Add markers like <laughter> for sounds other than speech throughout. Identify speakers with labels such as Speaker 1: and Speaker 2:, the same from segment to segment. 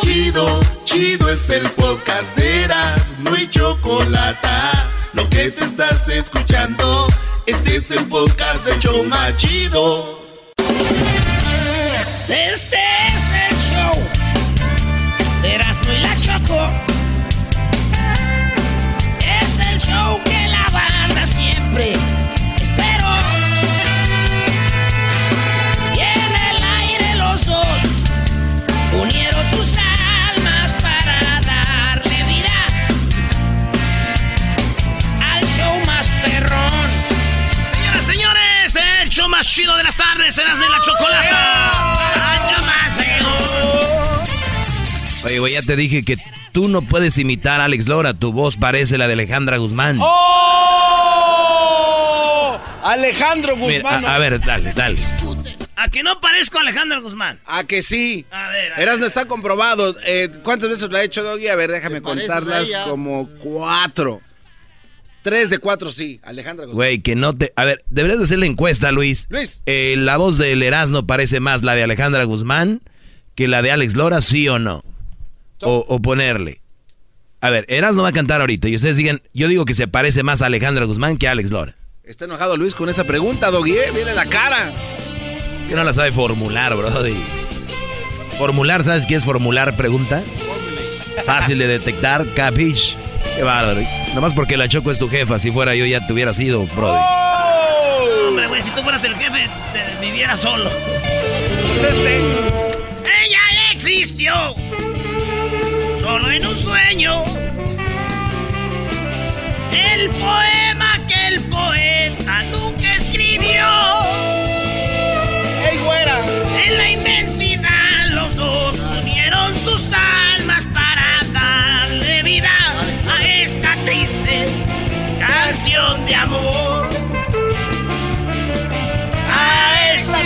Speaker 1: Chido, chido es el podcast de Eras, no hay chocolate. Lo que te estás escuchando, este es el podcast de Choma Chido.
Speaker 2: Este es el show de Erasmo y la Choco. Es el show que la banda siempre espero. Y en el aire los dos unieron sus almas para darle vida al show más perrón.
Speaker 3: Señoras, señores, el show más chido de las tardes, serás de la chocolata.
Speaker 4: Oye, güey, ya te dije que tú no puedes imitar a Alex Lora. Tu voz parece la de Alejandra Guzmán.
Speaker 5: ¡Oh! Alejandro
Speaker 4: Mira,
Speaker 5: Guzmán.
Speaker 4: a, a ver, dale, dale.
Speaker 3: A que no parezco a Alejandro Guzmán.
Speaker 5: A que sí.
Speaker 3: A ver, a ver.
Speaker 5: Eras no está comprobado. Eh, ¿Cuántas veces lo ha hecho Doggy? A ver, déjame
Speaker 6: pareces
Speaker 5: contarlas
Speaker 6: a ella?
Speaker 5: como cuatro. Tres de cuatro, sí. Alejandra Guzmán.
Speaker 4: Güey, que no te... A ver, deberías de hacer la encuesta, Luis.
Speaker 5: Luis.
Speaker 4: Eh, la voz del Erasmo parece más la de Alejandra Guzmán que la de Alex Lora, sí o no. O, o ponerle. A ver, Erasmo va a cantar ahorita y ustedes digan, yo digo que se parece más a Alejandra Guzmán que a Alex Lora.
Speaker 5: Está enojado Luis con esa pregunta, Doggy. eh. Mira la cara.
Speaker 4: Es que no la sabe formular, brody. Formular, ¿sabes qué es formular pregunta? Fácil de detectar, capiche. Qué bárbaro. Nomás porque la Choco es tu jefa, si fuera yo ya te hubiera sido, brody.
Speaker 5: Oh.
Speaker 3: Hombre, güey, si tú fueras el jefe, te viviera solo.
Speaker 5: Pues este.
Speaker 3: Ella existió solo en un sueño. El poema que el poeta nunca escribió.
Speaker 5: ¡Ey, güera!
Speaker 3: En la inmensidad los dos unieron sus almas para darle vida a esta triste canción de amor. A esta...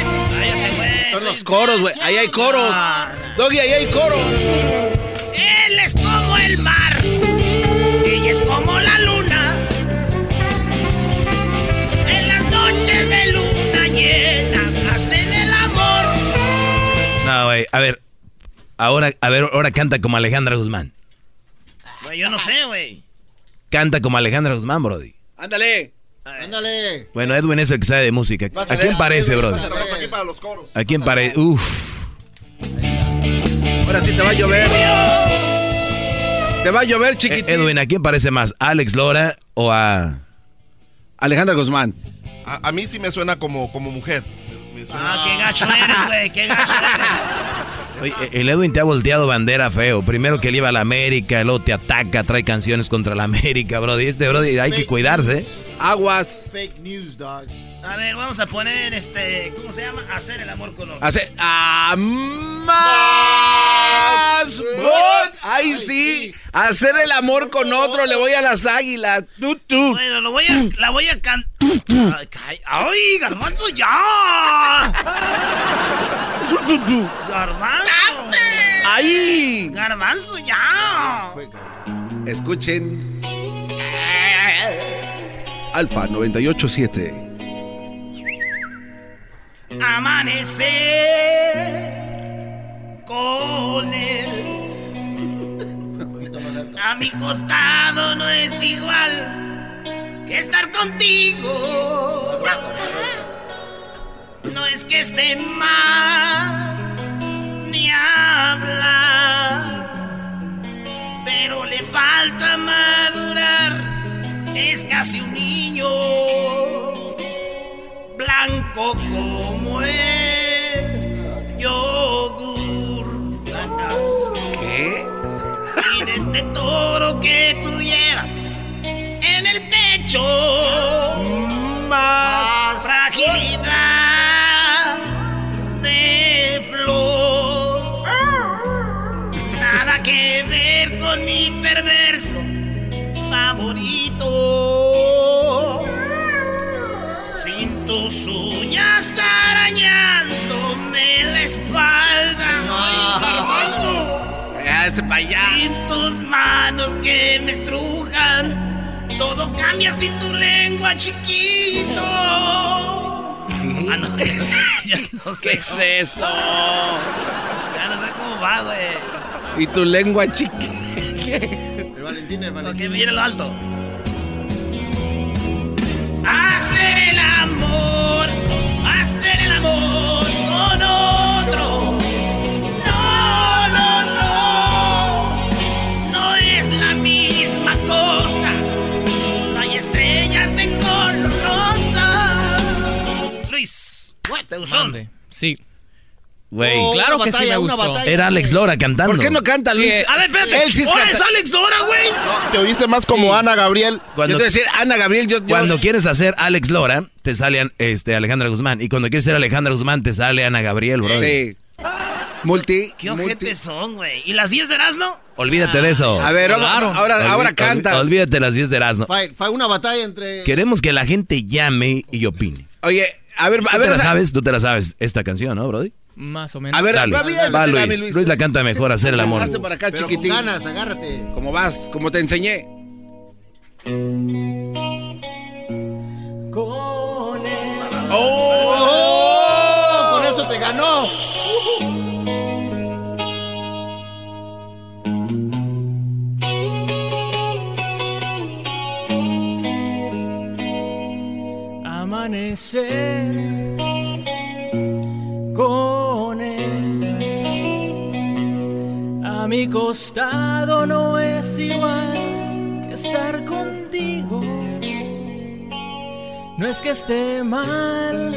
Speaker 3: Cállate, güey.
Speaker 5: Son los coros, güey. Ahí hay coros.
Speaker 3: Ah, no.
Speaker 5: Doggy, ahí hay coros.
Speaker 3: Él es como el mar, ella es como la luna. En las noches de luna llena hacen el amor.
Speaker 4: No, güey, a ver. Ahora, a ver, ahora canta como Alejandra Guzmán.
Speaker 3: Güey, yo no sé, güey.
Speaker 4: Canta como Alejandra Guzmán, brody.
Speaker 5: Ándale.
Speaker 6: Ándale.
Speaker 4: Bueno, Edwin es el que sabe de música. ¿A quién parece, brody?
Speaker 6: Estamos aquí para
Speaker 5: los coros.
Speaker 4: ¿A quién parece? Uf.
Speaker 5: Ahora sí te va a llover. Te va a llover,
Speaker 4: Eh,
Speaker 5: chiquitín.
Speaker 4: Edwin, ¿a quién parece más? ¿A Alex Lora o a...?
Speaker 5: Alejandra Guzmán.
Speaker 6: A, a mí sí me suena como, como mujer. Me- me suena-
Speaker 3: Ah, qué gacho eres, güey, qué gacho eres.
Speaker 4: Oye, eh, el Edwin te ha volteado bandera feo. Primero que él iba a la América, luego te ataca, trae canciones contra la <laughs> América, brody. Este, brody, hay que cuidarse.
Speaker 5: Aguas.
Speaker 6: Fake news, dog.
Speaker 3: A ver, vamos a poner este, ¿cómo se llama? Hacer el amor con otro.
Speaker 5: Hace. ¡Ah, más! bot. ¡Ay, sí! Hacer el amor con otro. Le voy a las águilas. ¡Tú, tú!
Speaker 3: Bueno, lo voy a, la voy a cantar. ¡Ay, ay,
Speaker 5: <laughs>
Speaker 3: garbanzo, ya!
Speaker 5: ¡Tú, tú, tú!
Speaker 3: ¡Garbanzo!
Speaker 5: ¡Ay!
Speaker 3: ¡Garbanzo, ya!
Speaker 5: Escuchen. Alfa 987.
Speaker 3: Amanecer con él. A mi costado no es igual que estar contigo. No es que esté mal ni hablar, pero le falta madurar. Es casi un niño blanco como el yogur. Sacas.
Speaker 5: ¿Qué?
Speaker 3: Sin este toro que tú llevas en el pecho. Más fragilidad de flor. Nada que ver con mi perverso favorito. Sin tus uñas arañándome la espalda. Ay, garbanzo.
Speaker 5: Ah, este payaso.
Speaker 3: En tus manos que me estrujan, todo cambia sin tu lengua, chiquito. Ah, no, <laughs> ya, no- ya no sé.
Speaker 5: ¿Qué es eso?
Speaker 3: Ya no sé cómo va, güey.
Speaker 5: Y tu lengua chiqui.
Speaker 3: Porque viene lo alto. Hacer el amor, hacer el amor con otro. No, no, no. No es la misma cosa. No hay estrellas de color rosa. Luis, ¿te gustó?
Speaker 7: Mande. Sí.
Speaker 4: Güey.
Speaker 7: Claro que sí me gustó.
Speaker 4: Era Alex Lora cantando.
Speaker 5: ¿Por qué no canta Luis?
Speaker 7: Sí,
Speaker 3: A ver, espérate.
Speaker 5: Él sí es
Speaker 3: Ahora
Speaker 5: canta-
Speaker 3: es Alex Dora, güey.
Speaker 6: Te oíste más como Ana Gabriel.
Speaker 5: Yo
Speaker 4: Cuando,
Speaker 5: te voy a decir, Ana Gabriel, yo. yo-
Speaker 4: cuando quieres hacer Alex Lora, te sale an- este, Alejandra Guzmán. Y cuando quieres ser Alejandra Guzmán, te sale Ana Gabriel, bro.
Speaker 5: Sí. Multi.
Speaker 3: ¿Qué
Speaker 5: multi-
Speaker 3: ojetes son, güey? ¿Y las 10 de Erasmo?
Speaker 4: Olvídate de eso.
Speaker 5: A ver, vamos-
Speaker 7: Volaron.
Speaker 5: ahora,
Speaker 4: Olví-
Speaker 5: ahora
Speaker 4: olví-
Speaker 5: canta.
Speaker 4: Olvídate las 10 de Erasmo.
Speaker 8: Fue, fue una batalla entre.
Speaker 4: Queremos que la gente llame y opine.
Speaker 5: Oye, a ver, a
Speaker 4: ¿Tú
Speaker 5: ver.
Speaker 4: te la
Speaker 5: esa-
Speaker 4: sabes? ¿Tú te la sabes esta canción, no, Brody?
Speaker 7: Más o menos.
Speaker 5: A ver,
Speaker 4: Dale.
Speaker 5: va bien,
Speaker 4: Va,
Speaker 5: dale,
Speaker 4: Luis.
Speaker 5: dame,
Speaker 4: Luis.
Speaker 5: Luis.
Speaker 4: la canta mejor, hacer el amor.
Speaker 5: Hazte para acá,
Speaker 8: Pero con
Speaker 5: chiquitín.
Speaker 8: ganas, agárrate.
Speaker 5: Como vas, como te enseñé.
Speaker 3: Oh.
Speaker 8: Oh, Por eso te ganó.
Speaker 7: Amanecer con él. A mi costado no es igual que estar contigo. No es que esté mal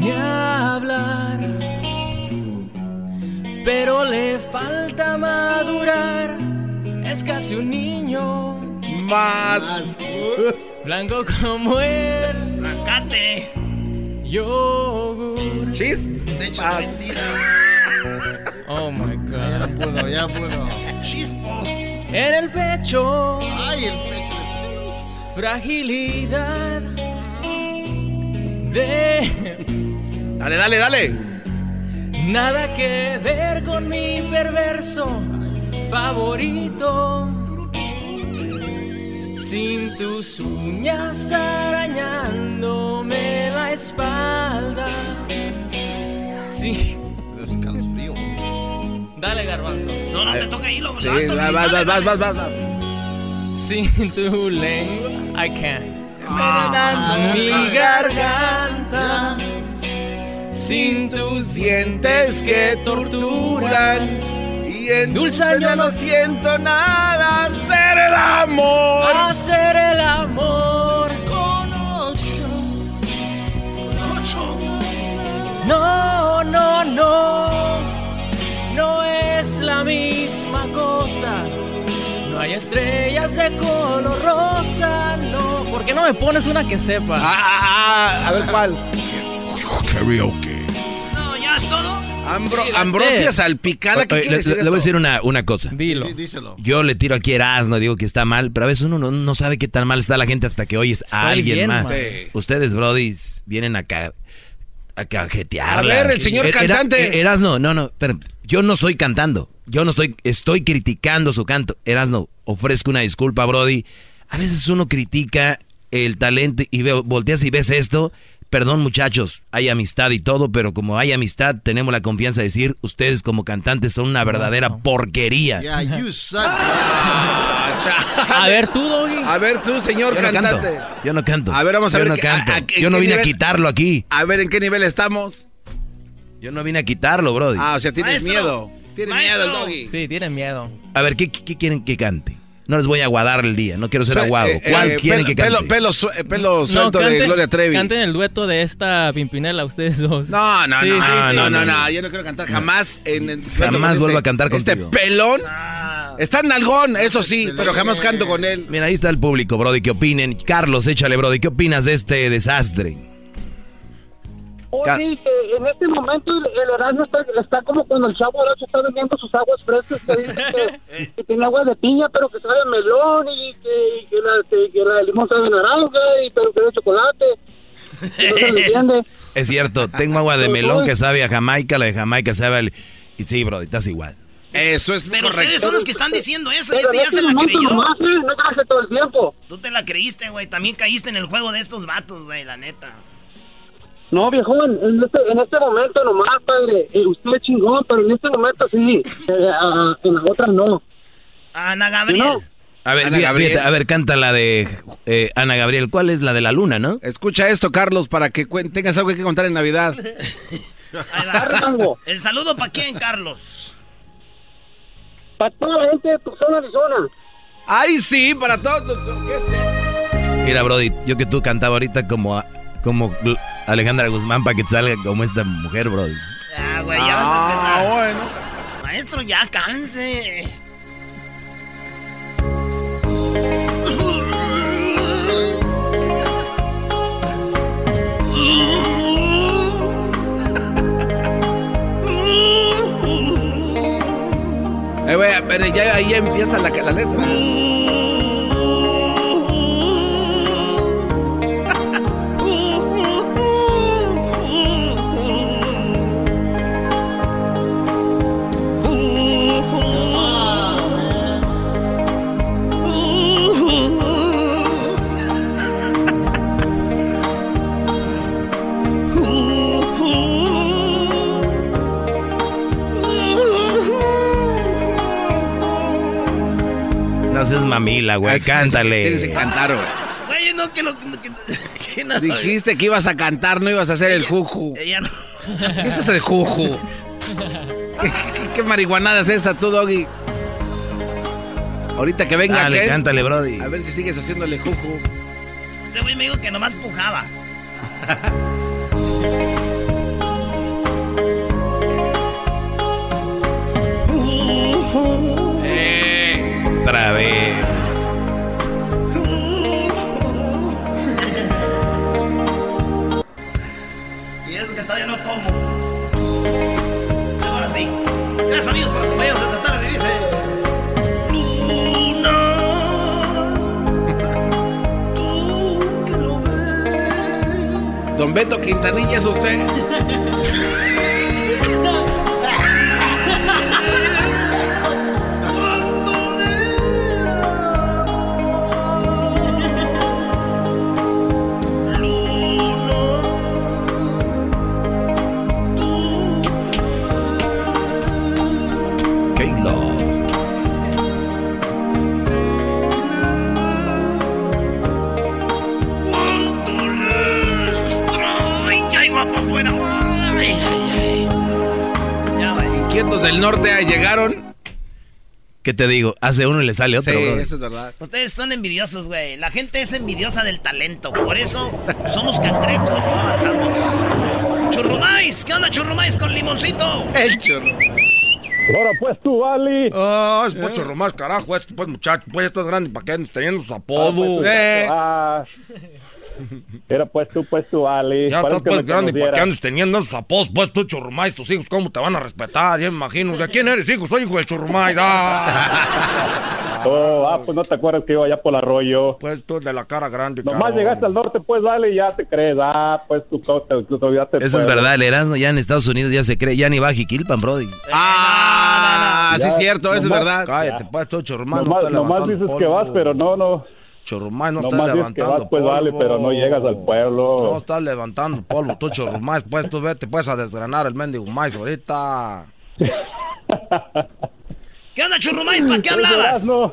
Speaker 7: ni hablar, pero le falta madurar. Es casi un niño.
Speaker 5: Más.
Speaker 7: Blanco como el
Speaker 3: Sacate.
Speaker 7: yogur.
Speaker 5: Chis.
Speaker 3: De hecho,
Speaker 5: Ah.
Speaker 7: Oh my
Speaker 8: Ya
Speaker 7: god.
Speaker 8: pudo, ya pudo.
Speaker 3: Chispo.
Speaker 7: En el pecho,
Speaker 8: Ay, el pecho de.
Speaker 7: fragilidad de
Speaker 5: Dale, dale, dale.
Speaker 7: nada que ver con mi perverso favorito. Sin tus uñas arañándome la espalda. Sí. Dale, garbanzo.
Speaker 3: No, no, me toca hilo.
Speaker 5: Sí,
Speaker 3: levanta,
Speaker 5: vas,
Speaker 3: Luis,
Speaker 5: vas,
Speaker 3: dale,
Speaker 5: vas, vas,
Speaker 3: dale.
Speaker 5: vas, vas.
Speaker 7: Sin tu lengua, I can't. Ah.
Speaker 5: Envenenando
Speaker 7: Mi garganta,
Speaker 5: sin tus dientes que torturan. Y en
Speaker 7: Dulce,
Speaker 5: dulce
Speaker 7: yo
Speaker 5: ya no
Speaker 7: no-
Speaker 5: siento nada. Hacer el amor.
Speaker 7: hacer el amor con ocho. No, no, no, no es la misma cosa. No hay estrellas de color rosa, no. ¿Por qué no me pones una que sepa?
Speaker 5: Ah, ah, ah, a ver cuál.
Speaker 6: Karaoke.
Speaker 3: No, ya es todo.
Speaker 5: Ambro-
Speaker 7: Sí, la
Speaker 5: ambrosia
Speaker 7: sé.
Speaker 5: salpicada. ¿Qué
Speaker 4: Oye,
Speaker 5: quiere
Speaker 4: le,
Speaker 5: decir
Speaker 4: le- le voy a
Speaker 5: eso?
Speaker 4: decir una, una cosa.
Speaker 7: Dilo.
Speaker 8: Sí, díselo.
Speaker 4: Yo le tiro aquí Erasmo, digo que está mal, pero a veces uno no, no sabe qué tan mal está la gente hasta que oyes a
Speaker 7: Estoy
Speaker 4: alguien
Speaker 7: bien
Speaker 4: más.
Speaker 7: mal.
Speaker 5: Sí.
Speaker 4: Ustedes, brodis, vienen acá a cajetear.
Speaker 5: A ver, el señor cantante.
Speaker 4: Erasno, no, no, espérame. yo no estoy cantando. Yo no estoy, estoy criticando su canto. Erasno, ofrezco una disculpa, Brody. A veces uno critica el talento y veo, volteas y ves esto. Perdón, muchachos, hay amistad y todo, pero como hay amistad, tenemos la confianza de decir, ustedes como cantantes son una verdadera porquería.
Speaker 8: Ya, you suck.
Speaker 5: Ah,
Speaker 7: A ver, tú, Doggy.
Speaker 5: A ver tú, señor
Speaker 4: Yo no
Speaker 5: cantante.
Speaker 4: canto. Yo no canto.
Speaker 5: A ver, vamos a
Speaker 4: Yo
Speaker 5: ver
Speaker 4: no
Speaker 5: qué-
Speaker 4: canto.
Speaker 5: a- a qué-
Speaker 4: Yo no
Speaker 5: qué
Speaker 4: vine a
Speaker 5: nivel-
Speaker 4: quitarlo aquí.
Speaker 5: A ver en qué nivel estamos.
Speaker 4: Yo no vine a quitarlo, brody.
Speaker 5: Ah, o sea, tienes
Speaker 3: Maestro.
Speaker 5: miedo. Tienes
Speaker 3: Maestro.
Speaker 5: miedo, el doggy.
Speaker 7: Sí, tienes miedo.
Speaker 4: A ver, ¿qué, qué quieren que cante? No les voy a aguadar el día. No quiero ser
Speaker 5: Pe-
Speaker 4: aguado.
Speaker 5: eh,
Speaker 4: ¿Cuál
Speaker 5: eh,
Speaker 4: quieren
Speaker 5: pelo-
Speaker 4: que cante?
Speaker 5: Pelo, pelo, su- eh, pelo suelto de
Speaker 7: canten-
Speaker 5: Gloria Trevi.
Speaker 7: Canten el dueto de esta Pimpinela, ustedes dos.
Speaker 5: No, no,
Speaker 7: Sí,
Speaker 5: no,
Speaker 7: sí,
Speaker 5: no,
Speaker 7: sí.
Speaker 5: no, no, no, yo no quiero cantar jamás
Speaker 7: <laughs>
Speaker 5: en, en- canto
Speaker 4: Jamás
Speaker 5: con este-
Speaker 4: vuelvo a cantar contigo.
Speaker 5: Este pelón
Speaker 3: Ah.
Speaker 5: está en nalgón, eso sí, pero jamás canto con él.
Speaker 4: Mira, ahí está el público, Brody, que opinen. Carlos, échale, Brody, ¿qué opinas de este desastre? Ca-
Speaker 9: Oye, que en Oh, este momento el, el Erasmo está, está como cuando el chavo del Ocho está vendiendo sus aguas frescas que dice
Speaker 5: <laughs>
Speaker 9: que, que tiene agua de piña, pero que sabe a melón y que, y que la, que- que la de limón sabe a naranja, y, pero que de chocolate. Y No se le
Speaker 5: <laughs>
Speaker 9: entiende.
Speaker 4: Es cierto, tengo agua de melón que sabe a Jamaica, la de Jamaica sabe al... Y sí, Brody, estás igual.
Speaker 5: Eso es
Speaker 3: Pero ustedes
Speaker 5: correcto.
Speaker 3: son los que están diciendo eso. Y
Speaker 9: Pero
Speaker 3: este
Speaker 9: en
Speaker 3: ya se
Speaker 9: este
Speaker 3: la
Speaker 9: momento
Speaker 3: creyó.
Speaker 9: nomás, ¿eh? no traje todo el tiempo.
Speaker 3: Tú te la creíste, güey. También caíste en el juego de estos vatos, güey, la neta.
Speaker 9: No, viejón, en este, en este momento nomás, padre. Eh, usted es chingón, pero en este momento sí. Eh, ah, en las otras no.
Speaker 3: Ana Gabriel.
Speaker 9: No.
Speaker 4: A ver,
Speaker 5: Ana
Speaker 4: fíjate,
Speaker 5: Gabriel.
Speaker 4: fíjate, a ver, canta la de eh, Ana Gabriel. ¿Cuál es la de la luna, no?
Speaker 5: Escucha esto, Carlos, para que cuen- tengas algo que contar en Navidad.
Speaker 3: Ahí
Speaker 9: <laughs>
Speaker 3: va.
Speaker 9: Arrango.
Speaker 3: ¿El saludo para quién, Carlos?
Speaker 9: Para toda la gente de Tucson, Arizona.
Speaker 5: ¡Ay, sí! Para todos. ¿Qué es eso?
Speaker 4: Mira, Brody, yo que tú cantaba ahorita como, a- como Gl- Alejandra Guzmán para que te salga como esta mujer, Brody.
Speaker 3: Ah, güey, ya vas a empezar.
Speaker 5: bueno.
Speaker 3: Maestro, ya canse.
Speaker 5: Eh, güey, pero ya, ahí ya empieza la, la letra.
Speaker 4: No seas mamila, güey,
Speaker 5: Tienes que
Speaker 4: cántale.
Speaker 5: cantar, güey.
Speaker 3: Güey, no, que lo. Que, que no.
Speaker 5: Dijiste que ibas a cantar, no ibas a hacer el juju.
Speaker 3: Ella no.
Speaker 5: ¿Qué es eso de juju? ¿Qué, qué- qué marihuanada es esa, tú, Doggy? Ahorita que venga
Speaker 4: Dale,
Speaker 5: aquel,
Speaker 4: cántale, Brody.
Speaker 5: A ver si sigues haciéndole juju. <laughs>
Speaker 3: Este güey me dijo que nomás pujaba.
Speaker 4: Otra vez.
Speaker 3: Y eso que todavía no como. Ahora sí. Gracias amigos por acompañarnos esta tarde, dice. Luna. Tú que lo ves.
Speaker 5: Don Beto Quintanilla es usted.
Speaker 3: Cuánto me amas. Luna.
Speaker 4: Keylor.
Speaker 3: cuánto le extraño. Ay, ya iba para afuera. Ay, ay, ay. Ya, güey.
Speaker 5: Inquietos del norte ah, llegaron.
Speaker 4: ¿Qué te digo? Hace uno y le sale
Speaker 5: Sí,
Speaker 4: otro, Brody.
Speaker 5: Eh, eso es verdad.
Speaker 3: Ustedes son envidiosos, güey. La gente es envidiosa del talento. Por eso somos cangrejos, no avanzamos. Churrumais, ¿qué onda churrumais con limoncito?
Speaker 5: El chorro.
Speaker 9: Ahora pues tú, Ali.
Speaker 5: Oh,
Speaker 6: Ah, es Pocho Romás, carajo,
Speaker 5: este,
Speaker 6: esto, pues muchacho, pues estás grande, ¿para qué andas teniendo sus
Speaker 9: Ah,
Speaker 6: apodos?
Speaker 9: pues,
Speaker 5: Eh,
Speaker 9: Era pues tú, pues tú, Ali.
Speaker 6: Ya estás pues grande, ¿para qué andas teniendo esos apodos? Pues tú, Churrumais, tus hijos, ¿cómo te van a respetar? Ya me imagino. ¿De quién eres, hijo? Soy hijo del
Speaker 9: <laughs>
Speaker 6: Churrumais. Ah,
Speaker 9: Oh, ah, pues no te acuerdas que iba allá por el arroyo.
Speaker 6: pues tú, de la cara grande,
Speaker 9: Nomás llegaste al norte, pues dale, ya te crees. Ah, pues tu cosa, incluso olvidaste.
Speaker 4: Eso es verdad, el Erasmo ya en Estados Unidos ya se cree, ya ni va a Jiquilpan, Brody.
Speaker 5: ah, sí
Speaker 9: Ya,
Speaker 5: es cierto, eso es
Speaker 9: nomás-
Speaker 5: verdad.
Speaker 6: Cállate, pues tú, Churrumais, no
Speaker 9: Nomás,
Speaker 6: estás
Speaker 9: nomás
Speaker 6: levantando
Speaker 9: dices que vas,
Speaker 6: polvo.
Speaker 9: pero no, no.
Speaker 6: Churrumais, Ah, no estás
Speaker 9: nomás dices que
Speaker 6: levantando
Speaker 9: vas, pues
Speaker 6: polvo.
Speaker 9: dale, pero no llegas al
Speaker 6: No
Speaker 9: pueblo.
Speaker 6: estás levantando polvo, tú, Churrumais, pues tú vete, pues, a desgranar el mendigo mais ahorita.
Speaker 3: ¿Qué onda churrumais? ¿Para qué hablabas?
Speaker 9: No,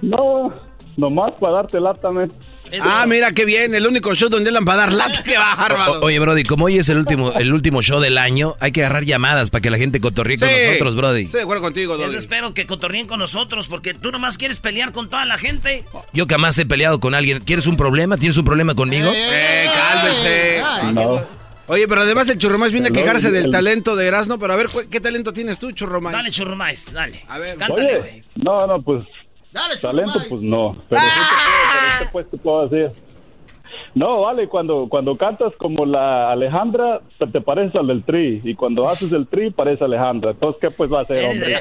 Speaker 9: no, nomás para darte lata, men.
Speaker 3: Es-
Speaker 5: Ah, mira qué bien, el único show donde él para dar
Speaker 3: <laughs>
Speaker 5: lata, qué bárbaro.
Speaker 4: O- oye, Brody, como hoy es el último, el último show del año, hay que agarrar llamadas para que la gente cotorree con
Speaker 5: Sí.
Speaker 4: nosotros, Brody.
Speaker 5: Estoy de acuerdo contigo,
Speaker 3: Eso
Speaker 5: Doggy.
Speaker 3: espero que cotorreen con nosotros, porque tú nomás quieres pelear con toda la gente.
Speaker 4: Yo jamás he peleado con alguien. ¿Quieres un problema? ¿Tienes un problema conmigo?
Speaker 5: <laughs> Eh, cálmense.
Speaker 8: Ay,
Speaker 9: No.
Speaker 5: Oye, pero además el Churromás viene a
Speaker 9: El
Speaker 5: quejarse
Speaker 9: Doggy,
Speaker 5: del
Speaker 9: el-
Speaker 5: talento de Erasmo, pero a ver, ¿cu- ¿qué talento tienes tú,
Speaker 3: Dale,
Speaker 5: Churromás?
Speaker 3: churrumais, dale.
Speaker 5: A ver.
Speaker 3: cántale, güey.
Speaker 9: Oye, no, no, pues
Speaker 8: Dale,
Speaker 9: talento,
Speaker 8: Churrumais.
Speaker 9: pues no. Pero sí te puedo- pero sí te, pues, te puedo decir. No, vale, cuando, cuando cantas como la Alejandra, te, te pareces al del tri. Y cuando haces el tri, pareces a Alejandra. Entonces, ¿qué pues va a hacer,
Speaker 3: <laughs>
Speaker 9: hombre?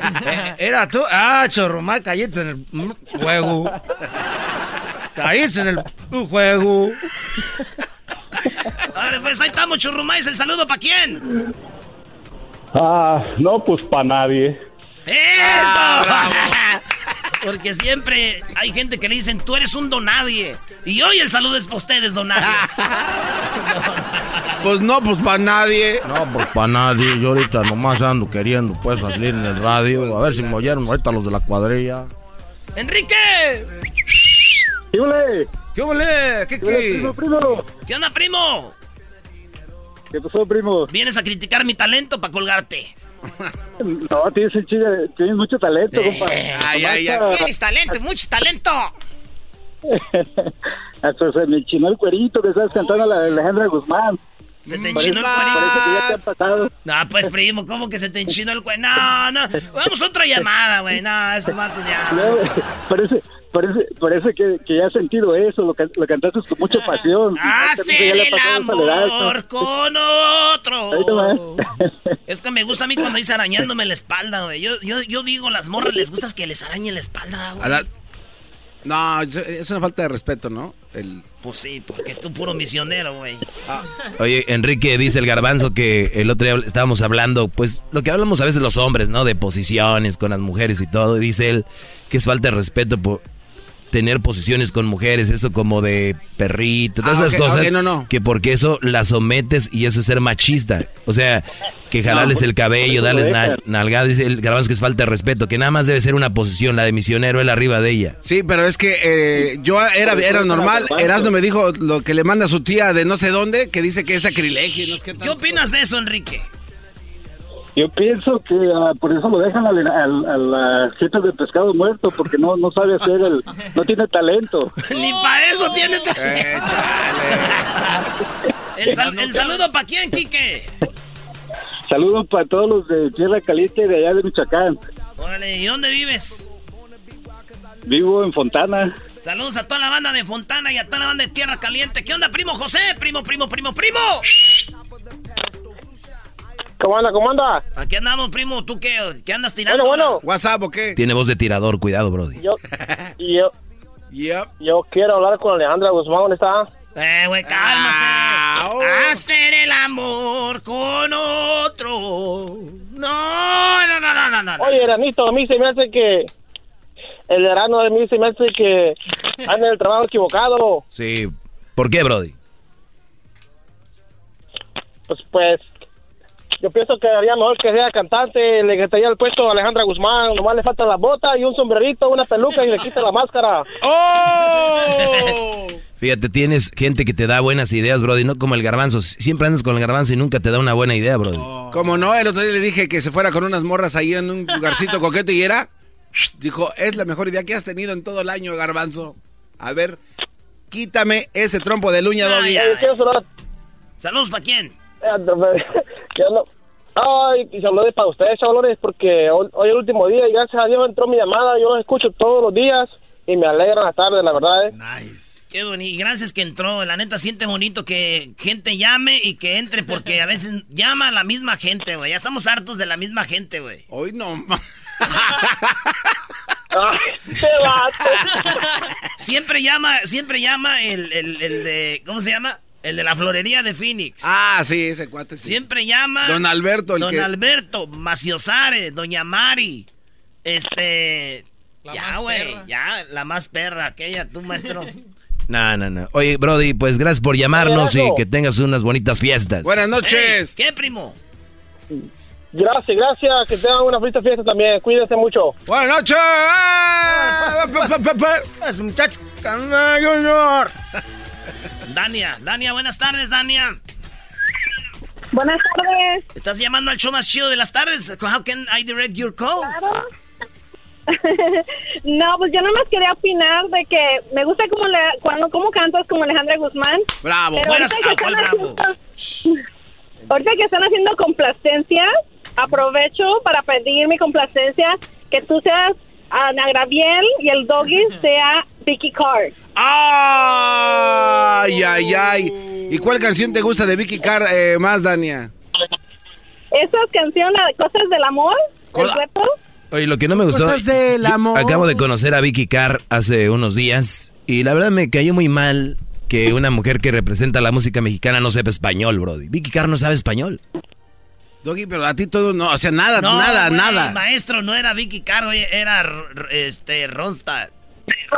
Speaker 6: Era tú. Ah, Chorromás, caíste en el juego. caíste en el juego.
Speaker 3: A ver, pues ahí estamos, churrumais. ¿El saludo para quién?
Speaker 9: Ah, no, pues para nadie.
Speaker 3: ¡Eso! Ah, Porque siempre hay gente que le dicen, tú eres un donadie. Y hoy el saludo es para ustedes, donadies.
Speaker 5: Pues no, pues para nadie.
Speaker 2: No, pues para nadie. Yo ahorita nomás ando queriendo pues salir en el radio. A ver si me oyeron ahorita los de la cuadrilla.
Speaker 3: ¡Enrique!
Speaker 10: ¿Qué ole?
Speaker 2: ¿Qué ole? <laughs> ¿Qué
Speaker 10: ¿Qué ole, primo, primo?
Speaker 3: ¿Qué onda, primo?
Speaker 10: ¿Qué pasó, primo?
Speaker 3: Vienes a criticar mi talento para colgarte.
Speaker 10: No, tienes, un chile- tienes mucho talento, compa.
Speaker 5: Eh, Ay, ay, ay.
Speaker 3: Eh, Tienes talento, mucho talento.
Speaker 10: <laughs> Hasta se me enchinó el cuerito que estabas cantando a la de Alejandra Guzmán.
Speaker 3: Se te
Speaker 10: Parece,
Speaker 3: enchinó el cuerito.
Speaker 10: parece que ya te han pasado.
Speaker 3: No, pues, primo, ¿cómo que se te enchinó el cuerito? No, no. Vamos a otra llamada, güey. No, esos matos ya.
Speaker 10: No, <laughs> parece, parece, parece que, que ya has sentido eso, lo, can- lo cantaste con mucha pasión.
Speaker 3: Hacer
Speaker 10: Parece que
Speaker 3: Ah, el
Speaker 10: ya le ha pasado esa edad, <laughs>
Speaker 3: amor con otro.
Speaker 10: ¿no? Ahí nomás.
Speaker 3: Es que me gusta a mí cuando dice arañándome la espalda, güey. Yo, yo, yo digo, las morras les gusta que les arañen la espalda,
Speaker 5: A
Speaker 3: güey.
Speaker 5: la- No, es- es una falta de respeto, ¿no? El... Ah.
Speaker 3: Pues sí, porque tú puro misionero, güey.
Speaker 4: Oye, Enrique dice el garbanzo que el otro día estábamos hablando, pues lo que hablamos a veces los hombres, ¿no? De posiciones con las mujeres y todo. Y dice él que es falta de respeto por tener posiciones con mujeres, eso como de perrito, todas
Speaker 5: Ah,
Speaker 4: esas
Speaker 5: ok,
Speaker 4: cosas.
Speaker 5: ok, no, no.
Speaker 4: Que porque eso las sometes y eso es ser machista. O sea, que
Speaker 5: pues,
Speaker 4: jalarles el cabello,
Speaker 10: por eso lo
Speaker 4: darles na-
Speaker 10: dejan.
Speaker 4: nalgada. Dice el garbanzo que es falta de respeto, que nada más debe ser una posición, la de misionero, él arriba de ella.
Speaker 5: Sí, pero es que eh, yo era, era normal. Erasmo me dijo lo que le manda su tía de no sé dónde, que dice que es sacrilegio. No sé qué
Speaker 3: ¿Qué
Speaker 5: tal.
Speaker 3: opinas de
Speaker 5: <laughs>
Speaker 3: eso, Enrique?
Speaker 10: Yo pienso que ah, por eso lo dejan al, al, al, ah, jefe de pescado muerto, porque no, no sabe hacer el... no tiene talento.
Speaker 3: Ni para eso tiene talento. <laughs> El, sal- el saludo para quién, Quique.
Speaker 10: Saludos para todos los de Tierra Caliente de allá de Michoacán.
Speaker 3: Órale, ¿y dónde vives?
Speaker 10: Vivo en Fontana.
Speaker 3: Saludos a toda la banda de Fontana y a toda la banda de Tierra Caliente. ¿Qué onda, primo José? Primo, primo, primo, primo.
Speaker 10: ¿Cómo anda, cómo anda?
Speaker 3: Aquí andamos, primo. ¿Tú qué, qué andas tirando?
Speaker 5: ¿WhatsApp o qué?
Speaker 4: Tiene voz de tirador, cuidado,
Speaker 5: <laughs>
Speaker 4: Brody.
Speaker 10: Yo, yo,
Speaker 5: Yep.
Speaker 10: yo quiero hablar con Alejandra Guzmán, ¿dónde está?
Speaker 3: Eh, güey,
Speaker 5: Ah,
Speaker 3: cálmate.
Speaker 5: oh.
Speaker 3: Hacer el amor con otro. No, no, no, no, no, no.
Speaker 10: Oye, Eranito, a mí se me hace que. El verano a mí se me hace que anda en el trabajo equivocado.
Speaker 4: Sí. ¿Por qué, Brody?
Speaker 10: Pues, pues. Yo pienso que haría mejor que sea cantante. Le quitaría el puesto a Alejandra Guzmán. Nomás le falta la bota y un sombrerito, una peluca y le quita la máscara.
Speaker 5: ¡Oh!
Speaker 4: Fíjate, tienes gente que te da buenas ideas, Brody, no como el garbanzo. Siempre andas con el garbanzo y nunca te da una buena idea, Brody.
Speaker 5: Como no, el otro día le dije que se fuera con unas morras ahí en un
Speaker 3: <laughs>
Speaker 5: lugarcito coqueto y era. Dijo, es la mejor idea que has tenido en todo el año, Garbanzo. A ver, quítame ese trompo de luña,
Speaker 3: Ay,
Speaker 5: Doggy.
Speaker 3: ay.
Speaker 10: Yo quiero saludar-
Speaker 3: Saludos <laughs> para quién.
Speaker 10: Eh, <laughs> que no- Ay, y saludos para ustedes, chavalones, porque hoy hoy es el último día y gracias a Dios entró mi llamada. Yo los escucho todos los días y me alegran las tardes, la verdad. ¿eh?
Speaker 3: Qué bonito. Y gracias que entró. La neta siente bonito que gente llame y que entre porque a
Speaker 5: <laughs>
Speaker 3: veces llama a la misma gente, güey. Ya estamos hartos de la misma gente, güey.
Speaker 5: Hoy no ma-
Speaker 10: Ay, te
Speaker 3: Siempre llama, siempre llama el, el, el de, ¿cómo se llama? El de la florería de Phoenix.
Speaker 5: Ah, sí, ese cuate. sí.
Speaker 3: Siempre llama.
Speaker 5: Don Alberto, el
Speaker 3: Don
Speaker 5: que.
Speaker 3: Alberto, Maciosare, Doña Mari, este... ya, güey, ya, la más perra, aquella, tú, maestro.
Speaker 4: No, no, no. Oye, Brody, pues gracias por llamarnos y
Speaker 10: Erasmo.
Speaker 4: que tengas unas bonitas fiestas.
Speaker 5: Buenas
Speaker 3: Ey,
Speaker 5: noches.
Speaker 3: ¿Qué, primo?
Speaker 10: Gracias, gracias. Que tengan una feliz fiesta también. Cuídense mucho.
Speaker 5: Buenas noches.
Speaker 3: Ah,
Speaker 5: Ah, Es muchacho. Junior.
Speaker 3: Dania, Dania, buenas tardes, Dania.
Speaker 11: Buenas tardes.
Speaker 3: Estás llamando al show más chido de las tardes. How can I direct your call?
Speaker 11: <laughs> no, pues yo nomás quería opinar de que me gusta como le- cuando cómo cantas como Alejandra Guzmán.
Speaker 5: Bravo.
Speaker 11: Pero
Speaker 3: buenas-
Speaker 11: ahorita que,
Speaker 3: ah, ¿cuál
Speaker 11: están
Speaker 3: bravo?
Speaker 11: haciendo, ahorita que están haciendo complacencia, aprovecho para pedir mi complacencia que tú seas Ana Graviel y el doggy sea Vicky Carr.
Speaker 5: Ah. Ay, ay, ay. ¿Y cuál canción te gusta de Vicky Carr eh, más, Dania?
Speaker 11: Esas canciones, Cosas del Amor, del
Speaker 5: Hola.
Speaker 11: dueto,
Speaker 4: Oye, lo que Pues no me gustó.
Speaker 5: Cosas Pues del
Speaker 4: yo
Speaker 5: amor.
Speaker 4: Acabo de conocer a Vicky Carr hace unos días y la verdad me cayó muy mal que una mujer que representa la música mexicana no sepa español, Brody. Vicky Carr no sabe español.
Speaker 5: Doggy, pero a ti todo no, o sea, nada,
Speaker 3: No,
Speaker 5: nada,
Speaker 3: güey,
Speaker 5: nada.
Speaker 3: Maestro, no era Vicky Carr, oye, era r- r- este Ronstadt.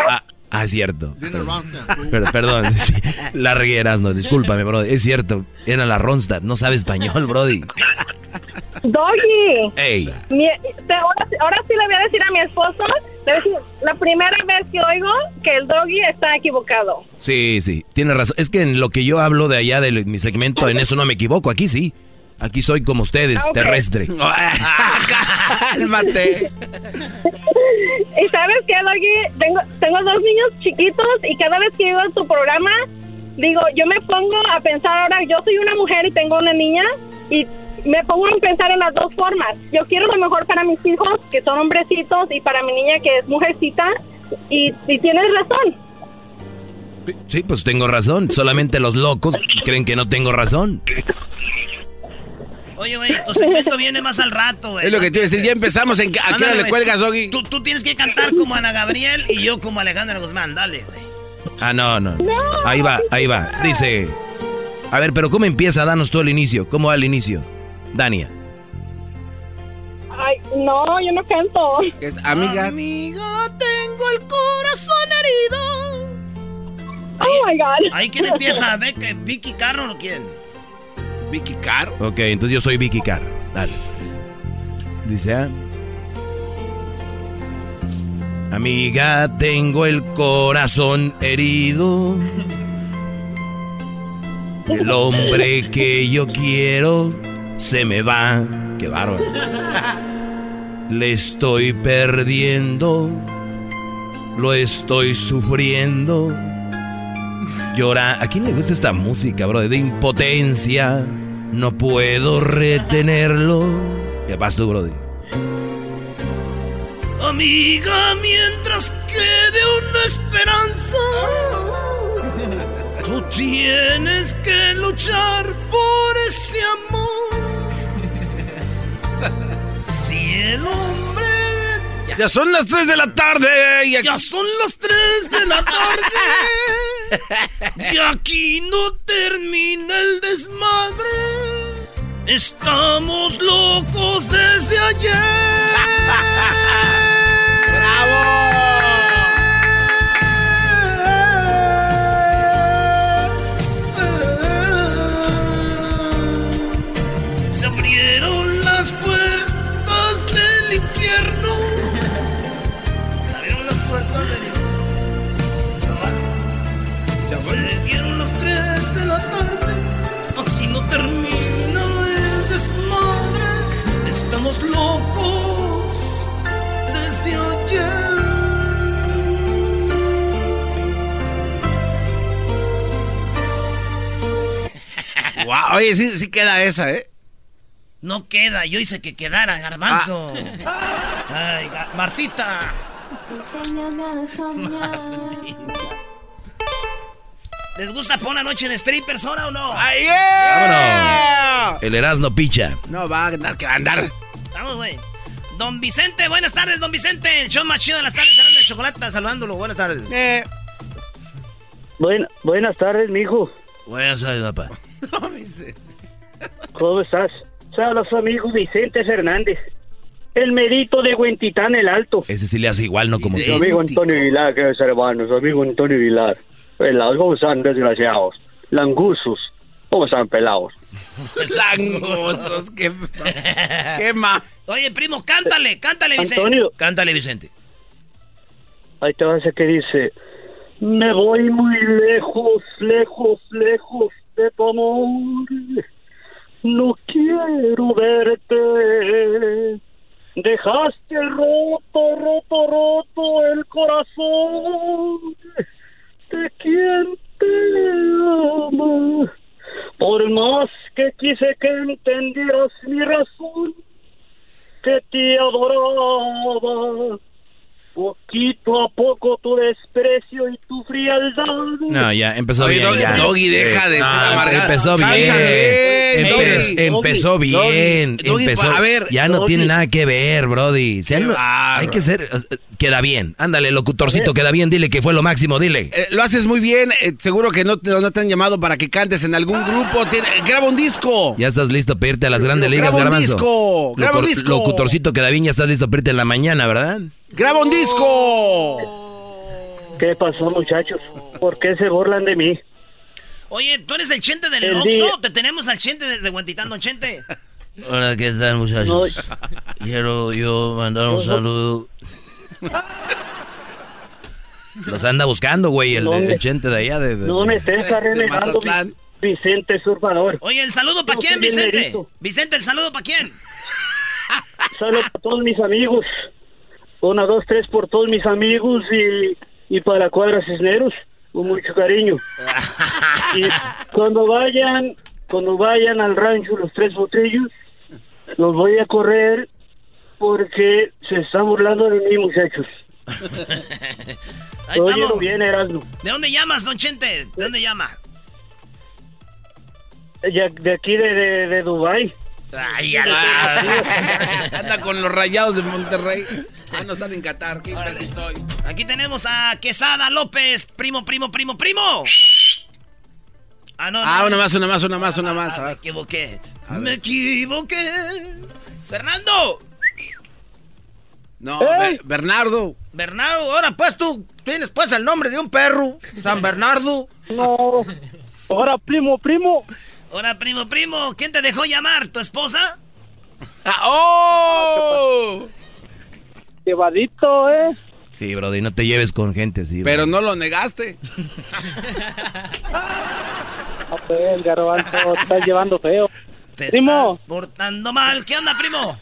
Speaker 4: A, Ah, es cierto.
Speaker 12: Dinner Ronstadt.
Speaker 4: Per- perdón, <laughs> sí, la rieras, no, discúlpame, Brody. Es cierto, era la Ronstadt, no sabe español, Brody.
Speaker 11: Doggy.
Speaker 4: Ey,
Speaker 11: Mi- te- ahora, ahora sí le voy a decir a mi esposo, le voy a decir, la primera vez que oigo que el doggy está equivocado.
Speaker 4: sí, sí, tiene razón. Es que en lo que yo hablo de allá de mi segmento, en eso no me equivoco, aquí sí. Aquí soy como ustedes,
Speaker 11: Ah, ok.
Speaker 4: <laughs> terrestre.
Speaker 5: <laughs> ¡Cálmate!
Speaker 11: <laughs> Y sabes qué, Doggy, tengo, tengo dos niños chiquitos y cada vez que oigo tu programa, digo, yo me pongo a pensar ahora, yo soy una mujer y tengo una niña y me pongo a pensar en las dos formas. Yo quiero lo mejor para mis hijos, que son hombrecitos, y para mi niña, que es mujercita, y, y tienes razón.
Speaker 4: Sí, pues tengo razón. Solamente los locos creen que no tengo razón.
Speaker 2: Oye, güey, tu segmento viene más al rato, güey.
Speaker 5: Es lo que te iba a decir, ya empezamos en... ¿A qué hora
Speaker 2: Ándale,
Speaker 5: le
Speaker 2: güey.
Speaker 5: cuelgas, Doggy?
Speaker 2: Tú, tú tienes que cantar como Ana Gabriel y yo como Alejandra Guzmán. Dale, güey.
Speaker 4: Ah, no, no. Ahí va, ahí va. Dice. A ver, pero ¿cómo empieza? Danos tú el inicio. ¿Cómo va el inicio? Dania.
Speaker 11: Ay, no, yo no canto.
Speaker 5: Es amiga.
Speaker 3: tengo el corazón herido.
Speaker 11: Oh my God.
Speaker 2: ¿Ahí quién
Speaker 3: <laughs>
Speaker 2: empieza? ¿Beck- ¿Vicky Carro o quién?
Speaker 5: Vicky Caro.
Speaker 4: Ok, entonces yo soy Vicky Carr. Dale. pues. Dice, ah. Amiga, tengo el corazón herido. El hombre que yo quiero se me va. Qué bárbaro.
Speaker 5: <laughs>
Speaker 4: Le estoy perdiendo. Lo estoy sufriendo. Llora. ¿A quién le gusta esta música, bro? De impotencia. No puedo retenerlo. ¿Qué pasa tú, Brody?
Speaker 2: Amiga, mientras quede una esperanza, tú tienes que luchar por ese amor. Si el hombre.
Speaker 5: Ya son las 3 de la tarde. y aquí-
Speaker 2: Ya son las 3 de la tarde. Y aquí no termina el desmadre. Estamos locos desde ayer.
Speaker 5: ¡Bravo!
Speaker 2: Eh, Se abrieron las puertas del infierno. Se abrieron las puertas del infierno. Se dieron las 3 de la tarde. Aquí no termina el desmadre. Estamos locos desde ayer.
Speaker 5: Guau, Oye, sí, sí queda esa, ¿eh?
Speaker 2: No queda, yo hice que quedara, garbanzo.
Speaker 5: Ah.
Speaker 2: Ay, ga- Martita. ¿Les gusta por una noche de strippers ahora o no?
Speaker 5: ¡Ay, yeah!
Speaker 4: ¡Vámonos! El Erasmo picha.
Speaker 5: ¡Eh! No va a andar que va a andar.
Speaker 2: Vamos, güey. Don Vicente, buenas tardes, don Vicente. El show más chido de las tardes, serán de chocolate, saludándolo. Buenas tardes.
Speaker 5: Eh,
Speaker 10: Buen- buenas tardes, mijo.
Speaker 4: Buenas tardes, papá.
Speaker 10: ¿Cómo estás? Saludos a mi hijo Vicente Fernández, el merito de Huentitán el Alto.
Speaker 4: Ese sí le hace igual, no como
Speaker 10: Su
Speaker 4: tú.
Speaker 10: amigo Antonio Vilar, que es hermano, su amigo Antonio Vilar. Pelados, ¿cómo están, desgraciados? Langusos, ¿cómo están, pelados?
Speaker 5: langosos, qué, qué ma.
Speaker 2: Oye, primo, cántale, cántale, Vicente.
Speaker 10: Antonio.
Speaker 2: Cántale, Vicente.
Speaker 10: Ahí te va ese que dice, me voy muy lejos, lejos, lejos de tu amor. No quiero verte. Dejaste roto, roto, roto el corazón de quien te ama. Por más que quise que entendieras mi razón, que te adoraba. Poquito a poco tu desprecio y tu frialdad.
Speaker 4: No, ya, empezó
Speaker 5: Oye,
Speaker 4: bien.
Speaker 5: Doggy-
Speaker 4: ya.
Speaker 5: Doggy, deja de ser
Speaker 4: Ah,
Speaker 5: amargado.
Speaker 4: Empezó bien.
Speaker 5: Cántale,
Speaker 4: Empe-
Speaker 5: Doggy.
Speaker 4: empezó
Speaker 5: Doggy,
Speaker 4: bien.
Speaker 5: Doggy,
Speaker 4: empezó.
Speaker 5: pa- a ver,
Speaker 4: ya no
Speaker 10: Doggy.
Speaker 4: tiene nada que ver, Brody. Se han-
Speaker 5: bárbaro.
Speaker 4: hay que ser. eh, Queda bien. Ándale, locutorcito, queda bien. Dile que fue lo máximo, dile.
Speaker 5: Eh, lo haces muy bien. eh, seguro que no te, no te han llamado para que cantes en algún grupo. Tien- eh, graba un disco.
Speaker 4: Ya estás listo para irte a las grandes ligas,
Speaker 5: graba un
Speaker 4: Garbanzo.
Speaker 5: disco, graba un
Speaker 4: Locor-
Speaker 5: disco.
Speaker 4: Locutorcito, queda bien. Ya estás listo para irte en la mañana, ¿verdad?
Speaker 5: Graba un disco.
Speaker 10: ¿Qué pasó, muchachos? ¿Por qué se burlan de mí?
Speaker 3: Oye, ¿tú eres el chente del
Speaker 10: El
Speaker 3: Oxxo?
Speaker 10: día-
Speaker 3: Te tenemos al chente desde Guantitando, chente.
Speaker 2: Hola, ¿qué tal, muchachos? Quiero yo mandar un saludo.
Speaker 4: Los anda buscando, güey, el,
Speaker 10: ¿Dónde?
Speaker 4: el gente de allá. De, de-
Speaker 10: No me estés arreglando, Vicente Surfador.
Speaker 3: Oye, el saludo para
Speaker 10: Yo
Speaker 3: quién,
Speaker 10: soy bien
Speaker 3: Vicente.
Speaker 10: merito.
Speaker 3: Vicente, el saludo
Speaker 10: <laughs>
Speaker 3: para quién.
Speaker 10: Solo para todos mis amigos. Una, dos, tres por todos mis amigos y, y para Cuadra Cisneros. Con mucho cariño. Y cuando vayan, cuando vayan al rancho los tres botellos, los voy a correr porque se están burlando de mí, muchachos.
Speaker 3: Ahí
Speaker 10: Oye,
Speaker 3: estamos.
Speaker 10: bien, Erasmo.
Speaker 3: ¿De dónde llamas, don Chente? ¿De dónde llama?
Speaker 10: Ya- De aquí de, de, de Dubái.
Speaker 5: <laughs>
Speaker 3: Ay,
Speaker 5: Anda con los rayados de Monterrey. Ah, no están en Qatar. Qué imbécil soy.
Speaker 3: Aquí tenemos a Quesada López, primo, primo, primo, primo. Ah, no,
Speaker 5: Ah,
Speaker 3: no.
Speaker 5: una más, una más, una más, una más.
Speaker 3: Ah,
Speaker 5: A
Speaker 3: me
Speaker 5: ver.
Speaker 3: equivoqué. Me equivoqué. Fernando.
Speaker 5: No,
Speaker 3: ¡Ey!
Speaker 5: Ber- Bernardo.
Speaker 3: Bernardo, ahora pues tú tienes pues <laughs> el nombre de un perro, San Bernardo.
Speaker 13: No. Ahora, primo, primo.
Speaker 3: Ahora, primo, primo, ¿quién te dejó llamar? ¿Tu esposa?
Speaker 5: Ah, ¡Oh!
Speaker 13: Llevadito, ¿eh?
Speaker 4: Sí, Brody, no te lleves con gente así.
Speaker 5: Pero no lo negaste.
Speaker 13: Ah, pues, el garbanzo, te estás llevando feo.
Speaker 3: Te
Speaker 13: primo,
Speaker 3: estás portando mal. ¿Qué onda, primo?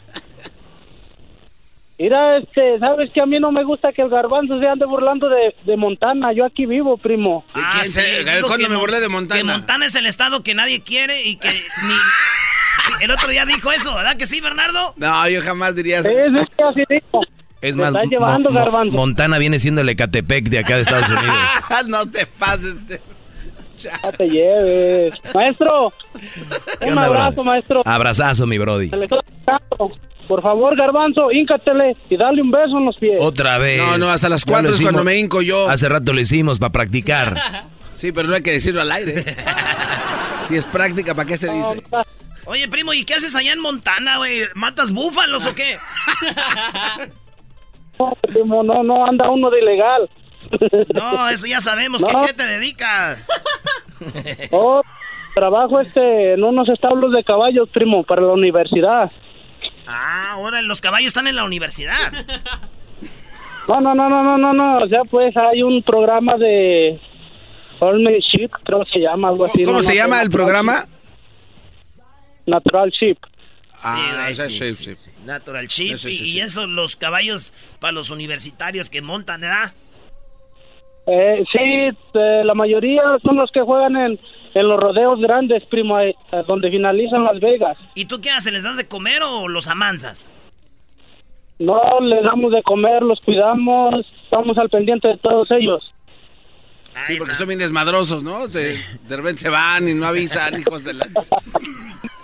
Speaker 13: mira, este, sabes que a mí no me gusta que el garbanzo se ande burlando de, de Montana. Yo aquí vivo, primo.
Speaker 3: Ah, sí, digo
Speaker 5: eh, ¿Cuándo
Speaker 3: que
Speaker 5: me
Speaker 3: Mon-
Speaker 5: burlé de
Speaker 3: Que
Speaker 5: Montana?
Speaker 3: Montana es el estado que nadie quiere y que ni... Sí, el otro día dijo eso, ¿verdad que sí, Bernardo?
Speaker 5: No, yo jamás diría eso.
Speaker 4: Es
Speaker 5: Me
Speaker 4: más,
Speaker 5: estás
Speaker 4: Mo-
Speaker 5: llevando,
Speaker 4: Mo-
Speaker 5: garbanzo.
Speaker 4: Montana viene siendo el Ecatepec de acá de
Speaker 5: <laughs>
Speaker 4: Estados Unidos.
Speaker 5: no te pases. de-
Speaker 13: No te lleves. Maestro, un
Speaker 4: onda,
Speaker 13: abrazo,
Speaker 4: brother?
Speaker 13: maestro.
Speaker 4: Abrazazo, mi Brody.
Speaker 13: Se le está dando. Por favor, garbanzo, híncatele y dale un beso en los pies.
Speaker 4: Otra vez.
Speaker 5: No, no, hasta las
Speaker 4: Ya lo
Speaker 5: cuatro es
Speaker 4: hicimos.
Speaker 5: cuando me hinco yo.
Speaker 4: Hace rato lo hicimos para practicar.
Speaker 5: <laughs> Sí, pero no hay que decirlo al aire. Si es práctica, ¿para qué se dice?
Speaker 3: Oye, primo, ¿y qué haces allá en Montana, güey? ¿Matas búfalos o qué?
Speaker 13: No, primo, no, no, anda uno de ilegal.
Speaker 3: No, eso ya sabemos. ¿Qué,
Speaker 13: No.
Speaker 3: qué te dedicas?
Speaker 13: <laughs> Oh, trabajo este en unos establos de caballos, primo, para la universidad.
Speaker 3: Ah, ahora los caballos están en la universidad.
Speaker 13: No, no, no, no, no, no, no. O sea, pues hay un programa de Horsemanship, creo que se llama algo así.
Speaker 5: ¿Cómo
Speaker 13: no,
Speaker 5: se
Speaker 13: no,
Speaker 5: llama el
Speaker 13: Natural-
Speaker 5: programa?
Speaker 13: Natural Ship.
Speaker 5: Ah,
Speaker 3: güey,
Speaker 5: esa es
Speaker 3: sí,
Speaker 5: shape, sí.
Speaker 3: Natural chip
Speaker 5: Sí, sí, sí,
Speaker 3: y
Speaker 5: sí.
Speaker 3: eso, los caballos para los universitarios que montan, ¿verdad?
Speaker 13: Eh, sí, eh, la mayoría son los que juegan en, en los rodeos grandes, primo, ahí, eh, donde finalizan Las Vegas.
Speaker 3: ¿Y tú qué haces? ¿Les das de comer o los amanzas?
Speaker 13: No les damos de comer, los cuidamos, estamos al pendiente de todos ellos.
Speaker 5: Sí, porque son bien desmadrosos, ¿no? De, de repente se van y no
Speaker 14: <laughs>
Speaker 5: avisan, hijos de la...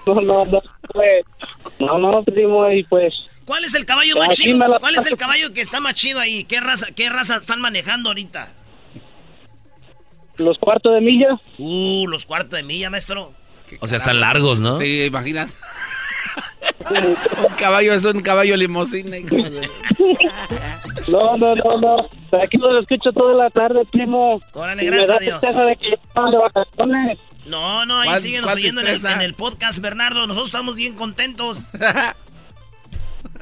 Speaker 13: No, no, no, pues, no, no, primo, y pues,
Speaker 3: ¿Cuál es el caballo más
Speaker 13: Aquí
Speaker 3: chido?
Speaker 13: me la-
Speaker 3: ¿Cuál es el caballo que está más chido ahí? ¿Qué raza, qué raza están manejando ahorita?
Speaker 13: los cuartos de milla.
Speaker 3: Uh, los cuartos de milla, maestro.
Speaker 4: O sea, están largos, ¿no?
Speaker 5: Sí, imagínate. un caballo es un caballo limosina. hijo de-
Speaker 13: No, no, no, no. Aquí los escucho toda la tarde, primo.
Speaker 3: Órale,
Speaker 13: Y me
Speaker 3: gracias
Speaker 13: da
Speaker 3: a Dios.
Speaker 13: tristeza de que están de vacaciones.
Speaker 3: No, no, ahí
Speaker 13: ¿Cuál-
Speaker 3: siguen
Speaker 13: cuál
Speaker 3: oyendo en el,
Speaker 13: tristeza?
Speaker 3: en el podcast, Bernardo. Nosotros estamos bien contentos.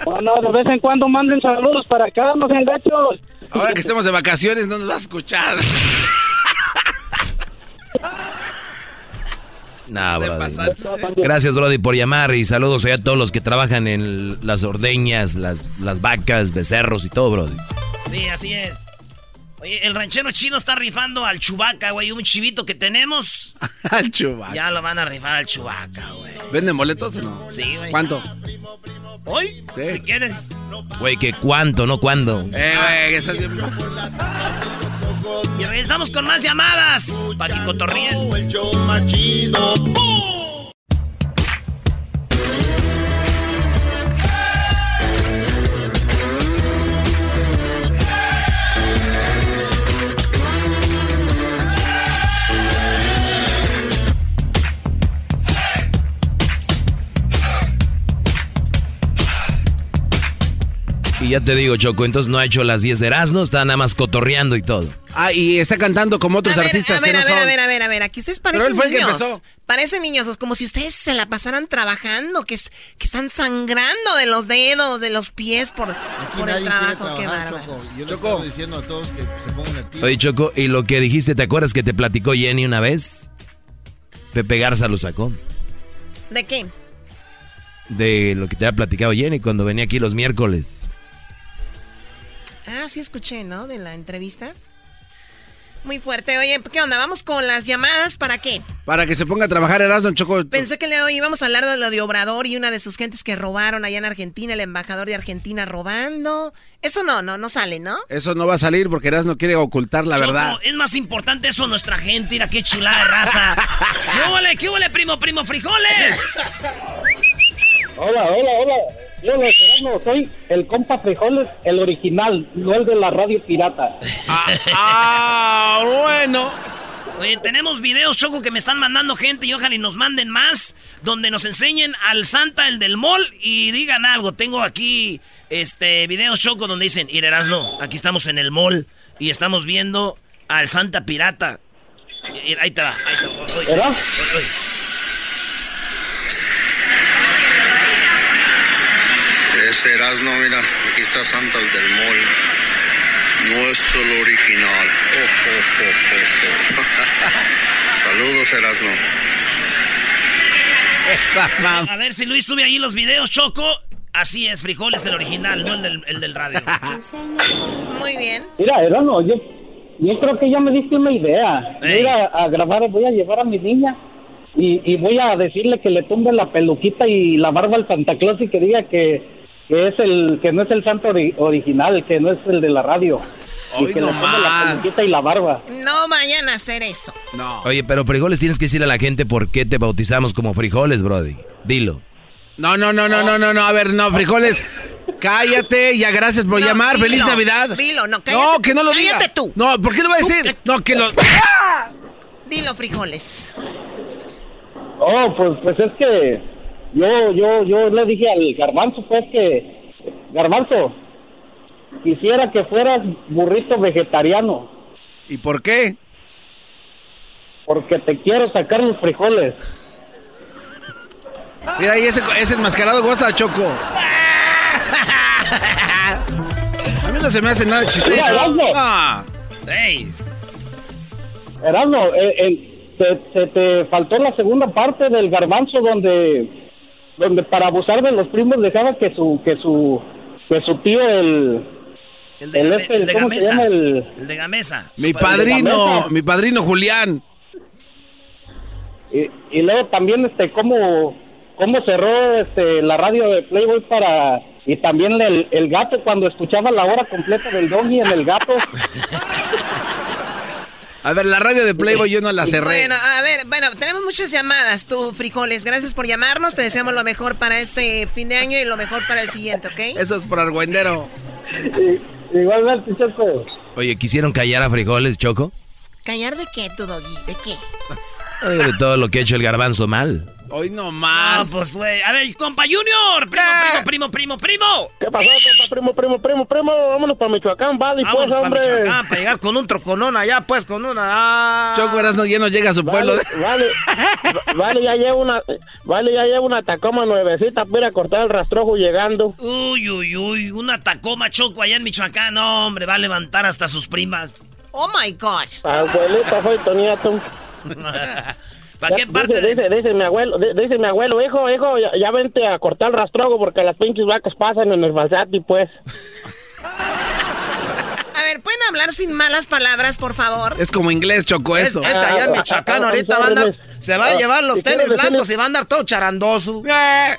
Speaker 13: No, no, de vez en cuando manden saludos para acá, no sean gachos.
Speaker 5: Ahora que estemos de vacaciones no nos vas a escuchar. <laughs>
Speaker 4: Nah, Brody. Gracias, Brody, por llamar y saludos allá a todos los que trabajan en las ordeñas, las, las vacas, becerros y todo, Brody.
Speaker 3: Sí, así es. Oye, el ranchero chino está rifando al Chubaca, güey. Un chivito que tenemos.
Speaker 5: Al chubac.
Speaker 3: Ya lo van a rifar al Chubaca, güey.
Speaker 5: ¿Venden boletos o no?
Speaker 3: Sí, güey.
Speaker 5: ¿Cuánto?
Speaker 3: Hoy, si quieres.
Speaker 4: Güey, que cuánto, no cuándo.
Speaker 5: Eh,
Speaker 14: Ah.
Speaker 5: güey, que estás siempre...
Speaker 3: Y regresamos con más llamadas. Para que cotorríen.
Speaker 5: Y
Speaker 4: Y ya te digo, Choco, entonces no ha hecho las 10 de Erasmo, está nada más cotorreando y todo.
Speaker 5: Ah, y está cantando como otros
Speaker 14: A ver,
Speaker 5: artistas
Speaker 14: a ver,
Speaker 5: que no
Speaker 14: a ver,
Speaker 5: son.
Speaker 14: a ver, a ver, a ver, aquí ustedes
Speaker 5: Pero
Speaker 14: parecen
Speaker 5: él fue el que
Speaker 14: niños.
Speaker 5: empezó.
Speaker 14: Parecen niños, es como si ustedes se la pasaran trabajando, que, es, que están sangrando de los dedos, de los pies por, por
Speaker 15: nadie
Speaker 14: el
Speaker 15: quiere
Speaker 14: trabajo. Qué
Speaker 15: trabajar,
Speaker 14: bárbaro.
Speaker 15: Choco. Yo les estoy diciendo a todos que se pongan a ti.
Speaker 4: Oye, Choco, y lo que dijiste, ¿te acuerdas que te platicó Jenny una vez? Pepe Garza lo sacó.
Speaker 14: ¿De qué?
Speaker 4: De lo que te había platicado Jenny cuando venía aquí los miércoles.
Speaker 14: Ah, sí escuché, ¿no? De la entrevista. Muy fuerte. Oye, ¿qué onda? Vamos con las llamadas. ¿Para qué?
Speaker 5: Para que se ponga a trabajar Erasmo Choco.
Speaker 14: Pensé que le hoy íbamos a hablar de lo de Obrador y una de sus gentes que robaron allá en Argentina, el embajador de Argentina robando. Eso no, no, no sale, ¿no?
Speaker 5: Eso no va a salir porque Erasmo quiere ocultar la
Speaker 3: Choco,
Speaker 5: verdad.
Speaker 3: Es más importante eso nuestra gente, mira qué chulada de raza. ¿Qué huele, qué huele, primo, primo, frijoles?
Speaker 10: Hola, hola, hola. Yo lo Erasmo, soy el compa Frijoles, el original, no el de la radio pirata.
Speaker 3: Ah, bueno. Oye, tenemos videos, Choco, que me están mandando gente y ojalá y nos manden más, donde nos enseñen al Santa, el del mall, y digan algo. Tengo aquí este videos, Choco, donde dicen, no, aquí estamos en el mall y estamos viendo al Santa Pirata. Y- y- Ahí te va, ahí te va. Oye,
Speaker 10: ¿Era?
Speaker 3: oye.
Speaker 8: Es Erasmo, mira, aquí está Santa el del Mall. No es solo original. Oh, oh, oh, oh, oh. <laughs> Saludos, Erasmo.
Speaker 3: A ver si Luis sube ahí los videos, Choco. Así es, frijoles el original, no el del, el del
Speaker 5: <laughs>
Speaker 3: radio.
Speaker 14: Muy bien.
Speaker 10: Mira, Erasmo, yo, yo creo que ya me diste una idea. Voy a, ir a- a grabar, voy a llevar a mi niña y, y voy a decirle que le tumbe la peluquita y la barba al Santa Claus y que diga que, que es el que no es el santo ori- original, que no es el de la radio.
Speaker 4: Hoy
Speaker 10: y que le ponga la
Speaker 4: nomás.
Speaker 10: peluquita y la barba.
Speaker 14: No vayan a hacer eso.
Speaker 5: No.
Speaker 4: Oye, pero frijoles tienes que decirle a la gente por qué te bautizamos como frijoles, Brody. Dilo.
Speaker 5: No, no, no, no, no, no, no. A ver, no, frijoles. Cállate, ya gracias por llamar.
Speaker 14: dilo,
Speaker 5: ¡Feliz Navidad!
Speaker 14: Dilo, no, cállate.
Speaker 5: No, que no lo
Speaker 14: cállate
Speaker 5: diga.
Speaker 14: tú.
Speaker 5: No, ¿por qué lo va a decir? No, que lo.
Speaker 14: ¡Ah! Dilo, frijoles.
Speaker 10: Oh, pues, pues es que yo, yo, yo le dije al garbanzo, pues que, garbanzo, quisiera que fueras burrito vegetariano.
Speaker 5: ¿Y por qué?
Speaker 10: Porque te quiero sacar los frijoles.
Speaker 5: Mira, ahí ese, ese enmascarado goza, Choco. A mí no se me hace nada
Speaker 10: Mira,
Speaker 5: chistoso.
Speaker 10: Erasmo.
Speaker 5: Ah.
Speaker 3: ¡Ey!
Speaker 10: Erasmo, eh, eh, te, te- te faltó la segunda parte del garbanzo donde, donde para abusar de los primos dejaba que su, que su, que su tío el, el,
Speaker 3: de Game-
Speaker 10: este,
Speaker 3: el de
Speaker 10: ¿cómo se
Speaker 3: Gamesa.
Speaker 10: llama? El,
Speaker 3: El de Gamesa.
Speaker 5: Mi
Speaker 10: Su padre.
Speaker 5: padrino, mi padrino Julián.
Speaker 10: Y, y luego también, este, cómo, cómo cerró este, la radio de Playboy para. Y también el, el gato, cuando escuchaba la hora completa del doggy en el gato.
Speaker 5: A ver, la radio de Playboy yo no la cerré.
Speaker 14: Bueno, a ver, bueno, tenemos muchas llamadas, tú, frijoles. Gracias por llamarnos. Te deseamos lo mejor para este fin de año y lo mejor para el siguiente, ¿ok?
Speaker 5: Eso es por Argüendero.
Speaker 10: Igualmente, Choco.
Speaker 4: Oye, ¿quisieron callar a frijoles, Choco?
Speaker 14: ¿Callar de qué, tu doggy? ¿De qué?
Speaker 4: Oye, de todo lo que ha hecho el garbanzo mal.
Speaker 5: Hoy nomás.
Speaker 3: No, pues, güey. A ver, compa Junior. Primo, primo, primo, primo, primo.
Speaker 16: ¿Qué pasó, compa? Primo, primo, primo, primo. Vámonos para Michoacán, vale, pues,
Speaker 3: Vámonos para
Speaker 16: hombre.
Speaker 3: Michoacán para llegar con un troconón allá, pues, con una. ah.
Speaker 5: Choco Erasmo ya no llega a su pueblo. <laughs>
Speaker 16: Vale, vale, va- vale, ya llevo una, vale, ya llevo una Tacoma nuevecita para ir a cortar el rastrojo llegando.
Speaker 3: Uy, uy, uy. Una Tacoma Choco allá en Michoacán. No, hombre, va a levantar hasta sus primas.
Speaker 14: Oh my
Speaker 3: <laughs>
Speaker 14: God.
Speaker 16: Abuelita, soy tu nieto.
Speaker 3: ¿Para qué parte?
Speaker 16: Dice, dice, dice mi abuelo, di- dice mi abuelo, hijo, hijo, ya, ya vente a cortar el rastrojo porque las pinches vacas pasan en el balsati, pues.
Speaker 14: A ver, ¿pueden hablar sin malas palabras, por favor?
Speaker 5: Es como inglés, Choco, eso. Ah,
Speaker 3: Esta allá en Michoacán ahorita va a andar, se va a llevar Ah, los tenis blancos y va a andar todo charandoso.
Speaker 16: Ah,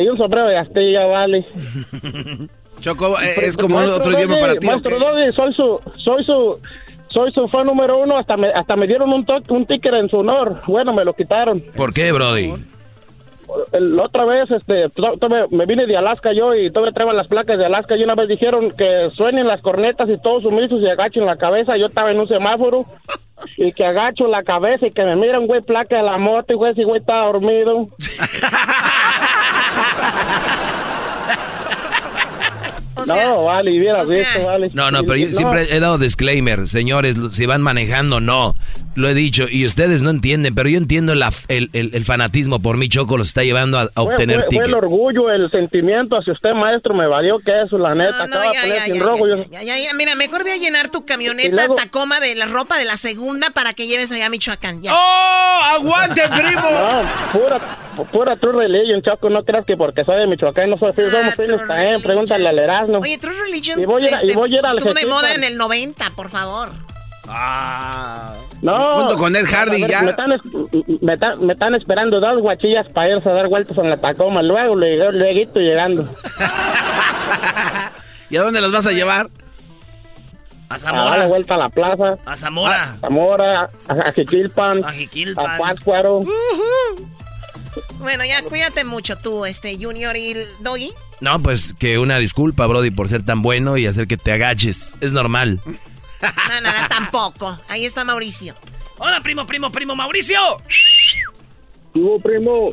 Speaker 16: y un sombrero de astilla, vale.
Speaker 3: <laughs>
Speaker 5: Choco, eh, es como otro idioma para ti.
Speaker 16: Maestro
Speaker 5: ¿ok?
Speaker 16: Doggy, soy su, soy su, soy su fan número uno. Hasta me, hasta me dieron un, to- un ticket en su honor. Bueno, me lo quitaron.
Speaker 4: ¿Por qué, Brody?
Speaker 16: El- La otra vez, este, to- to- me- me vine de Alaska yo y todavía traían las placas de Alaska. Y una vez dijeron que suenen las cornetas y todos sumisos y agachen la cabeza. Yo estaba en un semáforo y que agacho la cabeza y que me miran, güey, placa de la moto. Y güey, si güey está
Speaker 14: <laughs>
Speaker 16: dormido.
Speaker 14: sea-
Speaker 2: no, vale, y vieras
Speaker 14: o sea-
Speaker 2: esto, vale.
Speaker 4: No, no, pero yo siempre he dado disclaimer, señores, si van manejando, no. Lo he dicho y ustedes no entienden, pero yo entiendo la- el, el- el fanatismo por mi Choco los está llevando a, a
Speaker 2: Fue-
Speaker 4: obtener
Speaker 2: fue, fue
Speaker 4: tickets.
Speaker 2: el orgullo, el sentimiento hacia usted, maestro, me valió que eso, la neta.
Speaker 14: no,
Speaker 2: acaba de
Speaker 14: ya,
Speaker 2: poner
Speaker 14: ya,
Speaker 2: sin
Speaker 14: ya,
Speaker 2: rojo. yo-
Speaker 14: Ya, ya, ya, mira, mejor voy a llenar tu camioneta Tacoma de la ropa de la segunda para que lleves allá a Michoacán. Ya.
Speaker 2: ¡Oh! <laughs>
Speaker 14: aguante, primo!
Speaker 2: No, pura, pura true religion, Chaco. No creas que porque soy de Michoacán no soy frío. Somos fríos también. Pregúntale al Erasmo.
Speaker 14: Oye, True Religion este, pues,
Speaker 2: Y voy a ir a- y voy a ir al
Speaker 14: estuvo de
Speaker 2: Jesús,
Speaker 14: moda
Speaker 2: al-
Speaker 14: en el 90, por favor.
Speaker 3: Ah.
Speaker 2: No.
Speaker 5: Junto con Ed Hardy
Speaker 2: A ver,
Speaker 5: ya.
Speaker 2: Me están, es- me están- me están esperando dos guachillas para irse a dar vueltas en la Tacoma. Luego, luego, luego llegando.
Speaker 5: <laughs> ¿Y a dónde las vas a llevar?
Speaker 10: Ah,
Speaker 3: A
Speaker 2: A dar la vuelta a la plaza.
Speaker 3: A Zamora.
Speaker 2: A Zamora. A, a Jiquilpan.
Speaker 3: A Jiquilpan. Uh.
Speaker 2: A Pátzcuaro.
Speaker 14: Bueno, ya cuídate mucho tú, este Junior y el Doggy.
Speaker 4: No, pues que una disculpa, Brody, por ser tan bueno y hacer que te agaches. Es normal.
Speaker 14: No, no, no, tampoco. Ahí está Mauricio.
Speaker 3: Hola, primo, primo, primo, Mauricio.
Speaker 10: Tú, primo.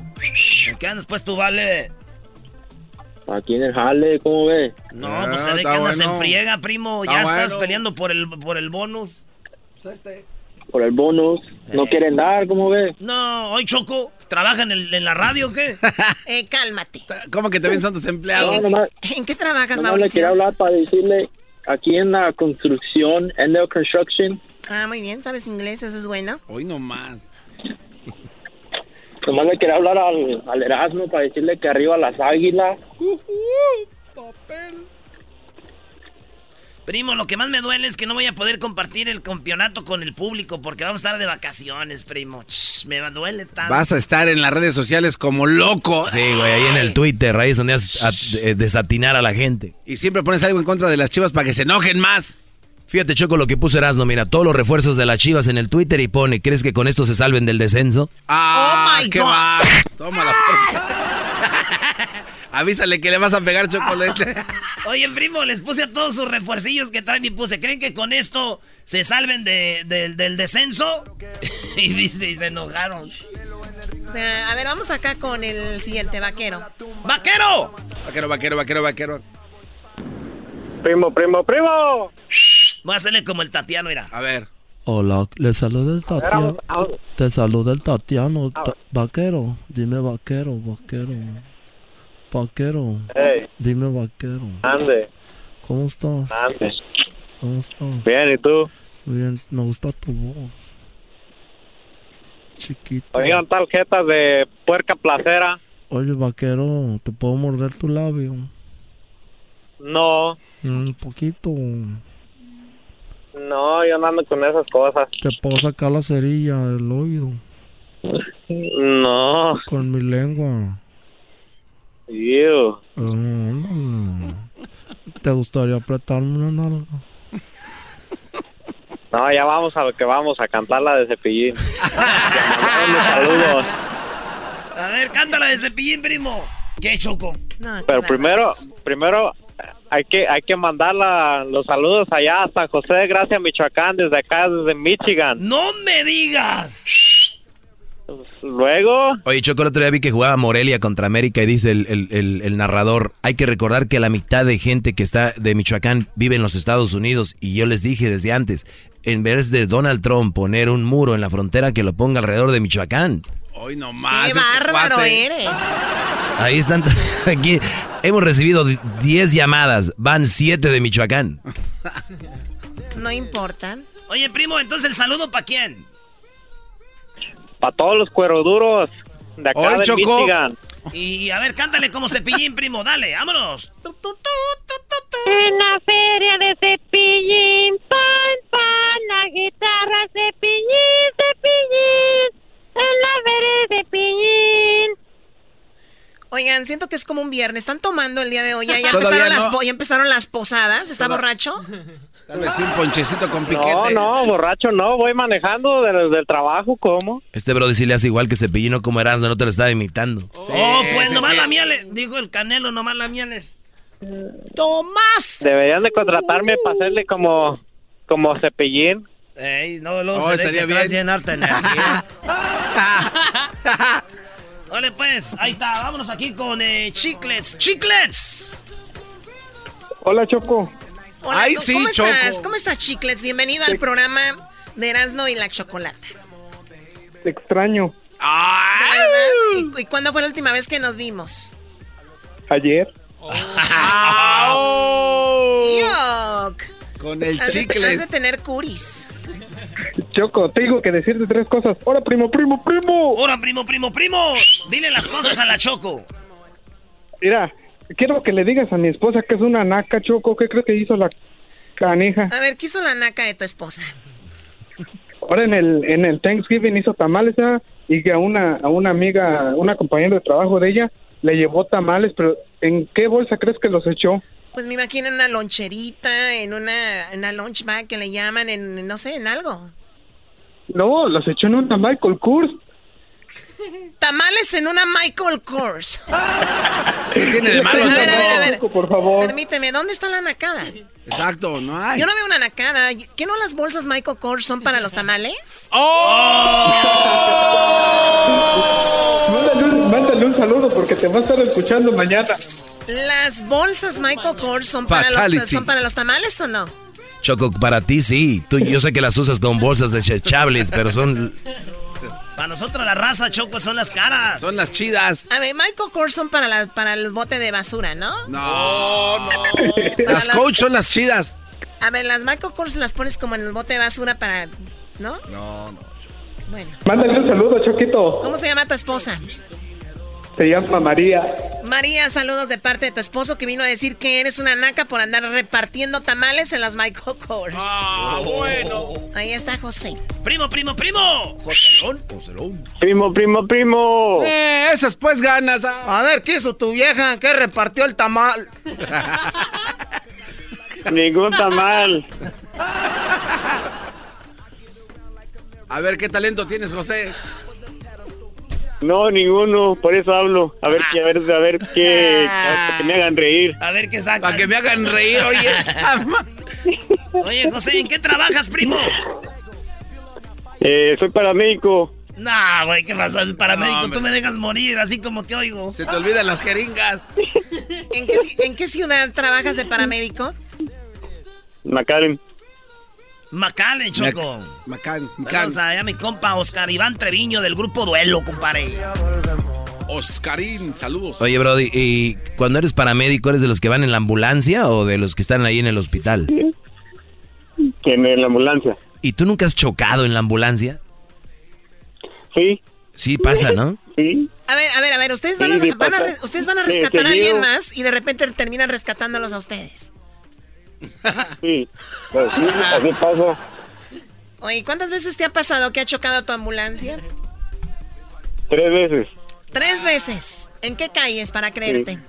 Speaker 3: ¿En qué andas pues tú, vale?
Speaker 10: Aquí en el jale, ¿cómo ves?
Speaker 3: No,
Speaker 16: Ah,
Speaker 3: pues se ve que andas en friega, primo. Ya
Speaker 10: Está
Speaker 3: estás
Speaker 10: bueno.
Speaker 3: peleando por el, por el bonus.
Speaker 10: Por el bonus.
Speaker 3: Eh.
Speaker 10: No quieren dar, ¿cómo ves?
Speaker 3: No, hoy Choco, ¿trabaja en, el- en la radio o qué?
Speaker 14: eh, cálmate.
Speaker 5: ¿Cómo que te ven santos empleados?
Speaker 10: No, nomás-
Speaker 14: ¿En qué trabajas,
Speaker 10: nomás le quería
Speaker 14: Mauricio?
Speaker 10: hablar para decirle, aquí en la construcción, en la construction,
Speaker 14: Ah, muy bien, sabes inglés, eso es bueno.
Speaker 5: Hoy nomás.
Speaker 10: nomás le quería hablar al, al Erasmo para decirle que arriba las águilas.
Speaker 3: Primo, lo que más me duele es que no voy a poder compartir el campeonato con el público porque vamos a estar de vacaciones, primo. Ch, me duele tanto.
Speaker 5: Vas a estar en las redes sociales como loco.
Speaker 4: Sí, güey, ahí en el Twitter, ahí es donde haces a- eh, desatinar a la gente.
Speaker 5: Y siempre pones algo en contra de las chivas para que se enojen más.
Speaker 4: Fíjate, Choco, lo que puso Erasmo, mira, todos los refuerzos de las chivas en el Twitter y pone, ¿crees que con esto se salven del descenso?
Speaker 5: Ah,
Speaker 14: my
Speaker 5: qué
Speaker 14: God.
Speaker 5: va. Tómala. <laughs> Avísale que le vas a pegar chocolate.
Speaker 3: Oye, primo, les puse a todos sus refuercillos que traen y puse, ¿creen que con esto se salven de- de- del descenso? <laughs> Y dice, y se enojaron.
Speaker 14: O sea, a ver, vamos acá con el siguiente vaquero.
Speaker 3: ¡Vaquero!
Speaker 5: Vaquero, vaquero, vaquero, vaquero.
Speaker 2: Primo, primo, primo.
Speaker 3: Voy a hacerle como el Tatiano, mira.
Speaker 5: A ver.
Speaker 17: Hola, le saluda el
Speaker 3: ver, vamos,
Speaker 17: Tatiano.
Speaker 3: vamos.
Speaker 17: Te saluda el Tatiano.
Speaker 3: A
Speaker 17: ta-
Speaker 3: ver.
Speaker 17: vaquero, dime vaquero, vaquero. Vaquero.
Speaker 10: Ey.
Speaker 17: Dime vaquero.
Speaker 10: Ande.
Speaker 17: ¿Cómo estás?
Speaker 10: Ande.
Speaker 17: ¿Cómo estás?
Speaker 10: Bien, ¿y tú?
Speaker 17: Bien, me gusta tu voz. Chiquito.
Speaker 16: Oigan, tarjetas de puerca placera.
Speaker 17: Oye, vaquero, ¿te puedo morder tu labio?
Speaker 16: No,
Speaker 17: Un poquito.
Speaker 16: no, yo no ando con esas cosas.
Speaker 17: Te puedo sacar la cerilla del oído.
Speaker 16: No.
Speaker 17: Con mi lengua.
Speaker 16: Ew.
Speaker 17: Mm, ¿Te gustaría apretarme una nalga?
Speaker 16: No, ya vamos a lo que vamos, a cantar la de
Speaker 3: <laughs>
Speaker 16: Cepillín. Mandarle saludos.
Speaker 3: A ver, cántala de cepillín, primo. ¿Qué choco?
Speaker 16: Pero primero, primero hay que hay que mandar la- los saludos allá a San José de Gracia, Michoacán, desde acá, desde Michigan.
Speaker 3: ¡No me digas!
Speaker 16: Luego,
Speaker 4: Oye, Choco, el otro día vi que jugaba Morelia contra América y dice el, el- el- el narrador, hay que recordar que la mitad de gente que está de Michoacán vive en los Estados Unidos y yo les dije desde antes, en vez de Donald Trump poner un muro en la frontera que lo ponga alrededor de Michoacán.
Speaker 5: Hoy nomás.
Speaker 14: ¡Qué
Speaker 5: este
Speaker 14: bárbaro
Speaker 5: cuate.
Speaker 14: eres!
Speaker 4: Ahí están, <laughs> aquí hemos recibido 10 llamadas, van 7 de Michoacán.
Speaker 14: No importan.
Speaker 3: Oye, primo, entonces el saludo para quién?
Speaker 16: para todos los cueroduros de acá
Speaker 3: Hoy,
Speaker 16: de
Speaker 3: Choco.
Speaker 16: Michigan.
Speaker 3: Y a ver, cántale como cepillín, primo. Dale, vámonos.
Speaker 11: En la feria de cepillín, pan, pan, la guitarra cepillín, cepillín. En la feria de cepillín.
Speaker 14: Oigan, siento que es como un viernes. Están tomando el día de hoy. Ya, ya
Speaker 5: Todavía
Speaker 14: empezaron, las,
Speaker 5: no.
Speaker 14: po- ya empezaron las posadas. ¿Está
Speaker 5: Toda-
Speaker 14: borracho?
Speaker 5: Tal vez un ponchecito con
Speaker 16: No,
Speaker 5: piquete.
Speaker 16: no, borracho no, voy manejando de- desde el trabajo, ¿cómo?
Speaker 4: Este bro sí le hace igual que Cepillín, no como Erasmo, no te lo estaba imitando.
Speaker 3: oh, pues nomás la mieles. Digo el canelo, nomás la mieles. ¡Tomás!
Speaker 16: Deberían de contratarme para hacerle como, como cepillín.
Speaker 3: Ey, no, luego
Speaker 16: Oh,
Speaker 3: se ve
Speaker 16: estaría
Speaker 3: que traes
Speaker 16: bien.
Speaker 3: llenarte
Speaker 16: <laughs>
Speaker 3: de energía. Dale, pues, ahí está. Vámonos aquí con eh, Chiclets. ¡Chiclets!
Speaker 18: Hola, Choco.
Speaker 14: Hola,
Speaker 5: Ay,
Speaker 14: ¿cómo-
Speaker 5: sí,
Speaker 14: ¿cómo estás?
Speaker 5: Choco.
Speaker 14: ¿Cómo estás, Chiclets? Bienvenido al programa de Erasmo y la Chocolata.
Speaker 18: Te extraño.
Speaker 14: ¿Y, y cuándo fue la última vez que nos vimos?
Speaker 18: Ayer.
Speaker 14: Yuck.
Speaker 5: Con
Speaker 14: Has de- Has de tener curis.
Speaker 18: Choco, tengo que decirte tres cosas. Hola, primo, primo, primo.
Speaker 3: Ahora, primo, primo, primo. Dile las cosas a la Choco.
Speaker 18: Mira, quiero que le digas a mi esposa que es una naca, Choco. ¿Qué crees que hizo la caneja?
Speaker 14: A ver, ¿qué hizo la naca de tu esposa?
Speaker 18: Ahora en el, en el Thanksgiving hizo tamales ¿ah? y que a una, a una amiga, una compañera de trabajo de ella, le llevó tamales, pero ¿en qué bolsa crees que los echó?
Speaker 14: Pues me imagino en una loncherita, en una, en una lunch bag que le llaman, en no sé, en algo.
Speaker 18: No, los echó en una Michael Kors.
Speaker 14: Tamales en una Michael Kors.
Speaker 5: ¿Qué tiene de malo,
Speaker 14: A ver, a
Speaker 5: Choco?
Speaker 14: ver, a ver.
Speaker 5: Por favor.
Speaker 14: Permíteme, ¿dónde está la nacada?
Speaker 5: Exacto, no hay.
Speaker 14: Yo no veo una nacada. ¿Qué no las bolsas Michael Kors son para los tamales?
Speaker 18: ¡Oh! Mándale un, mándale un saludo porque te va a estar escuchando mañana.
Speaker 14: ¿Las bolsas Michael Kors son para, los,
Speaker 4: Fatality.
Speaker 14: son para los tamales o no?
Speaker 4: Choco, para ti sí. Tú, yo sé que las usas con bolsas desechables, pero son...
Speaker 3: Para nosotros la raza, Choco, son las caras.
Speaker 4: Son las chidas.
Speaker 14: A ver, Michael Kors son para, la- para el bote de basura, ¿no?
Speaker 5: <laughs> No, no. Las coach son las chidas.
Speaker 14: A ver, las Michael Kors las pones como en el bote de basura para... ¿No?
Speaker 5: No, no.
Speaker 14: Bueno.
Speaker 18: Mándale un saludo, Choquito.
Speaker 14: ¿Cómo se llama tu esposa?
Speaker 18: Se llama María.
Speaker 14: María, saludos de parte de tu esposo que vino a decir que eres una naca por andar repartiendo tamales en las Michael Kors.
Speaker 3: Ah,
Speaker 2: <laughs>
Speaker 3: bueno.
Speaker 14: Ahí está José.
Speaker 3: Primo, primo, primo. Joselón.
Speaker 18: Primo, primo, primo.
Speaker 5: esas pues ganas.
Speaker 19: A ver, ¿qué hizo tu vieja? ¿Qué repartió
Speaker 5: <laughs>
Speaker 19: el tamal?
Speaker 18: Ningún tamal.
Speaker 5: A ver, ¿qué talento tienes, José?
Speaker 18: No, ninguno. Por eso hablo. A ver, qué- a ver, a ver qué. Para que me hagan reír.
Speaker 3: A ver qué sacan. Para
Speaker 5: que me hagan reír, oye.
Speaker 3: <laughs>
Speaker 5: esa ma-
Speaker 3: Oye, José, ¿en qué trabajas, primo?
Speaker 18: Eh, soy paramédico.
Speaker 3: Nah, güey, ¿qué pasa? El paramédico, tú me dejas morir, así como te oigo.
Speaker 5: Se te olvidan las
Speaker 3: <laughs>
Speaker 5: jeringas.
Speaker 14: ¿En qué, ci- en qué ciudad trabajas de paramédico?
Speaker 18: Macaren.
Speaker 3: Macalen, Choco.
Speaker 5: Macan,
Speaker 3: Saludos allá a mi compa Oscar Iván Treviño del grupo Duelo, compadre.
Speaker 5: Oscarín, saludos.
Speaker 4: Oye, Brody, ¿y cuando eres paramédico eres de los que van en la ambulancia o de los que están ahí en el hospital?
Speaker 18: Que en la ambulancia.
Speaker 4: ¿Y tú nunca has chocado en la ambulancia?
Speaker 18: Sí.
Speaker 4: Sí, pasa, ¿no?
Speaker 18: Sí.
Speaker 14: A ver, a ver, a ver, ustedes van,
Speaker 4: Sí, sí
Speaker 14: a, van a
Speaker 4: pasa.
Speaker 14: re- ustedes van a
Speaker 4: Sí,
Speaker 14: rescatar a
Speaker 4: seguido.
Speaker 14: alguien más y de repente terminan rescatándolos a ustedes.
Speaker 18: <laughs> Sí. Pues sí, así pasa.
Speaker 14: Oye, ¿cuántas veces te ha pasado que ha chocado tu ambulancia?
Speaker 18: Tres veces.
Speaker 14: Tres veces. ¿En qué calles para creerte?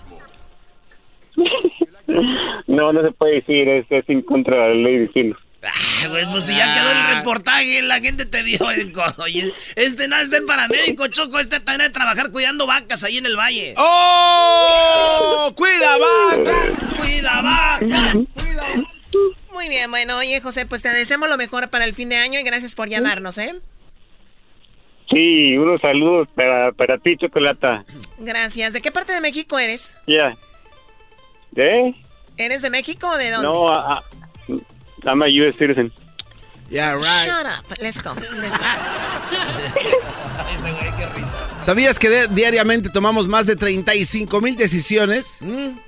Speaker 18: No, no se puede decir. Es, es en contra de la ley de vecinos.
Speaker 3: Ah, güey, pues si ya quedó
Speaker 5: Ah.
Speaker 3: el reportaje, la gente te vio. el co- <laughs> Oye, este nada, este es paramédico, Choco, este está de trabajar cuidando vacas ahí en el valle.
Speaker 5: ¡Oh! ¡Cuida vacas!
Speaker 3: ¡Cuida vacas!
Speaker 14: Muy bien, bueno, oye, José, pues te deseamos lo mejor para el fin de año y gracias por llamarnos, ¿eh?
Speaker 18: Sí, unos saludos para, para ti, Chocolata.
Speaker 14: Gracias. ¿De qué parte de México eres?
Speaker 18: Ya. ¿Eh?
Speaker 14: ¿Eres de México o de dónde?
Speaker 18: No, a, a- I'm a US citizen.
Speaker 5: Yeah,
Speaker 14: Shut up. Let's go. Let's go.
Speaker 5: ¿Sabías que de- diariamente tomamos más de 35 mil decisiones?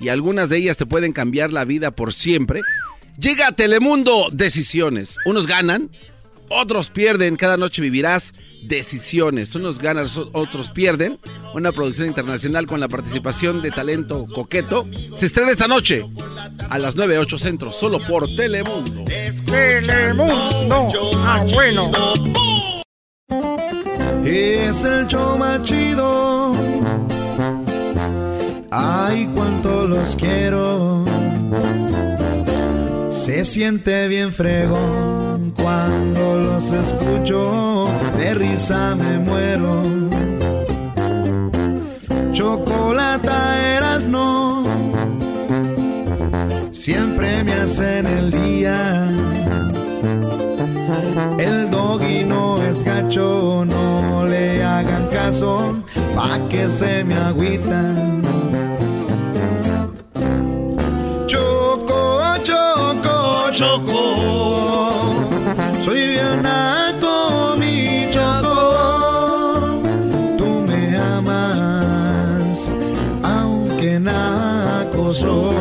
Speaker 5: Y algunas de ellas te pueden cambiar la vida por siempre. Llega a Telemundo Decisiones. Unos ganan, otros pierden. Cada noche vivirás decisiones. Unos ganan, so- otros pierden. Una producción internacional con la participación de talento coqueto. Se estrena esta noche a las 9, 8 centro, solo por Telemundo.
Speaker 19: Telemundo. Ah, bueno.
Speaker 1: Es el show más chido. Ay, cuánto los quiero. Se siente bien fregón cuando los escucho. De risa me muero. Chocolata eras no. Siempre me hacen el día. El doggy no es gacho, no le hagan caso, pa' que se me agüita. Choco Choco. Soy bien naco, mi Choco. Tú me amas, aunque naco soy.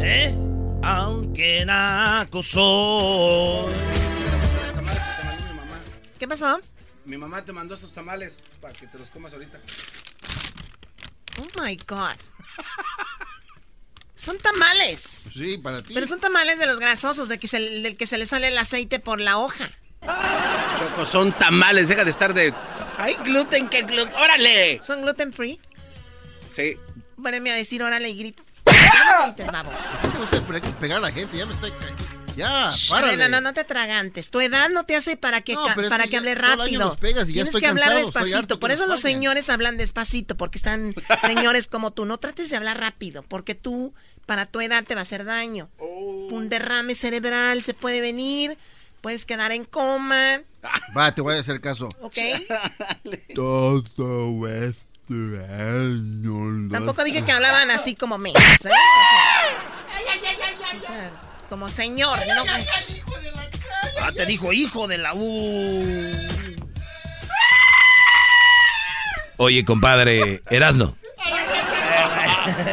Speaker 3: ¿Eh? Aunque naco soy.
Speaker 14: ¿Qué pasó?
Speaker 5: Mi mamá te mandó estos tamales para que te los comas ahorita.
Speaker 14: Oh my god. Son tamales.
Speaker 8: Sí, para ti.
Speaker 14: Pero son tamales de los grasosos, de que se- del que se le sale el aceite por la hoja.
Speaker 5: Choco, pues son tamales, deja de estar de. ¡Ay, gluten, que gluten! ¡Órale!
Speaker 14: ¿Son gluten free?
Speaker 5: Sí.
Speaker 14: Vuelveme a decir órale y
Speaker 5: <laughs>
Speaker 14: grita.
Speaker 8: ¿Por qué me gusta pe- pegar a la gente? Ya me está... Ya,
Speaker 14: Shh,
Speaker 8: párale.
Speaker 14: Adela, no, no te tragantes. Tu edad no te hace para que,
Speaker 8: No,
Speaker 14: ca-
Speaker 8: pero es
Speaker 14: para
Speaker 8: que
Speaker 14: que
Speaker 8: ya
Speaker 14: hable
Speaker 8: todo el año
Speaker 14: rápido.
Speaker 8: nos pegas y ya
Speaker 14: Tienes
Speaker 8: estoy
Speaker 14: que hablar
Speaker 8: cansado, estoy harto
Speaker 14: despacito.
Speaker 8: que
Speaker 14: Por eso
Speaker 8: nos
Speaker 14: los
Speaker 8: fallen.
Speaker 14: señores hablan despacito, porque están señores como tú. No trates de hablar rápido, porque tú, para tu edad, te va a hacer daño. Un derrame cerebral se puede venir, puedes quedar en coma,
Speaker 8: Va, te voy a hacer caso.
Speaker 14: ¿ok?
Speaker 8: Todo este año... no-
Speaker 14: Tampoco dije que hablaban así como me. ¿sabes? O sea, o sea, como señor, ¿no?
Speaker 3: Ah, te dijo hijo de la U.
Speaker 4: Oye, compadre, Erasno.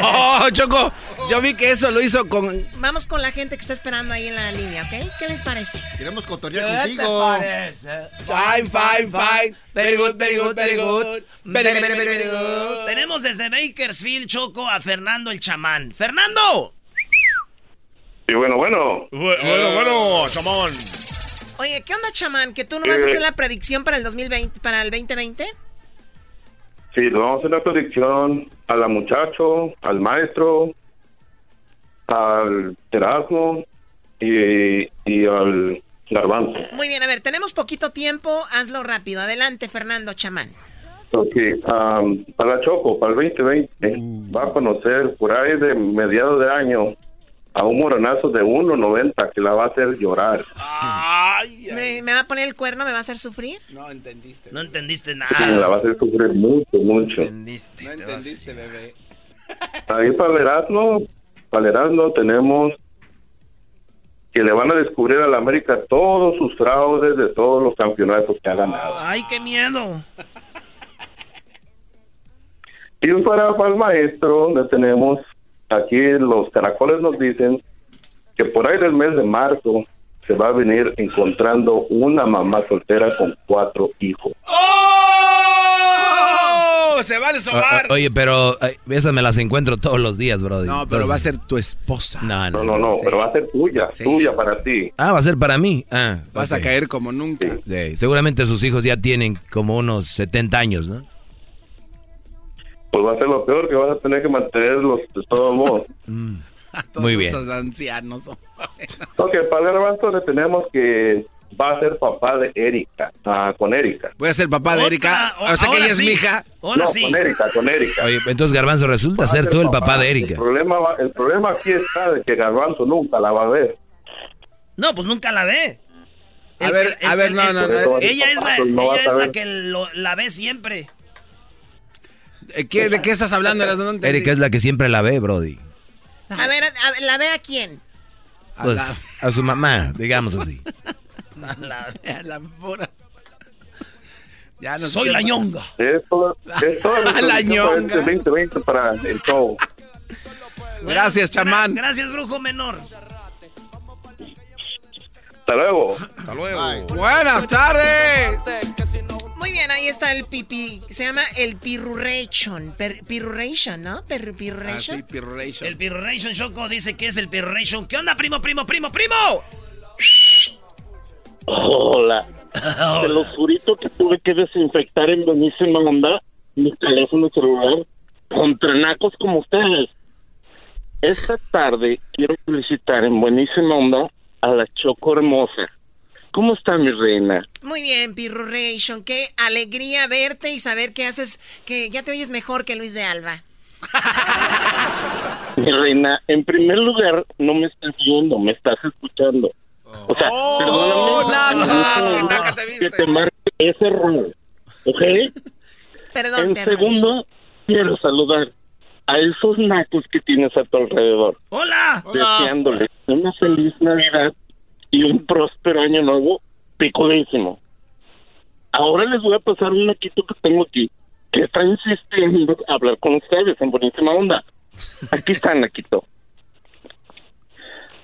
Speaker 4: ¡Oh, Choco! Yo vi que eso lo hizo con.
Speaker 14: Vamos con la gente que está esperando ahí en la línea, ¿ok? ¿Qué les parece?
Speaker 8: Queremos
Speaker 14: ¿Qué
Speaker 8: cotorrear
Speaker 14: te
Speaker 8: contigo.
Speaker 14: parece?
Speaker 5: Fine, fine, fine. Very good, very good, very good. Very, very, very, very good.
Speaker 3: Tenemos desde Bakersfield, Choco, a Fernando el chamán. ¡Fernando!
Speaker 20: Y bueno, bueno.
Speaker 6: Bueno, bueno, chamón.
Speaker 14: Oye, ¿qué onda, chamán? ¿Que tú no vas
Speaker 20: Eh.
Speaker 14: a hacer la predicción para el 2020, para el 2020?
Speaker 20: Sí, le vamos a hacer la predicción a la muchacho, al maestro, al Erasmo y, y al Garbanzo.
Speaker 14: Muy bien, a ver, tenemos poquito tiempo, hazlo rápido. Adelante, Fernando, chamán.
Speaker 20: Ok, am, para Choco, para el 2020, va a conocer por ahí de mediados de año a un moronazo de 1.90 que la va a hacer llorar.
Speaker 14: ¿Me, me va a poner el cuerno? ¿Me va a hacer sufrir?
Speaker 5: No entendiste.
Speaker 3: No entendiste
Speaker 20: Sí, la
Speaker 3: nada.
Speaker 20: va a hacer sufrir mucho, mucho.
Speaker 5: No entendiste, bebé.
Speaker 20: Ahí para el Erasmo, para el Erasmo tenemos que le van a descubrir a la América todos sus fraudes de todos los campeonatos que ha ganado.
Speaker 3: Ay, qué miedo.
Speaker 20: Y para, para el maestro le tenemos, aquí los caracoles nos dicen que por ahí del mes de marzo se va a venir encontrando una mamá soltera con cuatro hijos.
Speaker 5: ¡Oh! Se va a sobar.
Speaker 4: O- o- oye, pero ay, esas me las encuentro todos los días, brother.
Speaker 5: No, pero va a ser tu esposa.
Speaker 4: No,
Speaker 20: No, no, no, pero va a ser tuya, tuya para ti.
Speaker 4: Ah, va a ser para mí. Ah,
Speaker 5: Vas
Speaker 4: ok.
Speaker 5: a caer como nunca.
Speaker 4: Sí, seguramente sus hijos ya tienen como unos 70 años, ¿no?
Speaker 20: Pues va a ser lo peor que vas a tener que mantenerlos de
Speaker 5: <laughs>
Speaker 20: todos modos.
Speaker 5: ah,
Speaker 4: Muy bien.
Speaker 5: Esos ancianos.
Speaker 20: Ok, para el Garbanzo le tenemos que va a ser papá de Erika, ah, con Erika.
Speaker 5: Voy a ser papá de Erika. O sea que ella es mi hija.
Speaker 20: no, con Erika, con Erika.
Speaker 4: Oye, entonces Garbanzo resulta ser tú el papá de
Speaker 20: El
Speaker 4: Erika.
Speaker 20: problema, va- el problema aquí está de que Garbanzo nunca la va a ver.
Speaker 3: No, pues nunca la ve.
Speaker 5: A ver, a ver, no, no, no.
Speaker 3: Ella es la,
Speaker 5: No vas
Speaker 3: ella
Speaker 5: a
Speaker 3: es la
Speaker 5: ver.
Speaker 3: que lo- la ve siempre.
Speaker 5: Eh, ¿qué- ¿De qué estás hablando? Erasmo? No entendí.
Speaker 4: Erika es la que siempre la ve, Brody.
Speaker 14: A ver, a- a- ¿la ve a quién?
Speaker 4: Pues, a su mamá, digamos así.
Speaker 5: La, la pura. Ya Ah, no sé
Speaker 3: Soy
Speaker 5: qué
Speaker 3: la
Speaker 5: pa-
Speaker 3: ñonga.
Speaker 20: Es todo, es
Speaker 4: <laughs>
Speaker 20: todo lo que
Speaker 5: La
Speaker 20: hizo
Speaker 5: ñonga.
Speaker 20: para este 2020 para el show.
Speaker 5: Gracias, chamán.
Speaker 3: Gracias, brujo menor.
Speaker 20: Hasta luego.
Speaker 6: Hasta luego.
Speaker 5: Buenas tardes.
Speaker 14: Muy bien, ahí está el pipi. Se llama el pirurration. per- pirurration, ¿no? Per-
Speaker 3: Ah,
Speaker 14: pirurration.
Speaker 3: El Pirration Choco dice que es el Pirration. ¿Qué onda, primo, primo, primo, primo?
Speaker 10: Hola. Te lo jurito que tuve que desinfectar en buenísima onda mi teléfono celular contra nacos como ustedes. Esta tarde quiero felicitar en buenísima onda a la Choco Hermosa. ¿Cómo está mi reina?
Speaker 14: Muy bien, Pirurration. Qué alegría verte y saber que haces, que ya te oyes mejor que Luis de Alba.
Speaker 10: Mi reina, en primer lugar, no me estás viendo, me estás escuchando. O sea, perdóname, no, que te marque ese error, ¿ok?
Speaker 14: Perdón,
Speaker 10: en
Speaker 14: Pirurration.
Speaker 10: segundo, quiero saludar a esos nacos que tienes a tu alrededor.
Speaker 3: ¡Hola!
Speaker 10: Deseándoles una feliz Navidad y un próspero año nuevo picudísimo. Ahora les voy a pasar un naquito que tengo aquí, que está insistiendo a hablar con ustedes en buenísima onda. Aquí está Naquito.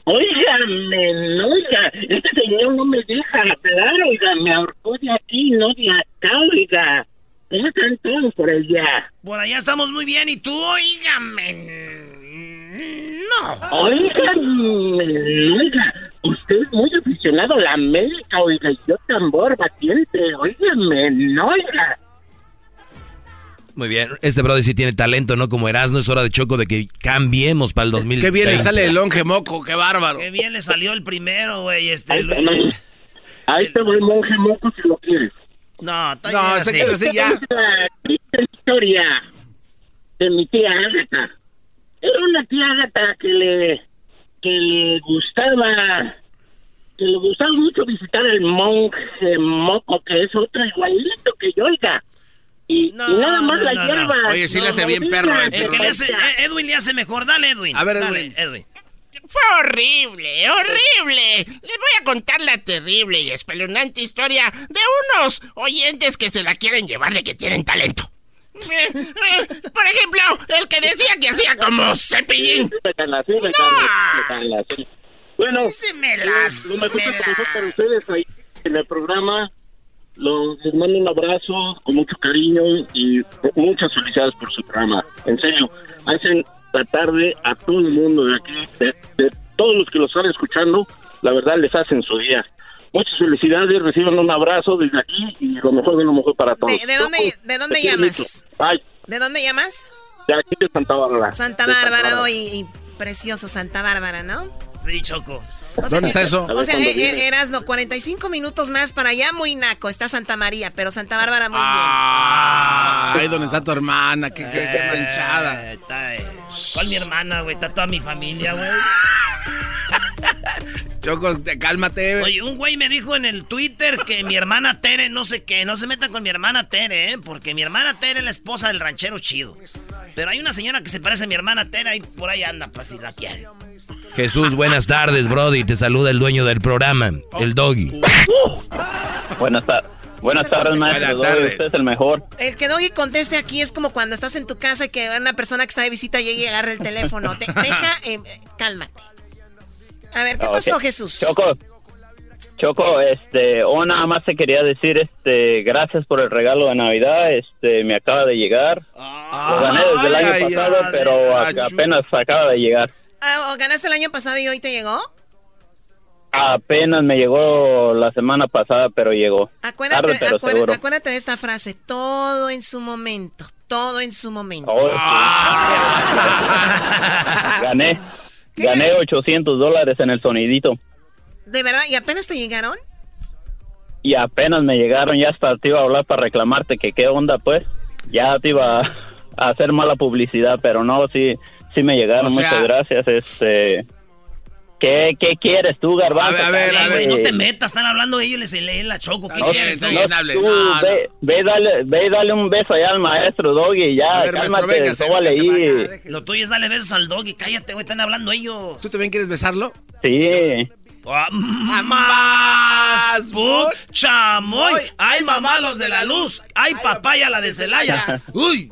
Speaker 10: Óigame, oiga, este señor no me deja hablar, oiga, me ahorcó de aquí, no de acá, oiga. ¿Cómo están todos por allá?
Speaker 3: Por allá estamos muy bien y tú, oígame. No.
Speaker 10: Oiga, oiga, usted es muy aficionado a la América, oiga, y yo tambor batiente, oígame, oiga.
Speaker 4: Muy bien. Este brother sí tiene talento, ¿no? Como Erasmo, es hora de Choco de que cambiemos para el 2000.
Speaker 5: Qué bien le sale el longe moco, Oh, qué bárbaro.
Speaker 3: Qué bien le salió el primero, güey, este
Speaker 10: Ahí te
Speaker 3: Luis.
Speaker 10: voy- ahí te voy, monje moco, si lo quieres.
Speaker 3: No, está
Speaker 10: No,
Speaker 3: bien
Speaker 10: se
Speaker 3: así.
Speaker 10: queda así ya. triste historia de mi tía Ágata. Era una tía Ágata que le que le gustaba que le gustaba mucho visitar al monje moco que es otro igualito que yo oiga. Y, y nada más la
Speaker 3: no, no.
Speaker 10: hierba. No, no, no, no,
Speaker 3: El que le hace- eh, Edwin le hace mejor. Dale, Edwin.
Speaker 10: A ver,
Speaker 3: Dale,
Speaker 10: Edwin.
Speaker 2: Fue horrible, horrible. Les voy a contar la terrible y espeluznante historia de unos oyentes que se la quieren llevar de que tienen talento. Eh, eh, Por ejemplo, el que decía que hacía como cepillín.
Speaker 10: Déjala así, déjala así, déjala así. Bueno,
Speaker 2: las-
Speaker 10: lo mejor que pasó para ustedes ahí en el programa. Los, les mando un abrazo con mucho cariño y muchas felicidades por su programa. En serio, hacen la tarde a todo el mundo de aquí, de, de todos los que los están escuchando, la verdad les hacen su día. Muchas felicidades, reciban un abrazo desde aquí y lo mejor de lo mejor para todos.
Speaker 14: ¿De, de dónde, de dónde
Speaker 10: Los quiero
Speaker 14: llamas?
Speaker 10: mucho. Ay,
Speaker 14: ¿De dónde llamas?
Speaker 10: de aquí de Santa Bárbara.
Speaker 14: Santa
Speaker 10: De
Speaker 14: Bárbara, hoy y precioso Santa Bárbara, ¿no?
Speaker 3: Sí, Choco.
Speaker 5: ¿Dónde está eso?
Speaker 14: O sea, e, eras no 45 minutos más para allá, muy naco. Está Santa María, pero Santa Bárbara muy
Speaker 3: Ah.
Speaker 5: Ah, Ahí donde está tu hermana, qué, qué- qué manchada.
Speaker 3: Eh, está, eh, ¿Cuál mi hermana, güey? Está toda mi familia, güey.
Speaker 5: Choco, te- cálmate.
Speaker 3: Oye, un güey me dijo en el Twitter que mi hermana Tere, no sé qué, no se metan con mi hermana Tere, ¿eh? Porque mi hermana Tere es la esposa del ranchero chido. Pero hay una señora que se parece a mi hermana Tere y por ahí anda, pues si la quiere.
Speaker 4: Jesús, buenas tardes, Brody. Te saluda el dueño del programa, el Doggy.
Speaker 21: <laughs> Buenas tardes. Buenas tardes, maestro.
Speaker 4: Buenas tardes.
Speaker 21: Usted es el mejor.
Speaker 14: bien. El que Doggy conteste aquí es como cuando estás en tu casa y que una persona que está de visita llegue y agarre el teléfono.
Speaker 3: <laughs>
Speaker 14: Te, deja, eh, cálmate. A ver, ¿qué
Speaker 21: Ah, ok.
Speaker 14: pasó, Jesús?
Speaker 21: Choco. Choco, este, o nada más te quería decir, este, gracias por el regalo de Navidad, este, me acaba de llegar. Lo gané desde el año Ah, ay, pasado, ay, pero ay, ac- chu- apenas acaba de llegar.
Speaker 14: Ah, ¿o ¿Ganaste el año pasado y hoy te llegó?
Speaker 21: Apenas me llegó la semana pasada, pero llegó.
Speaker 14: Acuérdate,
Speaker 21: Tarde, pero
Speaker 14: acuérdate-
Speaker 21: seguro.
Speaker 14: acuérdate de esta frase, todo en su momento, todo en su momento.
Speaker 21: Oh, sí. gané,
Speaker 14: Ah.
Speaker 21: gané 800 dólares en el sonidito.
Speaker 14: ¿De verdad? ¿Y apenas te llegaron?
Speaker 21: Y apenas me llegaron, ya hasta te iba a hablar para reclamarte que qué onda, pues. Ya te iba a- <laughs> a hacer mala publicidad, pero no, sí, sí me llegaron.
Speaker 22: O sea-
Speaker 21: Muchas gracias, este... ¿Qué, qué quieres tú, Garbanzo?
Speaker 22: A ver, a ver, a
Speaker 21: También,
Speaker 22: ver.
Speaker 21: güey.
Speaker 3: No te metas, están hablando de ellos y les- le leen la choco. ¿Qué
Speaker 21: No,
Speaker 3: quieres?
Speaker 21: no,
Speaker 3: güey?
Speaker 21: tú ve, ve, dale, ve, dale un beso allá al maestro Doggy, ya, cálmate, sóbale ahí.
Speaker 3: Lo tuyo es darle besos al dog y cállate, güey, están hablando ellos. Ah,
Speaker 5: ¿Tú también quieres besarlo?
Speaker 21: Sí.
Speaker 3: ¡Mamás! ¡Put! ¡Chamoy! ¡Ay, mamá, los de la luz! ¡Ay, papaya, la
Speaker 21: <laughs>
Speaker 3: de Celaya! ¡Uy!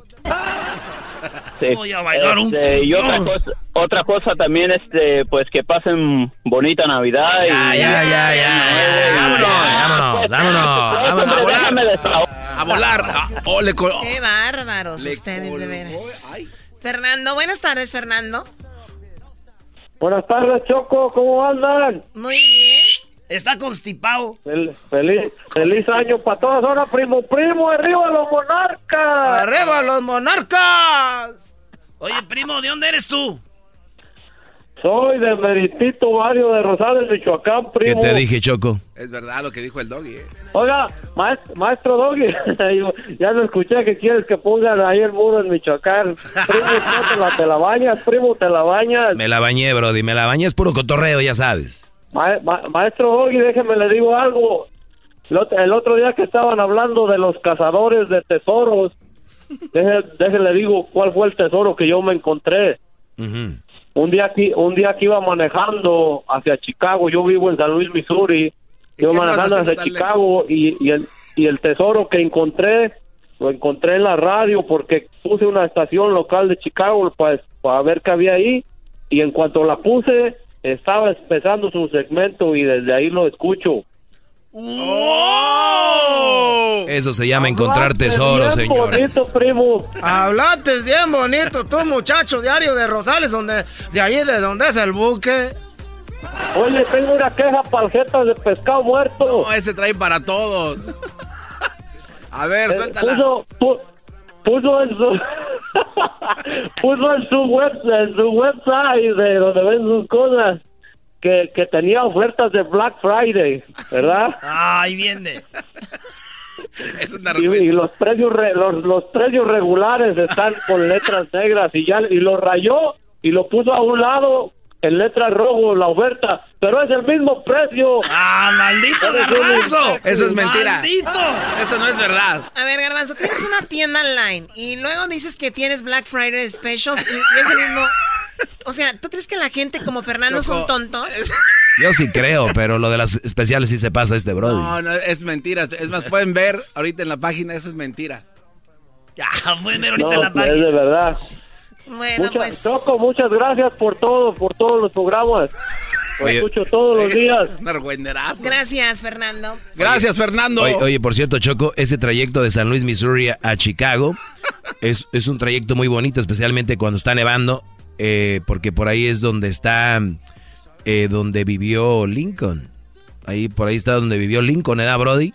Speaker 21: Sí.
Speaker 3: Voy a bailar un
Speaker 21: Este, y otra
Speaker 3: cumbio.
Speaker 21: cosa, otra cosa también, este, pues que pasen bonita Navidad. Ya, ya, ya,
Speaker 4: Vámonos,
Speaker 3: pues,
Speaker 4: vámonos, vámonos.
Speaker 5: A volar. Ah, oh, le col-
Speaker 14: Qué bárbaros ustedes, de veras. Fernando, buenas tardes, Fernando.
Speaker 16: Buenas tardes, Choco, ¿cómo andan?
Speaker 14: Muy bien.
Speaker 3: Está constipado.
Speaker 16: Fel- feliz, feliz año para todas horas, primo, primo, arriba los monarcas.
Speaker 19: ¡Arriba los monarcas!
Speaker 3: Oye, primo, ¿de dónde eres tú?
Speaker 16: Soy de Meritito Barrio de Rosales, Michoacán,
Speaker 4: ¿Qué
Speaker 16: primo.
Speaker 4: te dije, Choco?
Speaker 5: Es verdad lo que dijo el doggy. eh.
Speaker 16: Oiga, maes- maestro Doggy, <laughs> digo, ya lo escuché que quieres que pongan ahí el muro en Michoacán. Primo, no te la, te la bañas, primo, te la bañas.
Speaker 4: Me la bañé, Brody. Me la bañé, es puro cotorreo, ya sabes.
Speaker 16: Ma- ma- maestro Doggy, déjeme le digo algo. El ot- el otro día que estaban hablando de los cazadores de tesoros, Deje- déjele digo cuál fue el tesoro que yo me encontré. Un día aquí, un día que iba manejando hacia Chicago, yo vivo en San Luis, Missouri, iba
Speaker 20: qué andabas
Speaker 16: manejando hacia
Speaker 20: haciendo tan
Speaker 16: Chicago y, y el, y el tesoro que encontré, lo encontré en la radio porque puse una estación local de Chicago pues, para ver qué había ahí y en cuanto la puse, estaba empezando su segmento y desde ahí lo escucho.
Speaker 4: Oh. Eso se
Speaker 21: Ah,
Speaker 4: llama encontrar
Speaker 21: pues,
Speaker 4: tesoro,
Speaker 16: bien
Speaker 4: señores.
Speaker 16: primo.
Speaker 19: Hablaste bien bonito, tú, muchacho, diario de Rosales, donde, de ahí de donde es el buque.
Speaker 16: Oye, tengo una queja paljetas de pescado muerto.
Speaker 5: No, ese trae para todos. A ver,
Speaker 16: Eh,
Speaker 5: suéltala.
Speaker 16: Puso, pu- puso en su <laughs> puso en su web en su website de donde ven sus cosas que, que tenía ofertas de Black Friday, ¿verdad?
Speaker 3: Ay, viene.
Speaker 16: y, y los precios re- los, los precios regulares están con letras negras y ya y lo rayó y lo puso a un lado en letras rojo la oferta, pero es el mismo precio.
Speaker 3: Ah, maldito
Speaker 5: garbanzo! Eso es mentira.
Speaker 16: Eso no es verdad.
Speaker 14: A ver, Garbanzo, tienes una tienda online y luego dices que tienes Black Friday Specials y, y es el mismo. O sea, ¿tú crees que la gente como Fernando son
Speaker 5: Choco.
Speaker 14: tontos?
Speaker 4: Yo sí creo, pero lo de las especiales sí se pasa este brody.
Speaker 5: No, no, es mentira. Es más, pueden ver ahorita en la página, eso es mentira.
Speaker 3: Ya, pueden ver
Speaker 16: No, pues. es de verdad.
Speaker 14: Bueno,
Speaker 16: muchas, Choco, muchas gracias por todo, por todos los programas. Lo
Speaker 4: Oye.
Speaker 16: escucho todos los días.
Speaker 14: Gracias, Fernando.
Speaker 5: Gracias, Fernando.
Speaker 4: Oye, oye, por cierto, Choco, ese trayecto de San Luis, Missouri a- a Chicago es, es un trayecto muy bonito, especialmente cuando está nevando, eh, porque por ahí es donde está, eh, donde vivió Lincoln. Ahí, por ahí está donde vivió Lincoln, ¿eh, Brody?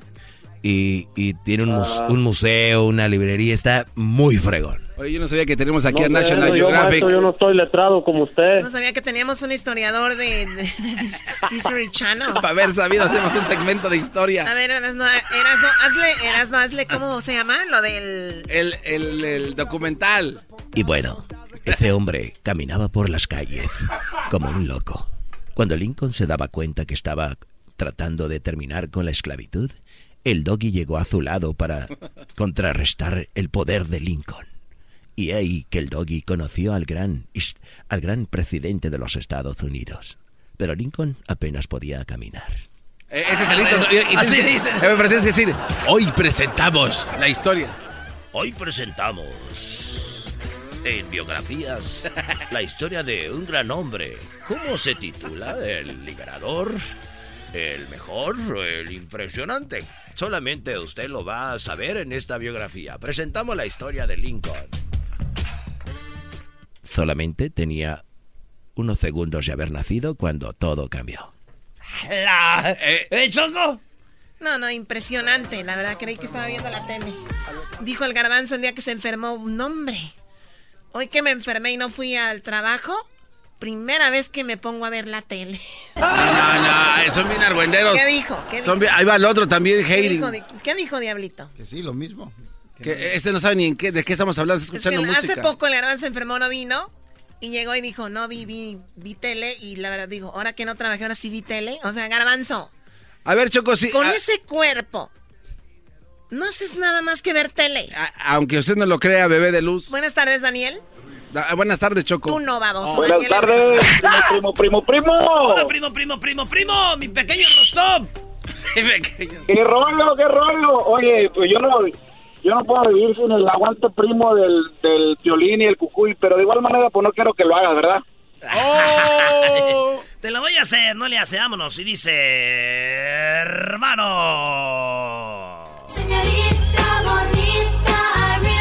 Speaker 4: Y, y tiene un, mus- un museo, una librería, está muy fregón.
Speaker 5: Oye, yo no sabía que tenemos aquí
Speaker 16: No,
Speaker 5: a National
Speaker 16: maestro, yo,
Speaker 5: Geographic.
Speaker 16: maestro, yo no estoy letrado como usted.
Speaker 14: No sabía que teníamos un historiador de, de- de History Channel.
Speaker 5: Para haber sabido, hacemos un segmento de
Speaker 14: A
Speaker 5: historia.
Speaker 14: ver, Erasno, Erasno, hazle, Erasno, hazle, ¿cómo se llama? Lo del...
Speaker 5: El, el- el documental.
Speaker 4: Y bueno, ese hombre caminaba por las calles como un loco. Cuando Lincoln se daba cuenta que estaba tratando de terminar con la esclavitud, el doggy llegó a su lado para contrarrestar el poder de Lincoln. Y ahí que el doggy conoció al gran, is- al gran presidente de los Estados Unidos. Pero Lincoln apenas podía caminar.
Speaker 5: Eh, Ese es el intro. Y- y-
Speaker 3: Así
Speaker 5: y-
Speaker 3: dicen.
Speaker 5: eh, Me parece decir, hoy presentamos la historia.
Speaker 4: Hoy presentamos en biografías la historia de un gran hombre. ¿Cómo se titula? El liberador, el mejor, el impresionante. Solamente usted lo va a saber en esta biografía. Presentamos la historia de Lincoln. Solamente tenía unos segundos de haber nacido cuando todo cambió.
Speaker 3: La- ¿Eh, Choco?
Speaker 14: No, no, impresionante. La verdad, creí que estaba viendo la tele. Dijo el garbanzo el día que se enfermó un hombre. Hoy que me enfermé y no fui al trabajo, primera vez que me pongo a ver la tele.
Speaker 5: No, no, son bien argüenderos.
Speaker 14: ¿Qué dijo? ¿Qué
Speaker 5: Ah. Son
Speaker 14: dijo?
Speaker 5: bien- ahí va el otro también,
Speaker 14: ¿Qué
Speaker 5: hating.
Speaker 14: dijo, di- ¿Qué dijo Diablito?
Speaker 5: Que sí, lo mismo. Que este no sabe ni en qué, de qué estamos hablando, está
Speaker 14: Es que
Speaker 5: escuchando música.
Speaker 14: hace poco el garbanzo se enfermó, no vino. Y llegó y dijo, no vi, vi, vi tele. Y la verdad, dijo, ahora que no trabajé, ahora sí vi tele. O sea, garbanzo,
Speaker 5: A ver, Choco, sí. ah.
Speaker 14: con
Speaker 5: a-
Speaker 14: ese cuerpo, no haces nada más que ver tele.
Speaker 5: Ah, Aunque usted no lo crea, bebé de luz.
Speaker 14: Buenas tardes, Daniel.
Speaker 5: Da- buenas tardes, Choco.
Speaker 14: Tú no, baboso.
Speaker 5: Buenas
Speaker 14: Daniel es-
Speaker 5: tardes,
Speaker 16: primo, primo, primo.
Speaker 3: Hola, primo, primo, primo, primo, mi pequeño Rostov.
Speaker 16: ¡Qué rollo, qué rollo! Oye, pues yo no, yo no puedo vivir sin el aguante primo del, del violín y el cucuy, pero de igual manera, pues no quiero que lo hagas, ¿verdad? ¡Oh!
Speaker 3: <laughs> Te lo voy a hacer, no le hace, vámonos. Y dice, hermano.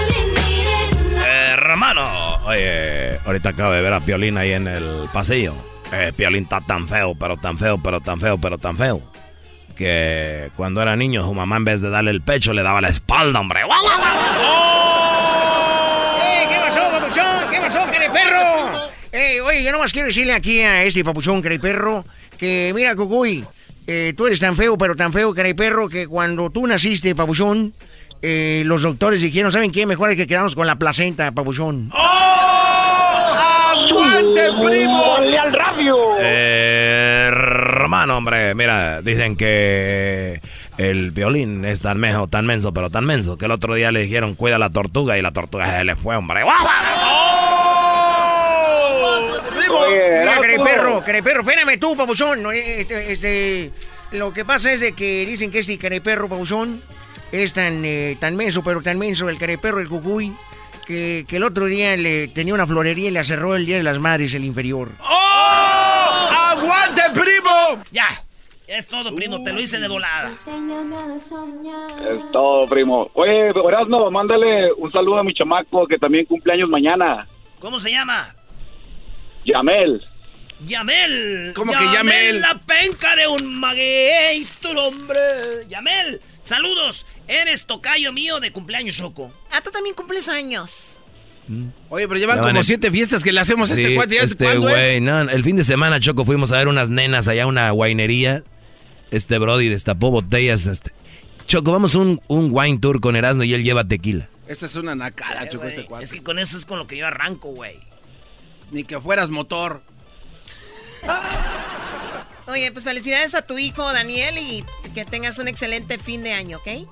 Speaker 4: Eh, Hermano, oye, ahorita acabo de ver a Piolín ahí en el pasillo. Eh, Piolín está tan feo, pero tan feo, pero tan feo, pero tan feo. Que cuando era niño, su mamá en vez de darle el pecho, le daba la espalda, hombre. ¡Guau, guau, guau!
Speaker 19: ¡Eh, qué pasó, papuchón! ¿Qué pasó, perro? Eh, oye, yo nomás quiero decirle aquí a este papuchón, perro, que mira, Cucuy, eh, tú eres tan feo, pero tan feo, perro, que cuando tú naciste, papuchón, eh, los doctores dijeron, ¿saben qué? Mejor hay que quedarnos con la placenta, papuchón.
Speaker 4: ¡Oh!
Speaker 5: ¡Aguante, primo!
Speaker 16: ¡Dale al radio!
Speaker 4: Eh, hermano, hombre, mira, dicen que el violín es tan menso, tan menso, pero tan menso, que el otro día le dijeron, cuida la tortuga, y la tortuga se le fue, hombre. ¡Guau, guau!
Speaker 19: Mira,
Speaker 2: Oh.
Speaker 3: Erasmo.
Speaker 19: Careperro, Careperro, espérame tú, Pabuchón. no, eh, Este, este, lo que pasa es de que dicen que este Careperro, Pabuchón, es tan, eh, tan menso, pero tan menso, el Careperro, el cucuy, que, que el otro día le tenía una florería y la cerró el Día de las Madres, el inferior.
Speaker 3: ¡Aguante, primo! Ya, es todo, primo, te lo hice de volada.
Speaker 9: Es todo, primo. Oye, Erasmo, mándale un saludo a mi chamaco que también cumpleaños mañana.
Speaker 3: ¿Cómo se llama?
Speaker 9: Yamel.
Speaker 3: Yamel.
Speaker 9: ¿Cómo que Yamel?
Speaker 3: La penca de un maguey, tu nombre. Yamel, saludos. Eres tocayo mío de cumpleaños, Choco.
Speaker 14: Ah, tú también cumples años.
Speaker 5: Oye, pero llevan
Speaker 4: Ya van
Speaker 5: como
Speaker 4: en-
Speaker 5: siete fiestas que le hacemos a este
Speaker 4: Sí,
Speaker 5: cuate. ¿ya?
Speaker 4: este
Speaker 5: ¿Cuándo es?
Speaker 4: güey, no, el fin de semana, Choco, fuimos a ver unas nenas allá a una winería. Este Brody destapó botellas. Este. Choco, vamos a un, un wine tour con Erasmo y él lleva tequila.
Speaker 5: Esa es una nacada, Choco, este cuate.
Speaker 3: Es que con eso es con lo que yo arranco, güey.
Speaker 5: Ni que fueras motor.
Speaker 14: Oye, pues felicidades a tu hijo, Daniel, y que tengas un excelente fin de año, ¿ok?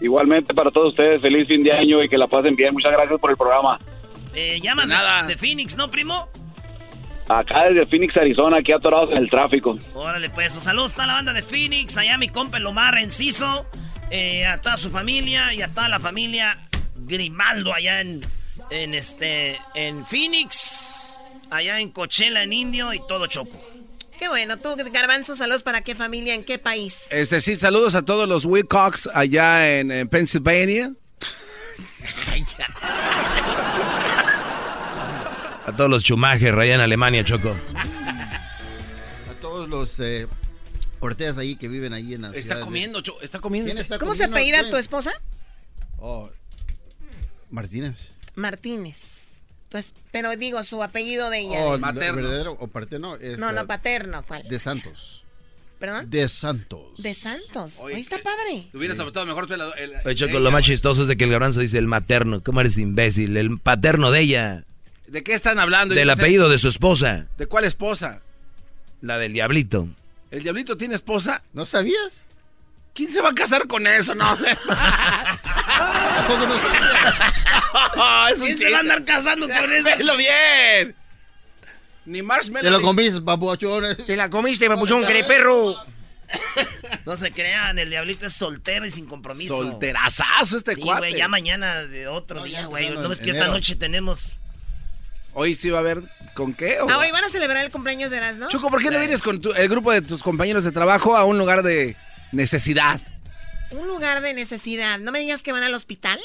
Speaker 9: Igualmente para todos ustedes, feliz fin de año y que la pasen bien. Muchas gracias por el programa.
Speaker 3: Eh, llamas de, de Phoenix, ¿no, primo?
Speaker 9: Acá desde Phoenix, Arizona, aquí atorados en el tráfico.
Speaker 3: Órale, pues, pues saludos a toda la banda de Phoenix, allá mi compa el Omar Enciso, eh, a toda su familia y a toda la familia Grimaldo allá en, en este, en Phoenix, allá en Coachella, en Indio y todo Choco.
Speaker 14: Qué bueno, tú, Garbanzo, saludos para qué familia, en qué país.
Speaker 5: Este, sí, saludos a todos los Wilcox allá en, en Pennsylvania.
Speaker 4: A todos los Schumacher allá en Alemania, Choco.
Speaker 8: A todos los eh, Ortegas ahí que viven ahí en la ciudad
Speaker 5: Está
Speaker 8: de-
Speaker 5: comiendo, Choco, está comiendo. este-
Speaker 8: ¿Quién está
Speaker 14: ¿Cómo se
Speaker 8: comiendo
Speaker 14: apellida
Speaker 8: usted?
Speaker 14: tu esposa?
Speaker 8: Oh, Martínez.
Speaker 14: Martínez. Tu es- pero digo, su apellido de ella.
Speaker 8: Oh,
Speaker 14: de-
Speaker 8: no, verdadero o paterno es,
Speaker 14: No, ¿Ah? no,
Speaker 8: eh,
Speaker 14: paterno, ¿cuál?
Speaker 8: De Santos.
Speaker 14: ¿Perdón?
Speaker 8: De Santos.
Speaker 14: De Santos. Ahí está padre.
Speaker 5: Te hubieras adoptado mejor tú el- el-
Speaker 4: Oye, Choco, lo más chistoso es de que el garbanzo dice el materno. ¿Cómo eres imbécil? El paterno de ella.
Speaker 5: ¿De qué están hablando?
Speaker 4: Del
Speaker 5: Yo no sé.
Speaker 4: apellido de su esposa.
Speaker 5: ¿De cuál esposa?
Speaker 4: La del diablito.
Speaker 5: ¿El diablito tiene esposa?
Speaker 8: ¿No sabías?
Speaker 5: ¿Quién se va a casar con eso? No.
Speaker 8: <laughs> ¿A poco no sabías?
Speaker 5: <laughs> Es un
Speaker 3: ¿Quién se va a andar casando con eso?
Speaker 5: Velo bien! Ni marshmallow.
Speaker 8: Te lo
Speaker 5: ni-
Speaker 8: comiste, papuachón.
Speaker 19: Te la comiste, papuchón, Careperro.
Speaker 3: No se crean, el diablito es soltero y sin compromiso.
Speaker 5: Solterazazo este
Speaker 3: sí,
Speaker 5: cuate.
Speaker 3: güey, ya mañana de otro día, güey.
Speaker 5: no,
Speaker 3: No, ves que
Speaker 5: enero.
Speaker 3: esta noche tenemos...
Speaker 5: Hoy sí va a haber con qué. o-
Speaker 14: Ahora, ¿y van a celebrar el cumpleaños de Erasmo?
Speaker 5: oh. Choco, ¿por qué no vienes con tu- el grupo de tus compañeros de trabajo a un lugar de necesidad?
Speaker 14: Un lugar de necesidad. No me digas que van al hospital.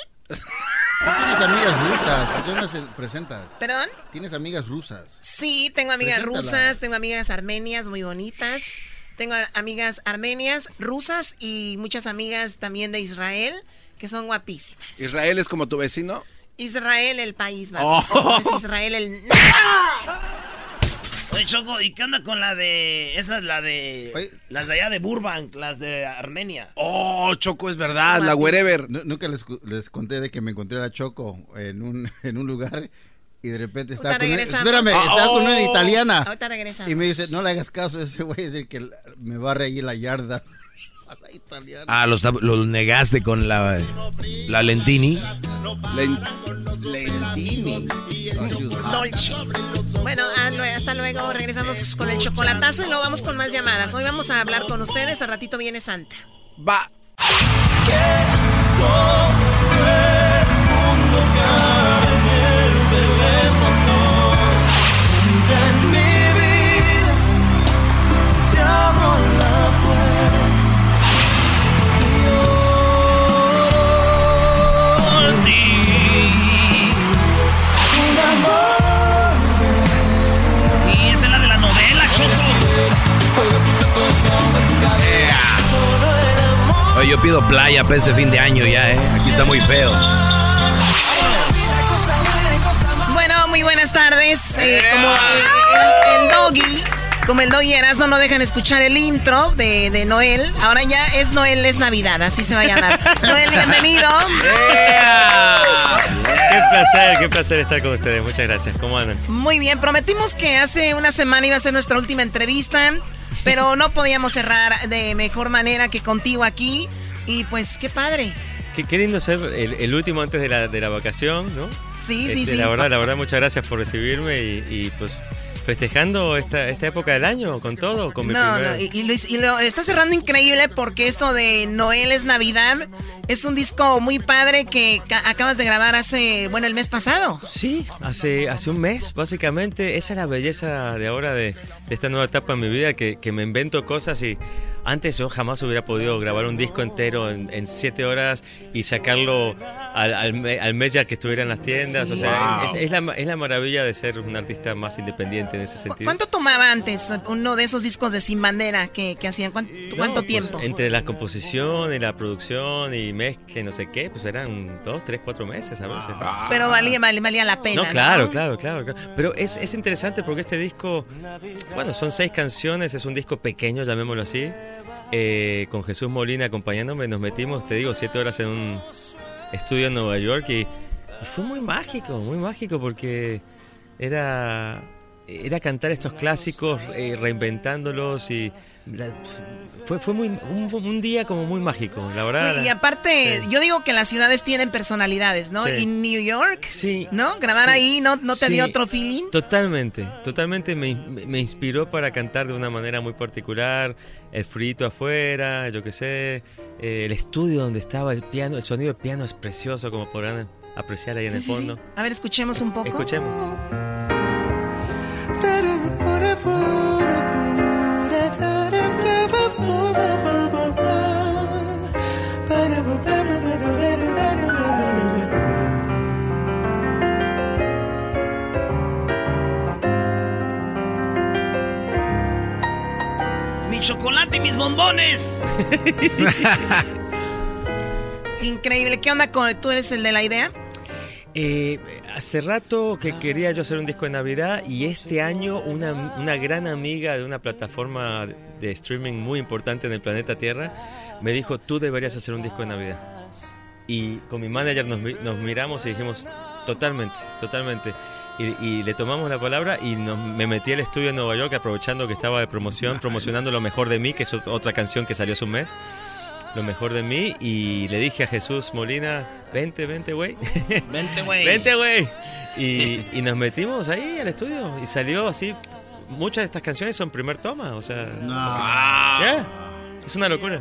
Speaker 8: Tienes amigas rusas. ¿Por qué no las presentas?
Speaker 14: ¿Perdón?
Speaker 8: Tienes amigas rusas.
Speaker 14: Sí, tengo amigas
Speaker 8: Preséntala.
Speaker 14: rusas, tengo amigas armenias muy bonitas, tengo ar- amigas armenias, rusas y muchas amigas también de Israel que son guapísimas.
Speaker 5: ¿Israel es como tu vecino?
Speaker 14: Israel el país, va.
Speaker 5: Oh.
Speaker 14: Es Israel el...
Speaker 3: Oye, Choco, ¿y qué onda con la de... Esa es la de... Las de allá de Burbank, las de Armenia.
Speaker 5: Oh, Choco, es verdad, la wherever.
Speaker 8: Nu- nunca les, cu- les conté de que me encontré a la Choco en un, <laughs> en un lugar y de repente estaba
Speaker 14: Ahorita
Speaker 8: con, una,
Speaker 14: regresamos.
Speaker 8: espérame,
Speaker 5: Ah,
Speaker 8: estaba con una
Speaker 5: oh.
Speaker 8: italiana.
Speaker 14: Ahorita regresamos.
Speaker 8: Y me dice, no le hagas caso, ese güey es el que la- me barre ahí la yarda. A la italiana.
Speaker 4: Ah, los, tap- los negaste con la, la Lentini.
Speaker 5: Lentini.
Speaker 14: Dolce. Bueno, ah, lue- hasta luego. Regresamos con el chocolatazo y luego vamos con más llamadas. Hoy vamos a hablar con ustedes. A ratito viene Santa.
Speaker 5: Va.
Speaker 3: Y esa es la de la novela, Choco.
Speaker 4: Oye, yo pido playa para este fin de año ya, ¿eh? Aquí está muy feo.
Speaker 14: Bueno, muy buenas tardes. Eh, como el, el- el doggy, como el doggy Erasmo no dejan escuchar el intro de, de Noel. Ahora ya es Noel, es Navidad, así se va a llamar. Noel, bienvenido.
Speaker 23: Qué placer, qué placer estar con ustedes. Muchas gracias. ¿Cómo andan?
Speaker 14: Muy bien, prometimos que hace una semana iba a ser nuestra última entrevista. Pero no podíamos cerrar de mejor manera que contigo aquí. Y pues qué padre.
Speaker 23: Qué, qué lindo ser el, el último antes de la, de la vacación, ¿no?
Speaker 14: Sí, sí,
Speaker 23: Este,
Speaker 14: sí.
Speaker 23: La verdad, la verdad, muchas gracias por recibirme y, y, pues festejando esta, esta época del año con todo, con mi
Speaker 14: no,
Speaker 23: primer...
Speaker 14: no, y, y Luis, y lo está cerrando increíble porque esto de Noel es Navidad es un disco muy padre que ca- acabas de grabar hace, bueno, el mes pasado.
Speaker 23: Sí. Hace, hace un mes, básicamente, esa es la belleza de ahora de, de esta nueva etapa en mi vida, que, que me invento cosas y antes yo jamás hubiera podido grabar un disco entero en, en siete horas y sacarlo al, al, me- al mes ya que estuviera en las tiendas.
Speaker 14: Sí,
Speaker 23: o sea,
Speaker 14: sí,
Speaker 23: es,
Speaker 14: sí.
Speaker 23: es la, ma- es la maravilla de ser un artista más independiente en ese sentido.
Speaker 14: ¿Cuánto tomaba antes uno de esos discos de Sin Bandera que, que hacían? ¿Cuánto,
Speaker 23: pues, eh,
Speaker 14: cuánto tiempo?
Speaker 23: Entre la composición y la producción y mezcla y no sé qué, pues eran dos, tres, cuatro meses a veces.
Speaker 14: Pero valía, valía, valía la pena.
Speaker 23: ah. No, claro, claro, claro. claro. Pero es, es interesante porque este disco, bueno, son seis canciones, es un disco pequeño, llamémoslo así. Eh, con Jesús Molina acompañándome, nos metimos, te digo, siete horas en un estudio en Nueva York y, y fue muy mágico, muy mágico porque era, era cantar estos clásicos, eh, reinventándolos y la- fue, fue muy, un, un día como muy mágico, la verdad.
Speaker 14: Y aparte, yo digo que las ciudades tienen personalidades, ¿no?
Speaker 23: Sí.
Speaker 14: Y New York,
Speaker 23: sí.
Speaker 14: ¿no? Grabar
Speaker 23: Sí.
Speaker 14: ahí, ¿no, no te
Speaker 23: Sí.
Speaker 14: dio otro feeling?
Speaker 23: Totalmente, totalmente me, me- me inspiró para cantar de una manera muy particular, el frito afuera, yo qué sé, eh, el estudio donde estaba el piano, el sonido del piano es precioso como podrán apreciar ahí en
Speaker 14: Sí,
Speaker 23: el
Speaker 14: sí, sí.
Speaker 23: fondo.
Speaker 14: A ver, escuchemos un poco. <laughs>
Speaker 23: Escuchemos.
Speaker 3: Mi chocolate y mis bombones.
Speaker 14: Increíble. ¿Qué onda con tú eres el de la idea?
Speaker 23: Eh, hace rato que quería yo hacer un disco de Navidad y este año una, una gran amiga de una plataforma de streaming muy importante en el planeta Tierra me dijo, tú deberías hacer un disco de Navidad. Y con mi manager nos, mi- nos miramos y dijimos, totalmente, totalmente. Y, y le tomamos la palabra y nos- me metí al estudio en Nueva York aprovechando que estaba de promoción, promocionando Lo Mejor de Mí, que es ot- otra canción que salió hace un mes lo mejor de mí y le dije a Jesús Molina, vente, vente, güey.
Speaker 3: Vente,
Speaker 23: <laughs>
Speaker 3: güey.
Speaker 23: vente, güey.
Speaker 5: <laughs>
Speaker 23: Y, y nos metimos ahí al estudio y salió así. Muchas de estas canciones son primer toma, o sea... así. Yeah. Es una locura.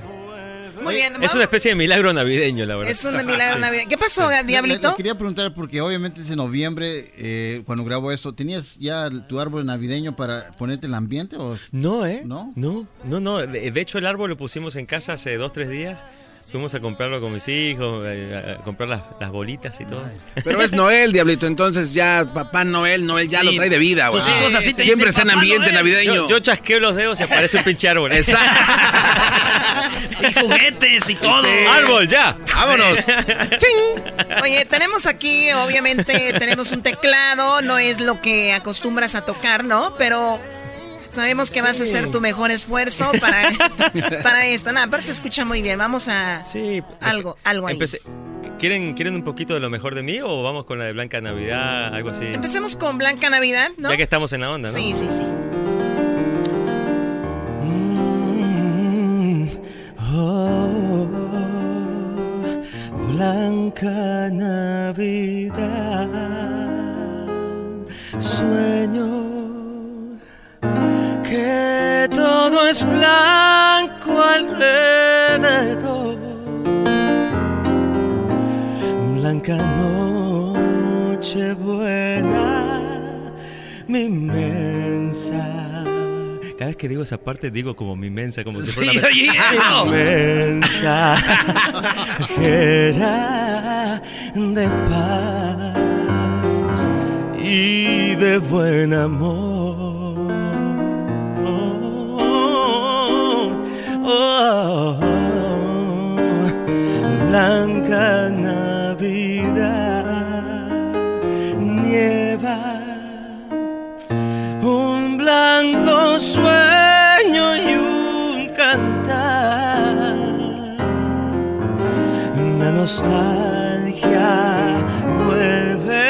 Speaker 14: Muy bien.
Speaker 23: Es
Speaker 14: vamos-
Speaker 23: una especie de milagro navideño, la verdad.
Speaker 8: <laughs>
Speaker 14: Es un milagro
Speaker 23: Sí.
Speaker 14: navideño. ¿Qué pasó,
Speaker 8: Le- le-
Speaker 14: Diablito?
Speaker 8: le quería preguntar porque obviamente es en noviembre eh, cuando grabo esto. ¿Tenías ya tu árbol navideño para ponerte el ambiente o
Speaker 23: No, ¿eh? No. No, no, no. De, de hecho, el árbol lo pusimos en casa hace dos, tres días. Fuimos a comprarlo con mis hijos, eh, a comprar las, las bolitas y todo.
Speaker 5: Pero es Noel, diablito, entonces ya Papá Noel, Noel ya
Speaker 23: Sí.
Speaker 5: lo trae de vida, güey.
Speaker 23: Tus hijos así te dicen,
Speaker 5: Siempre está en
Speaker 23: "Papá
Speaker 5: ambiente
Speaker 23: Noel".
Speaker 5: navideño.
Speaker 23: Yo, yo chasqueo los dedos y aparece un pinche árbol.
Speaker 5: Exacto.
Speaker 3: Y juguetes y todo.
Speaker 23: <laughs> Árbol, ya. Vámonos.
Speaker 14: <laughs> Oye, tenemos aquí, obviamente, tenemos un teclado, no es lo que acostumbras a tocar, ¿no? Pero sabemos que vas a
Speaker 23: Sí.
Speaker 14: hacer tu mejor esfuerzo
Speaker 23: <laughs>
Speaker 14: para, para esto. Nada, aparte se escucha muy bien. Vamos a algo, algo ahí.
Speaker 23: Empecé- ¿Quieren, ¿Quieren un poquito de lo mejor de mí o vamos con la de Blanca Navidad, algo así?
Speaker 14: Empecemos con Blanca Navidad, ¿no?
Speaker 23: Ya que estamos en la onda, ¿no?
Speaker 14: Sí, sí, sí.
Speaker 24: Oh, blanca Navidad, sueño que todo es blanco alrededor. Blanca noche buena, mi inmensa.
Speaker 23: Cada vez que digo esa parte digo como mi mensa, como si
Speaker 24: Sí, <laughs>
Speaker 23: fuera una-
Speaker 24: oye,
Speaker 23: <laughs>
Speaker 24: eso. <laughs> Mensajera de paz y de buen amor. Oh, blanca Navidad, nieva un blanco sueño y un cantar, una nostalgia vuelve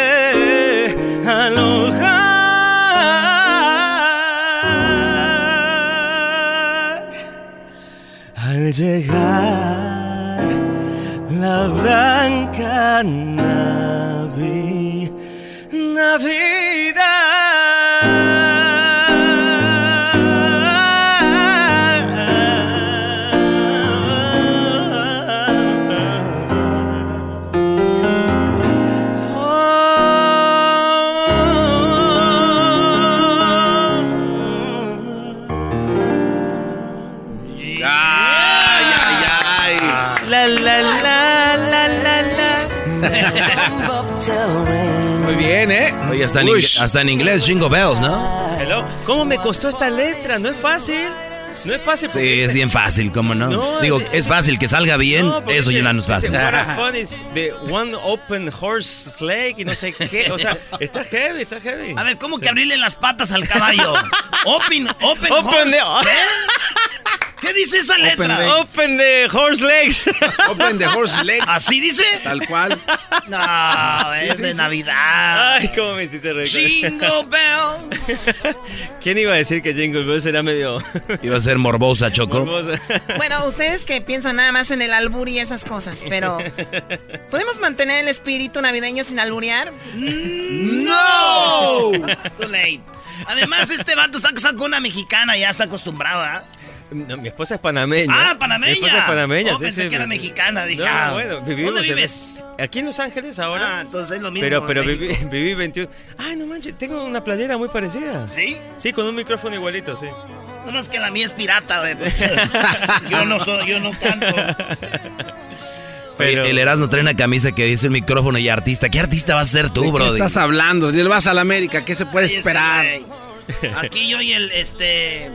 Speaker 24: al hogar. llegar la blanca Navi- Navidad. La la la la la la.
Speaker 5: Muy bien, ¿eh?
Speaker 4: Oye, hasta en, ingle- hasta en inglés, Jingle Bells, ¿no?
Speaker 23: Hello. ¿Cómo me costó esta letra? No es fácil. No es fácil.
Speaker 4: Sí, es bien fácil, ¿cómo no?
Speaker 23: No,
Speaker 4: Digo,
Speaker 23: es-
Speaker 4: es fácil que salga bien,
Speaker 23: No, porque
Speaker 4: eso
Speaker 23: dice-
Speaker 4: ya no es fácil.
Speaker 23: dice, "What
Speaker 4: <laughs>
Speaker 23: a fun is the one open horse sleigh y no sé qué. O sea, está heavy, está heavy.
Speaker 3: A ver, ¿cómo que abrirle las patas al caballo? open, open,
Speaker 23: Open
Speaker 3: horse.
Speaker 23: the-
Speaker 3: ¿Qué? ¿Qué dice esa letra?
Speaker 23: Open the horse legs.
Speaker 5: Open the horse legs.
Speaker 3: ¿Así dice?
Speaker 5: Tal
Speaker 4: <laughs>
Speaker 5: cual.
Speaker 3: No, Ah, es
Speaker 23: Sí, sí,
Speaker 3: de
Speaker 23: sí.
Speaker 3: Navidad.
Speaker 23: Ay, cómo me hiciste reír.
Speaker 3: Jingle bell.
Speaker 23: <laughs> ¿Quién iba a decir que Jingle Bells era medio...
Speaker 4: <laughs> Iba a ser morbosa, Choco.
Speaker 23: Morbosa. <laughs>
Speaker 14: Bueno, ustedes que piensan nada más en el albur y esas cosas,
Speaker 23: <laughs>
Speaker 14: pero ¿podemos mantener el espíritu navideño sin alburear?
Speaker 3: ¡No! Too late. Además, este vato está casado con una mexicana, ya está acostumbrada. ¿eh?
Speaker 23: No, mi esposa es panameña.
Speaker 3: Ah, panameña.
Speaker 23: Mi esposa es panameña.
Speaker 3: Oh,
Speaker 23: sí,
Speaker 3: pensé
Speaker 23: sí,
Speaker 3: que era
Speaker 23: mi-
Speaker 3: mexicana, dije,
Speaker 23: No,
Speaker 3: ah,
Speaker 23: bueno,
Speaker 3: ¿dónde
Speaker 23: vivimos en-
Speaker 3: vives?
Speaker 23: aquí en Los Ángeles ahora.
Speaker 3: Ah, entonces es lo mismo.
Speaker 23: pero pero
Speaker 3: en
Speaker 23: viví,
Speaker 3: México.
Speaker 23: <laughs> viví 21. Ay, no manches, tengo una playera muy parecida.
Speaker 3: ¿Sí?
Speaker 23: Sí, con un micrófono igualito, sí.
Speaker 3: No más que la mía es pirata, güey. pues. yo no soy, yo no canto.
Speaker 4: Oye, El Erasmo trae una camisa que dice el micrófono y artista. ¿Qué artista vas a ser
Speaker 5: ¿De
Speaker 4: tú,
Speaker 5: qué
Speaker 4: bro?
Speaker 5: estás hablando? Ni él vas a la América, ¿qué se puede
Speaker 3: Cállese,
Speaker 5: esperar?
Speaker 3: güey. Aquí yo y el este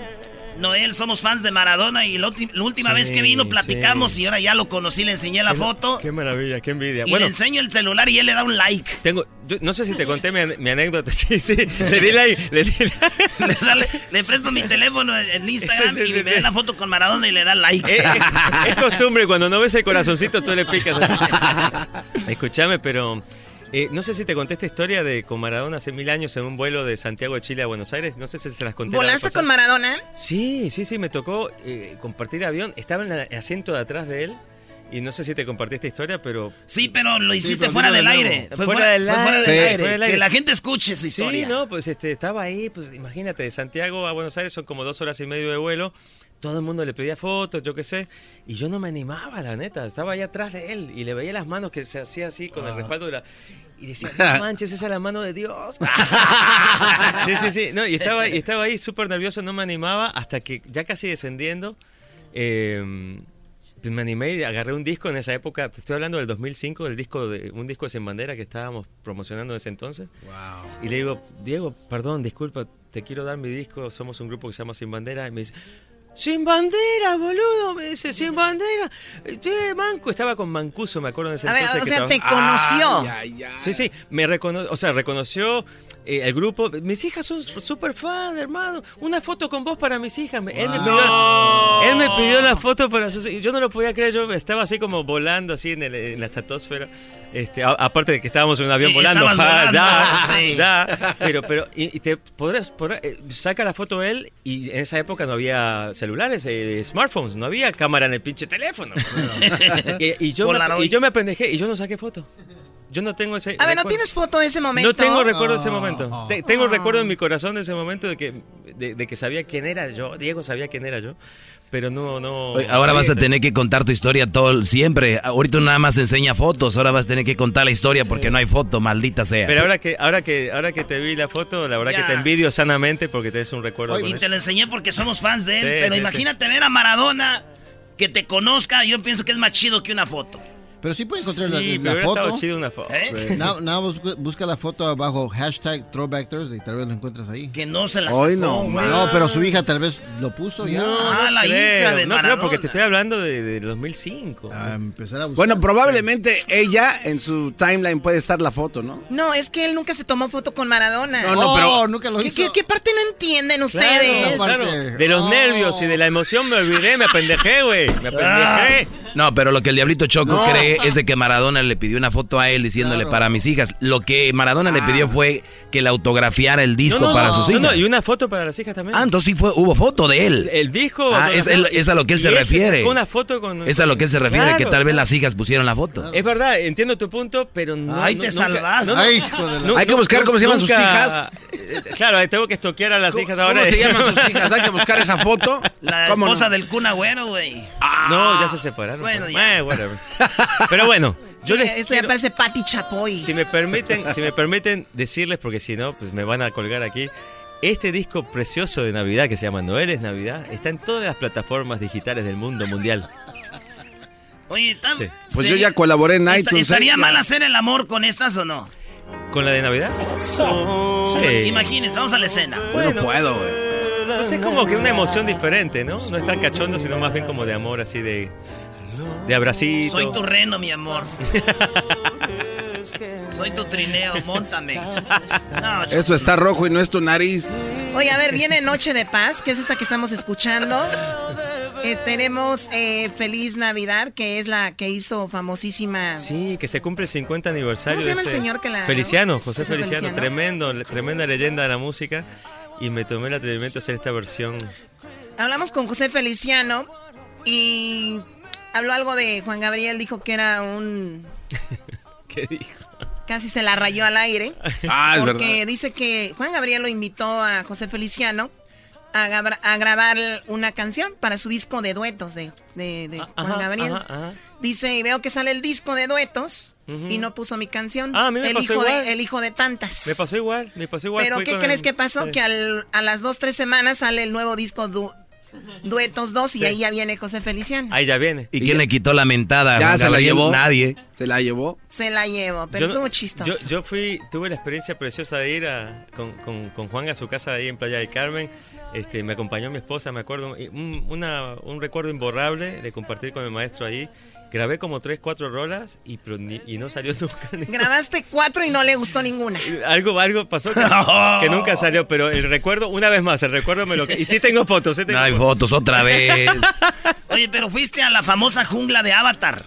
Speaker 3: Noel somos fans de Maradona y la, ulti- la última
Speaker 23: Sí,
Speaker 3: vez que vino platicamos
Speaker 23: sí.
Speaker 3: y ahora ya lo conocí, le enseñé la
Speaker 23: Qué-
Speaker 3: foto
Speaker 23: Qué maravilla, qué envidia.
Speaker 3: y
Speaker 23: bueno,
Speaker 3: le enseño el celular y él le da un like.
Speaker 23: tengo, yo no sé si te conté mi, ane- mi anécdota. <laughs> Sí, sí. Le di like, le di like.
Speaker 3: Le, da- le- le presto mi teléfono en-
Speaker 23: <laughs>
Speaker 3: en Instagram
Speaker 23: Sí, sí,
Speaker 3: y
Speaker 23: sí,
Speaker 3: me
Speaker 23: sí.
Speaker 3: da la foto con Maradona y le da
Speaker 23: <laughs>
Speaker 3: like.
Speaker 23: Eh, es, es costumbre, cuando no ves el corazoncito tú le picas.
Speaker 14: <laughs>
Speaker 23: Escúchame, pero eh, no sé si te conté esta historia de con Maradona hace mil años en un vuelo de Santiago de Chile a Buenos Aires. No sé si se las conté. la vez
Speaker 14: ¿Volaste con
Speaker 23: pasada.
Speaker 14: Maradona?
Speaker 23: Sí, sí, sí, me tocó eh, compartir avión. Estaba en el asiento de atrás de él. Y no sé si te compartí esta historia, pero...
Speaker 3: Sí, pero lo hiciste fuera del aire. Fue fuera,
Speaker 23: del
Speaker 3: fue
Speaker 23: aire.
Speaker 3: fuera del aire.
Speaker 23: fuera del aire.
Speaker 3: Que la gente escuche su historia.
Speaker 23: Sí, no, pues este, estaba ahí, pues imagínate, de Santiago a Buenos Aires son como dos horas y medio de vuelo. Todo el mundo le pedía fotos, yo qué sé. Y yo no me animaba, la neta. Estaba ahí atrás de él y le veía las manos que se hacía así con el respaldo de la... Y
Speaker 24: <laughs>
Speaker 23: decía,
Speaker 3: <laughs>
Speaker 23: no manches, esa es la mano de Dios. sí, sí, sí. No, y estaba, y estaba ahí súper nervioso, no me animaba hasta que ya casi descendiendo... eh, pues me animé y agarré un disco en esa época, te estoy hablando del 2005, del disco de, un disco de Sin Bandera que estábamos promocionando en ese entonces. Y le digo, Diego, perdón, disculpa, te quiero dar mi disco, somos un grupo que se llama Sin Bandera. Y me dice, Sin bandera, Ah, boludo, me dice, sin bandera. Eh, Manco, estaba con Mancuso, me acuerdo de ese
Speaker 14: A ver,
Speaker 23: entonces.
Speaker 14: o
Speaker 23: que
Speaker 14: sea, te
Speaker 23: trabajaba-
Speaker 14: conoció.
Speaker 23: Sí, sí, me recono o sea, reconoció eh, el grupo. Mis hijas son súper fan, hermano. Una foto con vos para mis hijas. Me- Él, me pidió, él me pidió la foto para sus hijas. Yo no lo podía creer, yo estaba así como volando, así en, el- en la estratosfera. Este, a- aparte de que estábamos en un avión
Speaker 3: Sí,
Speaker 23: volando, ja,
Speaker 3: estabas volando,
Speaker 23: da,
Speaker 3: sí.
Speaker 23: da. pero, pero, y, y te podrás, podrás- eh, saca la foto él y en esa época no había celulares, eh, smartphones, no había cámara en el pinche
Speaker 4: <laughs>
Speaker 23: teléfono. <laughs> y, y yo me,
Speaker 3: Polaroid.
Speaker 23: y yo me apendejé y yo no saqué foto. Yo no tengo <laughs> ese.
Speaker 14: A ver, ¿no
Speaker 23: recuerdo.
Speaker 14: tienes foto de ese momento? Oh.
Speaker 23: No tengo recuerdo de ese
Speaker 4: Oh.
Speaker 23: momento. Te- tengo el recuerdo en mi corazón de ese momento de que, de, de que sabía quién era yo. Diego sabía quién era yo. Pero no, no.
Speaker 4: Oye, Ahora vas a tener que contar tu historia todo el- siempre. Ahorita nada más enseña fotos, ahora vas a tener que contar la historia porque no hay foto, maldita sea.
Speaker 23: Pero ahora que, ahora que, ahora que te vi la foto, la verdad que te envidio sanamente porque te es un recuerdo. con
Speaker 3: Y
Speaker 23: eso.
Speaker 3: te lo enseñé porque somos fans de él.
Speaker 23: Sí,
Speaker 3: pero
Speaker 23: sí,
Speaker 3: imagínate ver a Maradona que te conozca. Yo pienso que es más chido que una foto.
Speaker 8: Pero sí puede encontrar la-
Speaker 23: Sí,
Speaker 8: la,
Speaker 23: pero hubiera
Speaker 8: foto.
Speaker 23: estado chido una foto.
Speaker 3: ¿Eh?
Speaker 8: Sí. Nada nada más busca, busca la foto abajo, hashtag Throwback Thursday, tal vez lo encuentras ahí.
Speaker 3: Que no se la
Speaker 8: Hoy
Speaker 3: sacó,
Speaker 8: no,
Speaker 3: güey.
Speaker 8: no, pero su hija tal vez lo puso ya.
Speaker 3: Ah, la hija de
Speaker 23: no creo, porque
Speaker 3: Maradona.
Speaker 23: te estoy hablando de, de 2005.
Speaker 4: Ah,
Speaker 8: empezar a
Speaker 5: Bueno, probablemente ella en su timeline puede estar la foto, ¿no?
Speaker 14: No, es que él nunca se tomó foto con Maradona.
Speaker 5: No, no, pero- Oh,
Speaker 8: nunca lo
Speaker 14: ¿Qué-
Speaker 8: hizo.
Speaker 14: ¿Qué, qué parte no entienden ustedes?
Speaker 23: De los
Speaker 3: Ah.
Speaker 23: nervios y de la emoción me olvidé, me apendejé, güey. Me apendejé.
Speaker 4: No, pero lo que el diablito Choco
Speaker 23: No.
Speaker 4: cree que, es de que Maradona le pidió una foto a él diciéndole para mis hijas. Lo que Maradona le pidió fue que le autografiara el disco
Speaker 23: No, no,
Speaker 4: para
Speaker 23: no,
Speaker 4: sus
Speaker 23: no,
Speaker 4: hijas.
Speaker 23: no, y una foto para las hijas también.
Speaker 4: Ah, entonces sí fue, hubo foto de él.
Speaker 23: El, el disco.
Speaker 4: Ah, es, él- es a lo que él
Speaker 23: Y
Speaker 4: se
Speaker 23: ese
Speaker 4: refiere.
Speaker 23: sacó Una foto con.
Speaker 4: Es a lo que él se refiere, que
Speaker 23: Claro.
Speaker 4: tal vez las hijas pusieron la foto.
Speaker 23: Es verdad, entiendo tu punto, pero no.
Speaker 4: Ay,
Speaker 23: no,
Speaker 4: te
Speaker 23: nunca-
Speaker 4: salvaste. Ay, hijo de la-
Speaker 23: nu-
Speaker 4: Hay que buscar cómo se llaman sus hijas.
Speaker 23: eh, Claro, ahí tengo que estoquear a las hijas ahora. <laughs>
Speaker 5: ¿Cómo se llaman sus hijas? Hay que buscar esa foto.
Speaker 3: La
Speaker 5: ¿Cómo
Speaker 3: esposa
Speaker 5: no?
Speaker 3: del Kun Agüero, güey.
Speaker 23: Ah.
Speaker 5: Ah.
Speaker 23: No, ya se separaron.
Speaker 3: Bueno,
Speaker 23: pero-
Speaker 3: ya.
Speaker 23: Eh, whatever. <laughs> Pero bueno, yo les
Speaker 14: Esto ya parece Pati Chapoy.
Speaker 23: Si me permiten, si me permiten decirles, porque si no, pues me van a colgar aquí. Este disco precioso de Navidad que se llama Noel es Navidad está en todas las plataformas digitales del mundo mundial.
Speaker 3: Oye, tan-
Speaker 23: Sí.
Speaker 5: Pues yo ya colaboré en
Speaker 3: Esta-
Speaker 5: iTunes. ¿eh?
Speaker 3: ¿Estaría
Speaker 5: Ya.
Speaker 3: mal hacer el amor con estas o no?
Speaker 23: ¿Con la de Navidad?
Speaker 3: Sí. Imagínense, vamos a la escena.
Speaker 23: no puedo, güey. es pues, como que una emoción diferente, ¿no? No es tan cachondo, sino más bien como de amor, así de. de abracito.
Speaker 3: Soy tu reno, mi
Speaker 23: <laughs>
Speaker 3: amor. Soy tu trineo,
Speaker 23: <laughs>
Speaker 3: montame. No, ch-
Speaker 5: Eso está rojo y no es tu nariz.
Speaker 14: Oye, a ver, viene Noche de Paz, que es esta que estamos escuchando. Eh, tenemos eh, Feliz Navidad, que es la que hizo famosísima.
Speaker 23: Sí, que se cumple el 50 aniversario.
Speaker 14: ¿Cómo se
Speaker 23: de
Speaker 14: llama el
Speaker 23: ese-
Speaker 14: señor que la-
Speaker 23: Feliciano, José
Speaker 14: José
Speaker 23: Feliciano,
Speaker 14: Feliciano.
Speaker 23: tremendo, le- tremenda leyenda de la música. Y me tomé el atrevimiento de hacer esta versión.
Speaker 14: Hablamos con José Feliciano y habló algo de Juan Gabriel, dijo que era un...
Speaker 23: <laughs> ¿Qué dijo?
Speaker 14: casi se la rayó al aire.
Speaker 23: Ah, es
Speaker 14: porque
Speaker 23: verdad.
Speaker 14: dice que Juan Gabriel lo invitó a José Feliciano a, gabra- a grabar una canción para su disco de duetos de, de- de Juan
Speaker 23: Ah, Ajá,
Speaker 14: Gabriel.
Speaker 23: ajá, ajá.
Speaker 14: Dice, y veo que sale el disco de duetos
Speaker 23: Ujú.
Speaker 14: y no puso mi canción.
Speaker 23: Ah, a mí me
Speaker 14: el,
Speaker 23: pasó
Speaker 14: hijo
Speaker 23: igual.
Speaker 14: de, el hijo de tantas.
Speaker 23: Me pasó igual, me pasó igual.
Speaker 14: Pero
Speaker 23: fui
Speaker 14: ¿qué
Speaker 23: con
Speaker 14: crees
Speaker 23: el-
Speaker 14: que pasó?
Speaker 23: Sí.
Speaker 14: Que al- a las dos, tres semanas sale el nuevo disco du- Duetos 2 y
Speaker 23: Sí.
Speaker 14: ahí ya viene José Feliciano.
Speaker 23: Ahí ya viene.
Speaker 4: ¿Y quién le quitó la mentada?
Speaker 5: Ya
Speaker 4: Juan
Speaker 5: se la
Speaker 4: Gabriel?
Speaker 5: llevó.
Speaker 4: Nadie.
Speaker 5: ¿Se la llevó?
Speaker 14: Se la llevo, pero
Speaker 23: no-
Speaker 14: estuvo chistoso.
Speaker 23: Yo, yo fui, tuve la experiencia preciosa de ir a- con, con- con Juan a su casa ahí en Playa del Carmen. Este, me acompañó mi esposa, me acuerdo, y un, una- un recuerdo imborrable de compartir con el maestro ahí. Grabé como tres, cuatro rolas y, pero ni- y no salió <laughs> nunca. ni-
Speaker 14: Grabaste cuatro y no le
Speaker 23: <laughs>
Speaker 14: gustó ninguna.
Speaker 23: Algo, algo pasó que, que nunca salió, pero el recuerdo, una vez más, el recuerdo me lo... Y sí tengo fotos, sí tengo
Speaker 4: No hay
Speaker 23: <laughs>
Speaker 4: fotos otra vez.
Speaker 3: Oye, pero fuiste a la famosa jungla de Avatar.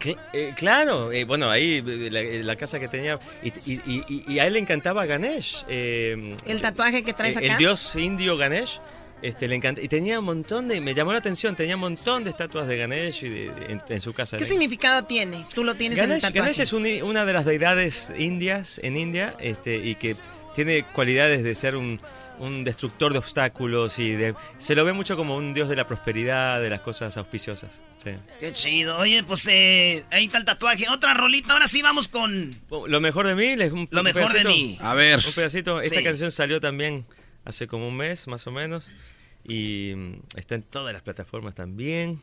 Speaker 23: Cl- eh, claro, eh, bueno, ahí eh, la, eh, la casa que tenía, y, y- y- y- y a él le encantaba Ganesh. eh,
Speaker 14: El tatuaje que traes
Speaker 23: eh,
Speaker 14: acá.
Speaker 23: El dios indio Ganesh. Este, le encanta, y tenía un montón de, me llamó la atención, tenía un montón de estatuas de Ganesh y de- de- en, en su casa.
Speaker 14: ¿Qué
Speaker 23: Le-
Speaker 14: significado tiene? Tú lo tienes en el
Speaker 23: Ganesh,
Speaker 14: tatuaje.
Speaker 23: Ganesh es un i- una de las deidades indias en India este, y que tiene cualidades de ser un, un destructor de obstáculos y de, se lo ve mucho como un dios de la prosperidad, de las cosas auspiciosas. sí.
Speaker 3: Qué chido. Oye, pues eh, ahí está el tatuaje. Otra rolita. Ahora sí vamos con.
Speaker 23: Lo mejor de mí, les un,
Speaker 3: Lo
Speaker 23: un
Speaker 3: mejor de
Speaker 23: pedacito.
Speaker 3: mí.
Speaker 5: A ver.
Speaker 23: Un pedacito. Esta
Speaker 3: Sí.
Speaker 23: canción salió también hace como un mes, más o menos. Y mm, está en todas las plataformas también.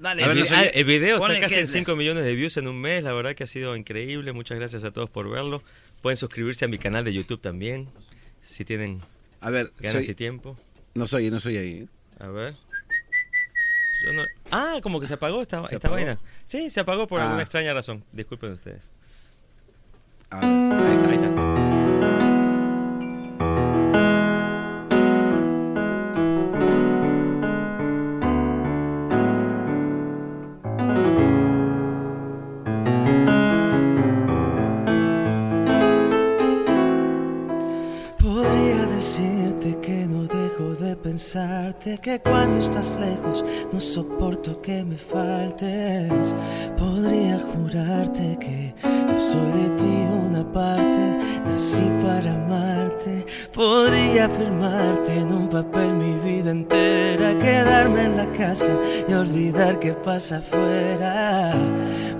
Speaker 3: Dale,
Speaker 23: El, vi-
Speaker 3: no sé,
Speaker 23: ah, el video
Speaker 3: ponle
Speaker 23: está casi en
Speaker 3: Hessler.
Speaker 23: 5 millones de views en un mes. La verdad que ha sido increíble. Muchas gracias a todos por verlo. Pueden suscribirse a mi canal de YouTube también. Si tienen
Speaker 5: A ver,
Speaker 23: ganas
Speaker 5: soy-
Speaker 23: y tiempo.
Speaker 5: No soy, no soy ahí. ¿eh?
Speaker 23: A ver. Yo no- Ah, como que se apagó esta, esta
Speaker 5: apagó?
Speaker 23: vaina. Sí, se apagó por
Speaker 5: Ah.
Speaker 23: alguna extraña razón. Disculpen ustedes.
Speaker 5: Ahí
Speaker 23: está, ahí está.
Speaker 24: Podría decirte que no dejo de pensarte, que cuando estás lejos no soporto que me faltes. Podría jurarte que yo soy de ti una parte, nací para amarte. Podría firmarte en un papel mi vida entera, quedarme en la casa y olvidar qué pasa afuera.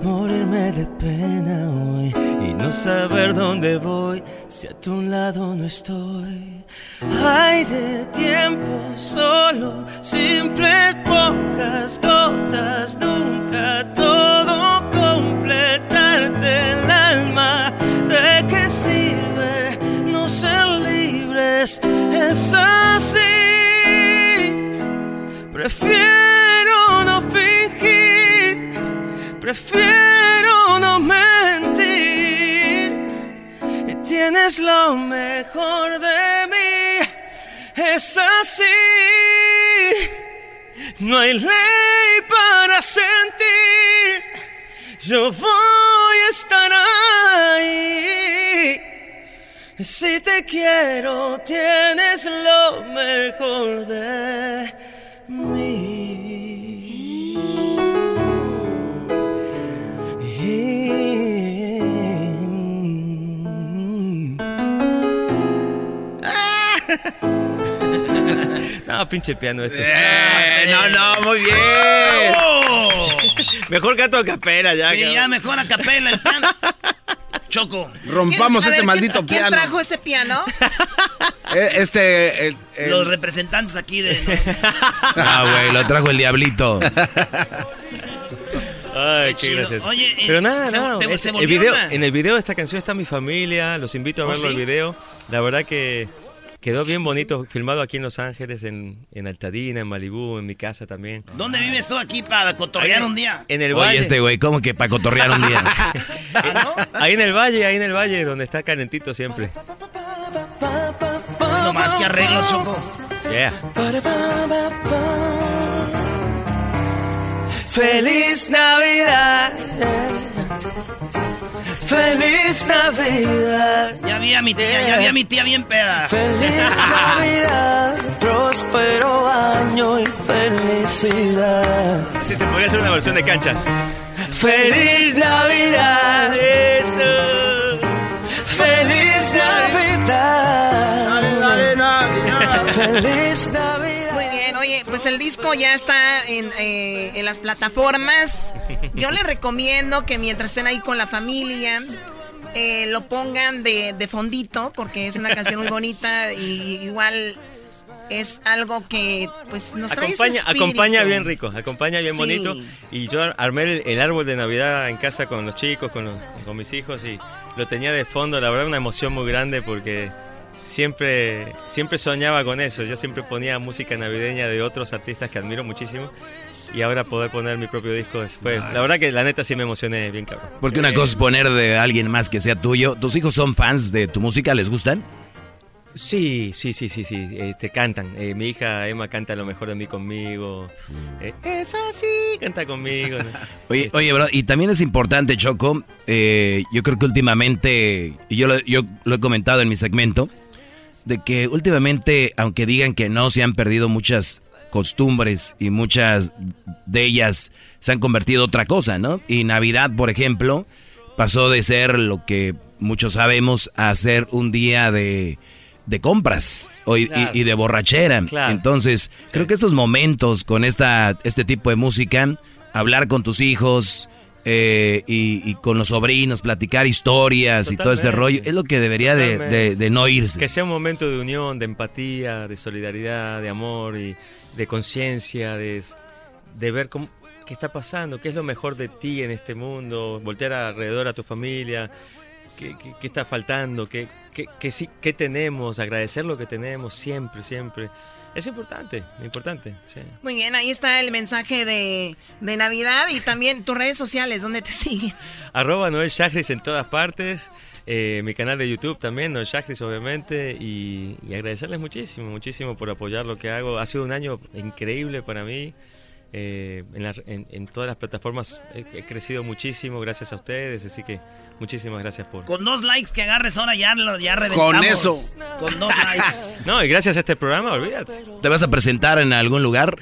Speaker 24: Morirme de pena hoy y no saber dónde voy si a tu lado no estoy.
Speaker 4: <laughs>
Speaker 25: Aire, tiempo solo, simple pocas gotas, nunca todo completarte el alma.
Speaker 24: ¿De qué sirve no ser libres? Es así. Prefiero no fingir, prefiero no mentir. Y tienes lo mejor de mí. Es así. No hay ley para sentir
Speaker 25: Yo voy a estar ahí. Si te quiero, tienes lo mejor de mí.
Speaker 23: No, pinche piano este.
Speaker 4: no, no, muy bien.
Speaker 23: Mejor gato a capela ya.
Speaker 3: Sí,
Speaker 23: cabrón.
Speaker 3: ya mejor a capela el piano. Choco.
Speaker 5: Rompamos
Speaker 14: ¿Quién- a
Speaker 5: ese
Speaker 14: ver,
Speaker 5: maldito
Speaker 14: ¿quién, ¿Quién
Speaker 5: piano.
Speaker 14: trajo ese
Speaker 3: <laughs>
Speaker 14: piano?
Speaker 5: Eh, Este. el- el-
Speaker 3: Los representantes aquí de.
Speaker 4: Ah, güey, lo trajo el
Speaker 3: <laughs>
Speaker 4: diablito.
Speaker 23: Ay, qué,
Speaker 3: Qué chido.
Speaker 23: gracias.
Speaker 3: Oye, eh,
Speaker 23: Pero nada,
Speaker 3: se-
Speaker 23: nada,
Speaker 3: te-
Speaker 23: es-
Speaker 3: se
Speaker 23: el
Speaker 3: volvió
Speaker 23: video,
Speaker 3: una-
Speaker 23: en el video de esta canción está mi familia. Los invito a
Speaker 3: ¿Oh,
Speaker 23: verlo
Speaker 3: sí?
Speaker 23: el video. La verdad que quedó bien bonito, filmado aquí en Los Ángeles, en, en Altadena, en Malibú, en mi casa también.
Speaker 3: ¿Dónde vives tú aquí para cotorrear un día?
Speaker 23: En el
Speaker 4: Oye,
Speaker 23: valle.
Speaker 4: este güey, ¿cómo que para cotorrear un día?
Speaker 23: <laughs> Ahí en el valle, ahí en el valle, donde está calentito siempre.
Speaker 3: No más que arreglos, Choco.
Speaker 23: Yeah.
Speaker 25: Feliz Navidad. Feliz Navidad.
Speaker 3: Ya vi a mi tía, ya vi a mi tía bien peda.
Speaker 23: <laughs>
Speaker 25: Feliz Navidad, próspero año y felicidad.
Speaker 23: Sí, se podría hacer una versión de cancha.
Speaker 25: Feliz Navidad, Feliz Navidad. Feliz Navidad.
Speaker 14: Muy bien, oye, pues el disco ya está en, eh, en las plataformas. Yo les recomiendo que mientras estén ahí con la familia, eh, lo pongan de, de fondito, porque es una canción muy bonita y igual es algo que pues nos trae ese
Speaker 23: Acompaña,
Speaker 14: espíritu.
Speaker 23: acompaña bien rico, acompaña bien
Speaker 14: Sí.
Speaker 23: bonito. Y yo ar- armé el, el árbol de Navidad en casa con los chicos, con, los- con mis hijos y lo tenía de fondo. La verdad, una emoción muy grande porque siempre, siempre soñaba con eso. Yo siempre ponía música navideña de otros artistas que admiro muchísimo. Y ahora poder poner mi propio disco después. La verdad que la neta sí me emocioné bien, cabrón. Eh,
Speaker 4: Porque una cosa es poner de alguien más que sea tuyo. ¿Tus hijos son fans de tu música? ¿Les gustan?
Speaker 23: Sí, sí, sí, sí, sí. eh, te cantan. Eh, mi hija Emma canta lo mejor de mí conmigo.
Speaker 4: Mm.
Speaker 23: Eh, es así, canta conmigo. ¿no?
Speaker 4: Oye, oye, bro, y también es importante, Choco, eh, yo creo que últimamente, y yo lo, yo lo he comentado en mi segmento, de que últimamente, aunque digan que no, se han perdido muchas costumbres y muchas de ellas se han convertido en otra cosa, ¿no? Y Navidad, por ejemplo, pasó de ser lo que muchos sabemos a ser un día de, de compras o y-
Speaker 23: Claro.
Speaker 4: y, y de borrachera.
Speaker 23: Claro.
Speaker 4: Entonces, creo que estos momentos con esta, este tipo de música, hablar con tus hijos eh, y, y con los sobrinos, platicar historias y todo este rollo,
Speaker 23: Totalmente.
Speaker 4: es lo que debería de, de- de no irse.
Speaker 23: Que sea un momento de unión, de empatía, de solidaridad, de amor y de conciencia, de, de ver cómo, qué está pasando, qué es lo mejor de ti en este mundo, voltear alrededor a tu familia, qué, qué- qué está faltando, qué, qué- qué sí, qué tenemos, agradecer lo que tenemos siempre, siempre. Es importante, importante. sí.
Speaker 14: Muy bien, ahí está el mensaje de, de Navidad y también tus redes sociales, ¿dónde te siguen?
Speaker 23: Arroba Noel Chagris en todas partes. eh, mi canal de YouTube también, Noel Chagris, obviamente. Y, y agradecerles muchísimo, muchísimo por apoyar lo que hago. Ha sido un año increíble para mí. eh, en, la- en- en todas las plataformas he, he crecido muchísimo gracias a ustedes. Así que muchísimas gracias por.
Speaker 3: Con dos likes que agarres ahora ya, lo- ya reventamos.
Speaker 4: eso.
Speaker 3: Con dos likes.
Speaker 23: No, y gracias a este programa, olvídate.
Speaker 4: ¿Te vas a presentar en algún lugar?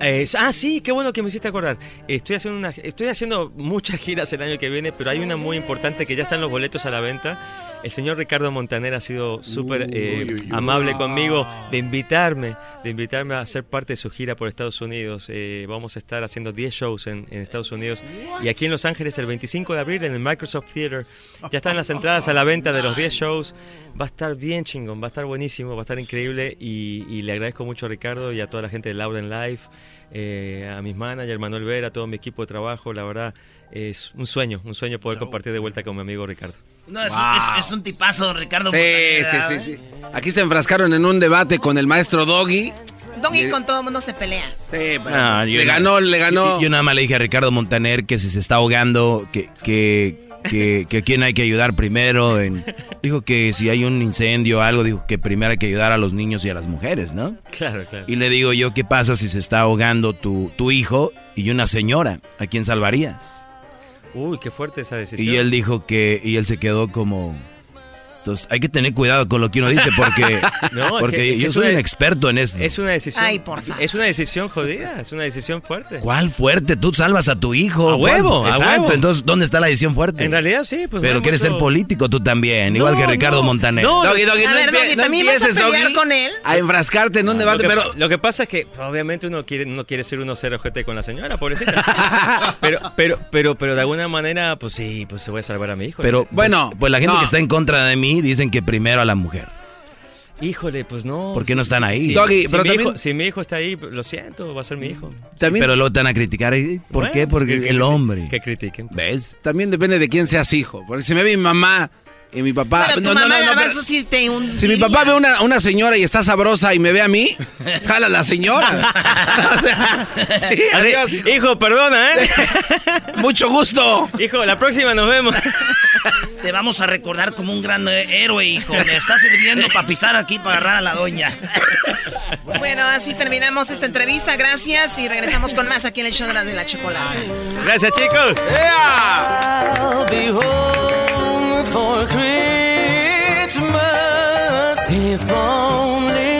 Speaker 23: Eh, ah, sí, qué bueno que me hiciste acordar. Estoy haciendo, una, estoy haciendo muchas giras el año que viene, pero hay una muy importante que ya están los boletos a la venta. El señor Ricardo Montaner ha sido súper eh,
Speaker 21: uy, uy.
Speaker 4: Ah.
Speaker 23: amable conmigo de invitarme, de invitarme a ser parte de su gira por Estados Unidos. Eh, vamos a estar haciendo 10 shows en, en Estados Unidos y aquí en Los Ángeles el 25 de abril en el Microsoft Theater. Ya están las entradas a la venta de los 10 shows. Va a estar bien chingón, va a estar buenísimo, va a estar increíble y, y le agradezco mucho a Ricardo y a toda la gente de Lauren Life, eh, a mis managers, Manuel Vera, a todo mi equipo de trabajo. La verdad es un sueño, un sueño poder compartir de vuelta con mi amigo Ricardo.
Speaker 3: No, es,
Speaker 5: Wow.
Speaker 3: es- es un tipazo, Ricardo.
Speaker 5: Sí,
Speaker 3: Montaner,
Speaker 5: sí, sí,
Speaker 3: ¿eh?
Speaker 5: sí. Aquí se enfrascaron en un debate con el maestro Doggy.
Speaker 14: Doggy con todo el mundo se pelea.
Speaker 4: Ah, yo
Speaker 5: le
Speaker 4: na-
Speaker 5: ganó, le ganó.
Speaker 4: Yo, yo nada más le dije a Ricardo Montaner que si se está ahogando, que, que, que, que a quién hay que ayudar primero. en- dijo que si hay un incendio o algo, dijo que primero hay que ayudar a los niños y a las mujeres, ¿no?
Speaker 23: Claro, claro.
Speaker 4: Y le digo yo, ¿qué pasa si se está ahogando tu, tu hijo y una señora? ¿A quién salvarías?
Speaker 23: Uy, qué fuerte esa decisión.
Speaker 4: Y él dijo que, y él se quedó como... Entonces hay que tener cuidado con lo que uno dice porque,
Speaker 23: <laughs> No, es
Speaker 4: porque
Speaker 23: que- es que
Speaker 4: yo
Speaker 23: es
Speaker 4: soy
Speaker 23: una-
Speaker 4: un experto en esto.
Speaker 23: Es una decisión.
Speaker 14: Ay, por favor.
Speaker 23: Es una decisión jodida, es una decisión fuerte.
Speaker 4: ¿Cuál fuerte? Tú salvas a tu hijo.
Speaker 23: A huevo,
Speaker 4: ¿Cuál?
Speaker 23: a
Speaker 4: Exacto.
Speaker 23: huevo.
Speaker 4: Entonces, ¿dónde está la decisión fuerte?
Speaker 23: En realidad sí, pues.
Speaker 4: Pero
Speaker 23: no hay
Speaker 4: quieres ser
Speaker 23: mucho-
Speaker 4: político tú también, igual que Ricardo Montaner.
Speaker 23: no,
Speaker 5: Doggy,
Speaker 23: no-
Speaker 5: doggy,
Speaker 14: A
Speaker 5: no,
Speaker 14: ver,
Speaker 5: empie-
Speaker 14: Doggy,
Speaker 5: no
Speaker 14: ¿también vas a
Speaker 5: empieces,
Speaker 14: pelear
Speaker 5: doggy,
Speaker 14: con él?
Speaker 5: A enfrascarte en un
Speaker 23: No,
Speaker 5: debate,
Speaker 23: lo que,
Speaker 5: pero
Speaker 23: lo que pasa es que pues, obviamente uno quiere no quiere ser uno ser ojete con la señora,
Speaker 4: <laughs>
Speaker 23: pobrecita. pero pero pero pero de alguna manera pues sí, pues se voy a salvar a mi hijo.
Speaker 4: Pero bueno, pues la gente
Speaker 23: no.
Speaker 4: que está en contra de mí dicen que primero a la mujer.
Speaker 23: <laughs> Híjole, pues no.
Speaker 4: ¿Por qué no están ahí?
Speaker 23: Si,
Speaker 4: Doggy,
Speaker 23: si
Speaker 4: pero
Speaker 23: mi
Speaker 4: también-
Speaker 23: hijo, si mi hijo está ahí, lo siento, va a ser mi hijo.
Speaker 4: Pero <laughs> luego te van a criticar. ¿eh? ¿Por
Speaker 23: Bueno,
Speaker 4: qué? Porque
Speaker 23: que-
Speaker 4: el hombre.
Speaker 23: Que critiquen.
Speaker 4: ¿Ves?
Speaker 5: También depende de quién seas hijo. Porque si me ve mi mamá y mi papá.
Speaker 14: Pero tu
Speaker 5: ah, no, no,
Speaker 14: mamá
Speaker 5: no, no,
Speaker 14: Garbanzo,
Speaker 5: pero-
Speaker 14: sí te hundiría.
Speaker 5: si mi papá ve
Speaker 14: <laughs>
Speaker 5: una, una señora y está sabrosa y me ve a mí, jala la señora. <laughs> O sea, sí,
Speaker 23: Así,
Speaker 5: adiós, hijo.
Speaker 23: perdona, <laughs> ¿eh?
Speaker 5: Mucho gusto.
Speaker 23: Hijo, la próxima nos vemos.
Speaker 4: <laughs>
Speaker 3: Te vamos a recordar como un gran eh, héroe, hijo. Le está sirviendo para pisar aquí para agarrar a la doña.
Speaker 14: Bueno, así terminamos esta entrevista. Gracias y regresamos con más aquí en el show de la, de la chocolate.
Speaker 23: Gracias, chicos.
Speaker 25: I'll be home for Christmas if only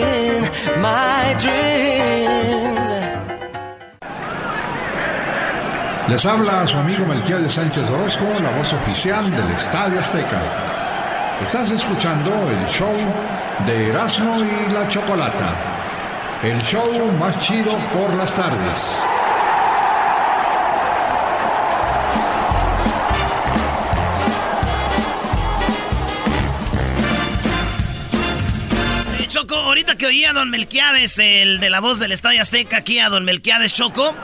Speaker 25: in my dreams.
Speaker 21: Les habla su amigo Melquiel de Sánchez Orozco, la voz oficial del Estadio Azteca. Estás escuchando el show de Erasmo y la Chocolata, el show más chido por las tardes.
Speaker 3: Eh, Choco, ahorita que oí a Don Melquiades, el de la voz del Estadio Azteca, aquí a Don Melquiades Choco,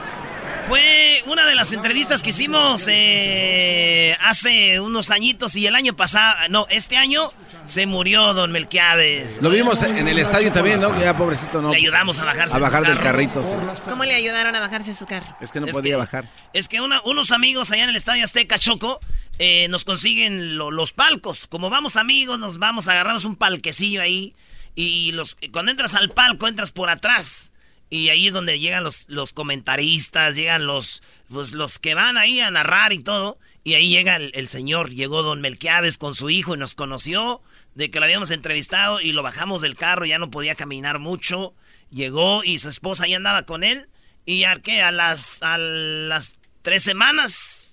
Speaker 3: fue una de las entrevistas que hicimos eh, hace unos añitos y el año pasado, no, este año se murió Don Melquiades.
Speaker 5: Lo vimos en el estadio también, ¿no? Que Ya pobrecito no.
Speaker 3: Le ayudamos a bajarse
Speaker 5: A
Speaker 3: de su
Speaker 5: bajar del
Speaker 3: carro.
Speaker 5: carrito. sí.
Speaker 14: ¿Cómo le ayudaron a bajarse su carro?
Speaker 5: Es que no podía bajar.
Speaker 3: Es que una- unos amigos allá en el Estadio Azteca Choco eh, nos consiguen lo- los palcos. Como vamos amigos, nos vamos, agarramos un palquecillo ahí. Y los, cuando entras al palco, entras por atrás. Y ahí es donde llegan los, los comentaristas, llegan los, pues, los que van ahí a narrar y todo. Y ahí llega el, el señor, llegó don Melquiades con su hijo y nos conoció de que lo habíamos entrevistado y lo bajamos del carro, ya no podía caminar mucho. Llegó y su esposa ahí andaba con él. Y ya que a las, a las tres semanas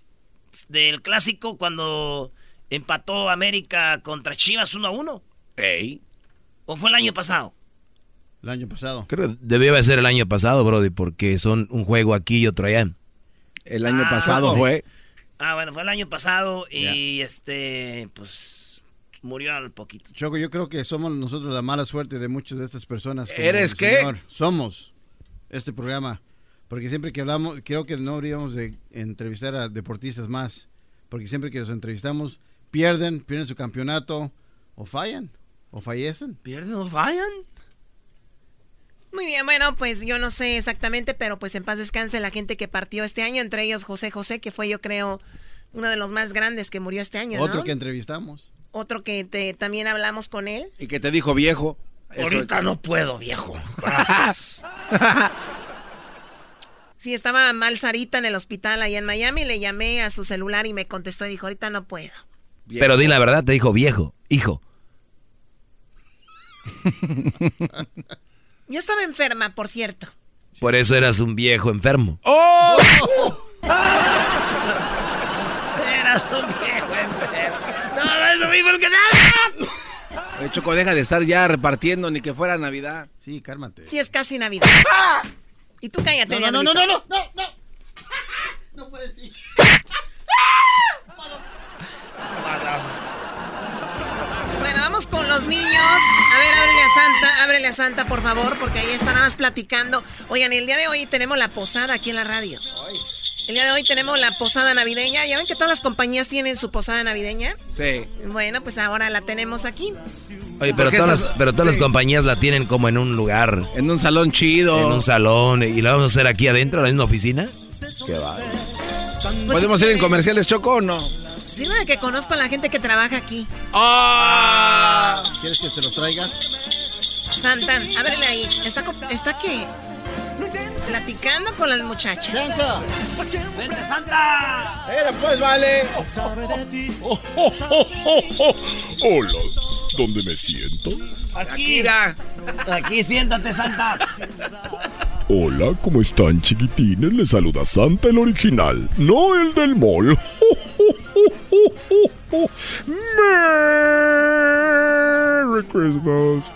Speaker 3: del clásico, cuando empató América contra Chivas 1 a 1. ¿O fue el año pasado?
Speaker 8: El año pasado.
Speaker 4: Creo que debió ser el año pasado, Brody, porque son un juego aquí y otro allá.
Speaker 5: El
Speaker 3: año Ah, pasado sí.
Speaker 4: fue.
Speaker 3: Ah, bueno, fue el año pasado y este, pues murió al poquito.
Speaker 8: Choco, yo creo que somos nosotros la mala suerte de muchas de estas personas. como
Speaker 3: ¿Eres
Speaker 8: el
Speaker 3: qué?
Speaker 8: señor. Somos este programa. Porque siempre que hablamos, creo que no deberíamos de entrevistar a deportistas más. Porque siempre que los entrevistamos, pierden, pierden su campeonato o fallan. O fallecen.
Speaker 3: ¿Pierden o fallan?
Speaker 14: Muy bien, bueno, pues yo no sé exactamente, pero pues en paz descanse la gente que partió este año, entre ellos José José, que fue yo creo uno de los más grandes que murió este año. ¿no?
Speaker 8: Otro que entrevistamos.
Speaker 14: Otro que te- también hablamos con él.
Speaker 5: Y que te dijo viejo. Eso-
Speaker 3: Ahorita no puedo, viejo.
Speaker 14: Sí, estaba mal Sarita en el hospital allá en Miami, le llamé a su celular y me contestó y dijo, ahorita no puedo.
Speaker 4: Pero di la verdad, te dijo viejo, hijo.
Speaker 14: Yo estaba enferma, por cierto.
Speaker 4: Por eso eras un viejo enfermo.
Speaker 14: ¡Oh!
Speaker 3: Eras un viejo enfermo. No, no es lo mismo el que nada.
Speaker 5: Eh, Choco, deja de estar ya repartiendo ni que fuera Navidad.
Speaker 8: Sí, cálmate.
Speaker 14: Sí, es casi Navidad. Y tú cállate,
Speaker 8: No, no, no,
Speaker 14: diablito.
Speaker 8: no, no, no, no. No puedes ir.
Speaker 14: Bueno, vamos con los niños. A ver, ábrele a Santa, ábrele a Santa, por favor, porque ahí están nada más platicando. Oigan, el día de hoy tenemos la posada aquí en la radio. El día de hoy tenemos la posada navideña. Ya ven que todas las compañías tienen su posada navideña.
Speaker 5: Sí.
Speaker 14: Bueno, pues ahora la tenemos aquí.
Speaker 4: Oye, pero
Speaker 5: Porque
Speaker 4: todas,
Speaker 5: esas-
Speaker 4: las, pero todas las
Speaker 5: sí.
Speaker 4: compañías la tienen como en un lugar.
Speaker 5: En un salón chido.
Speaker 4: En un salón. ¿Y la vamos a hacer aquí adentro, en la misma oficina?
Speaker 14: Pues,
Speaker 5: ¿Podemos ir en comerciales, Choco, o no?
Speaker 14: Sirve de que conozco a la gente que trabaja aquí.
Speaker 8: <laughs> ¿Quieres que te los traiga?
Speaker 14: Santa, ábrele ahí. ¿Está, co- está qué? Platicando con las muchachas.
Speaker 3: ¡Vente, Santa!
Speaker 5: Era pues, vale.
Speaker 26: Hola, ¿dónde me siento?
Speaker 3: Aquí. Aquí, siéntate, Santa.
Speaker 26: Hola, ¿cómo están chiquitines? Les saluda Santa el original, no el del mall. <laughs> Merry Christmas.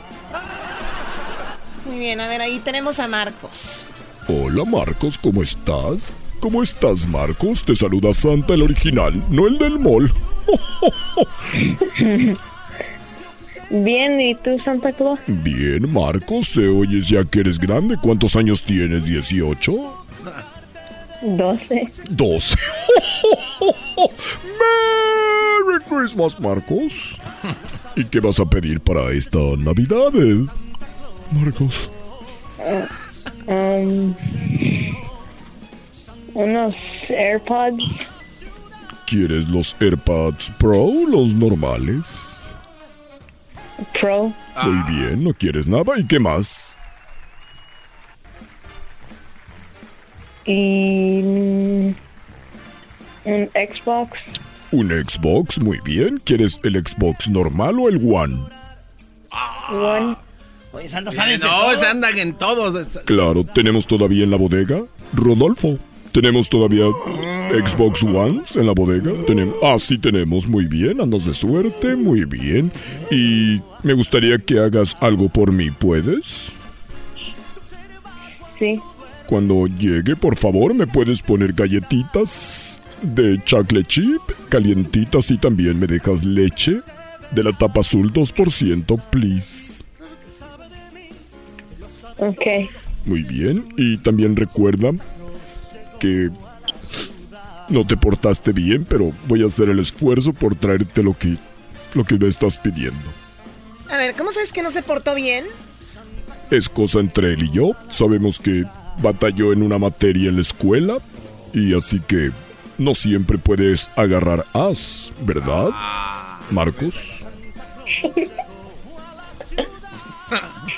Speaker 14: Muy bien, a ver, ahí tenemos a Marcos.
Speaker 26: Hola Marcos, ¿cómo estás? ¿Cómo estás Marcos? Te saluda Santa el original, no el del mall.
Speaker 17: Bien, ¿y tú, Santa Claus?
Speaker 26: <laughs> Bien Marcos, te oyes ya que eres grande. ¿Cuántos años tienes? ¿18?
Speaker 17: 12.
Speaker 26: 12. Merry Christmas Marcos. ¿Y qué vas a pedir para esta Navidad, eh? Marcos?
Speaker 17: Eh, um, unos AirPods.
Speaker 26: ¿Quieres los AirPods Pro o los normales?
Speaker 17: Pro.
Speaker 26: Muy bien, no quieres nada. ¿Y qué más?
Speaker 17: Y. mm, un Xbox.
Speaker 26: ¿Un Xbox? Muy bien. ¿Quieres el Xbox normal o el One?
Speaker 17: One.
Speaker 3: Oye, Santa,
Speaker 5: ¿sabes Ah. no, se andan en todos.
Speaker 26: Claro, ¿tenemos todavía en la bodega? Rodolfo, ¿tenemos todavía Xbox Ones en la bodega? Tenem- ah, sí tenemos, muy bien, andas de suerte, muy bien. Y me gustaría que hagas algo por mí, ¿puedes?
Speaker 17: Sí.
Speaker 26: Cuando llegue, por favor, me puedes poner galletitas de chocolate chip, calientitas y también me dejas leche de la tapa azul 2%, please.
Speaker 17: Ok.
Speaker 26: Muy bien, y también recuerda que no te portaste bien, pero voy a hacer el esfuerzo por traerte lo que, lo que me estás pidiendo.
Speaker 14: A ver, ¿cómo sabes que no se portó bien?
Speaker 26: Es cosa entre él y yo. Sabemos que batalló en una materia en la escuela y así que no siempre puedes agarrar as, ¿verdad? Marcos.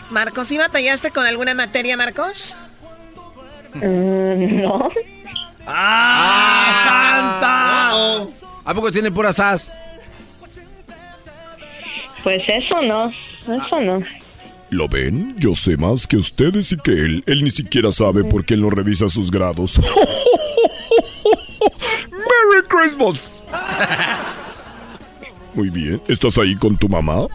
Speaker 14: Marcos, ¿sí batallaste con alguna materia, Marcos?
Speaker 17: no.
Speaker 5: ¡Ah, Santa! ¿A poco tiene puras as?
Speaker 17: Pues eso no. Eso no.
Speaker 26: ¿Lo ven? Yo sé más que ustedes y que él. Él ni siquiera sabe por qué él no revisa sus grados. <laughs> ¡Merry Christmas! Muy bien, ¿estás ahí con tu mamá?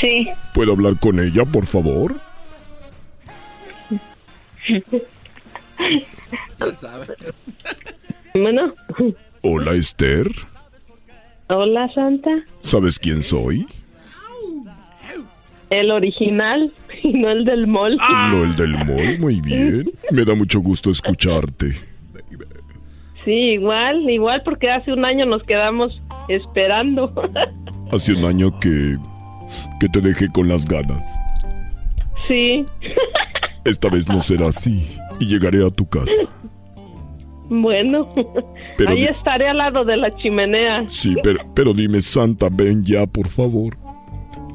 Speaker 17: Sí.
Speaker 26: ¿Puedo hablar con ella, por favor?
Speaker 17: Bueno.
Speaker 26: Hola, Esther.
Speaker 17: Hola, Santa.
Speaker 26: ¿Sabes quién soy?
Speaker 17: El original <laughs> y no el del mall.
Speaker 26: No el del mall, muy bien. Me da mucho gusto escucharte.
Speaker 17: Sí, igual, igual porque hace un año nos quedamos esperando. <laughs>
Speaker 26: Hace un año que... que te dejé con las ganas.
Speaker 17: sí.
Speaker 26: Esta vez no será así y llegaré a tu casa.
Speaker 17: Bueno.
Speaker 26: Pero
Speaker 17: Ahí
Speaker 26: di-
Speaker 17: estaré al lado de la chimenea.
Speaker 26: Sí, pero, pero dime, Santa, ven ya, por favor.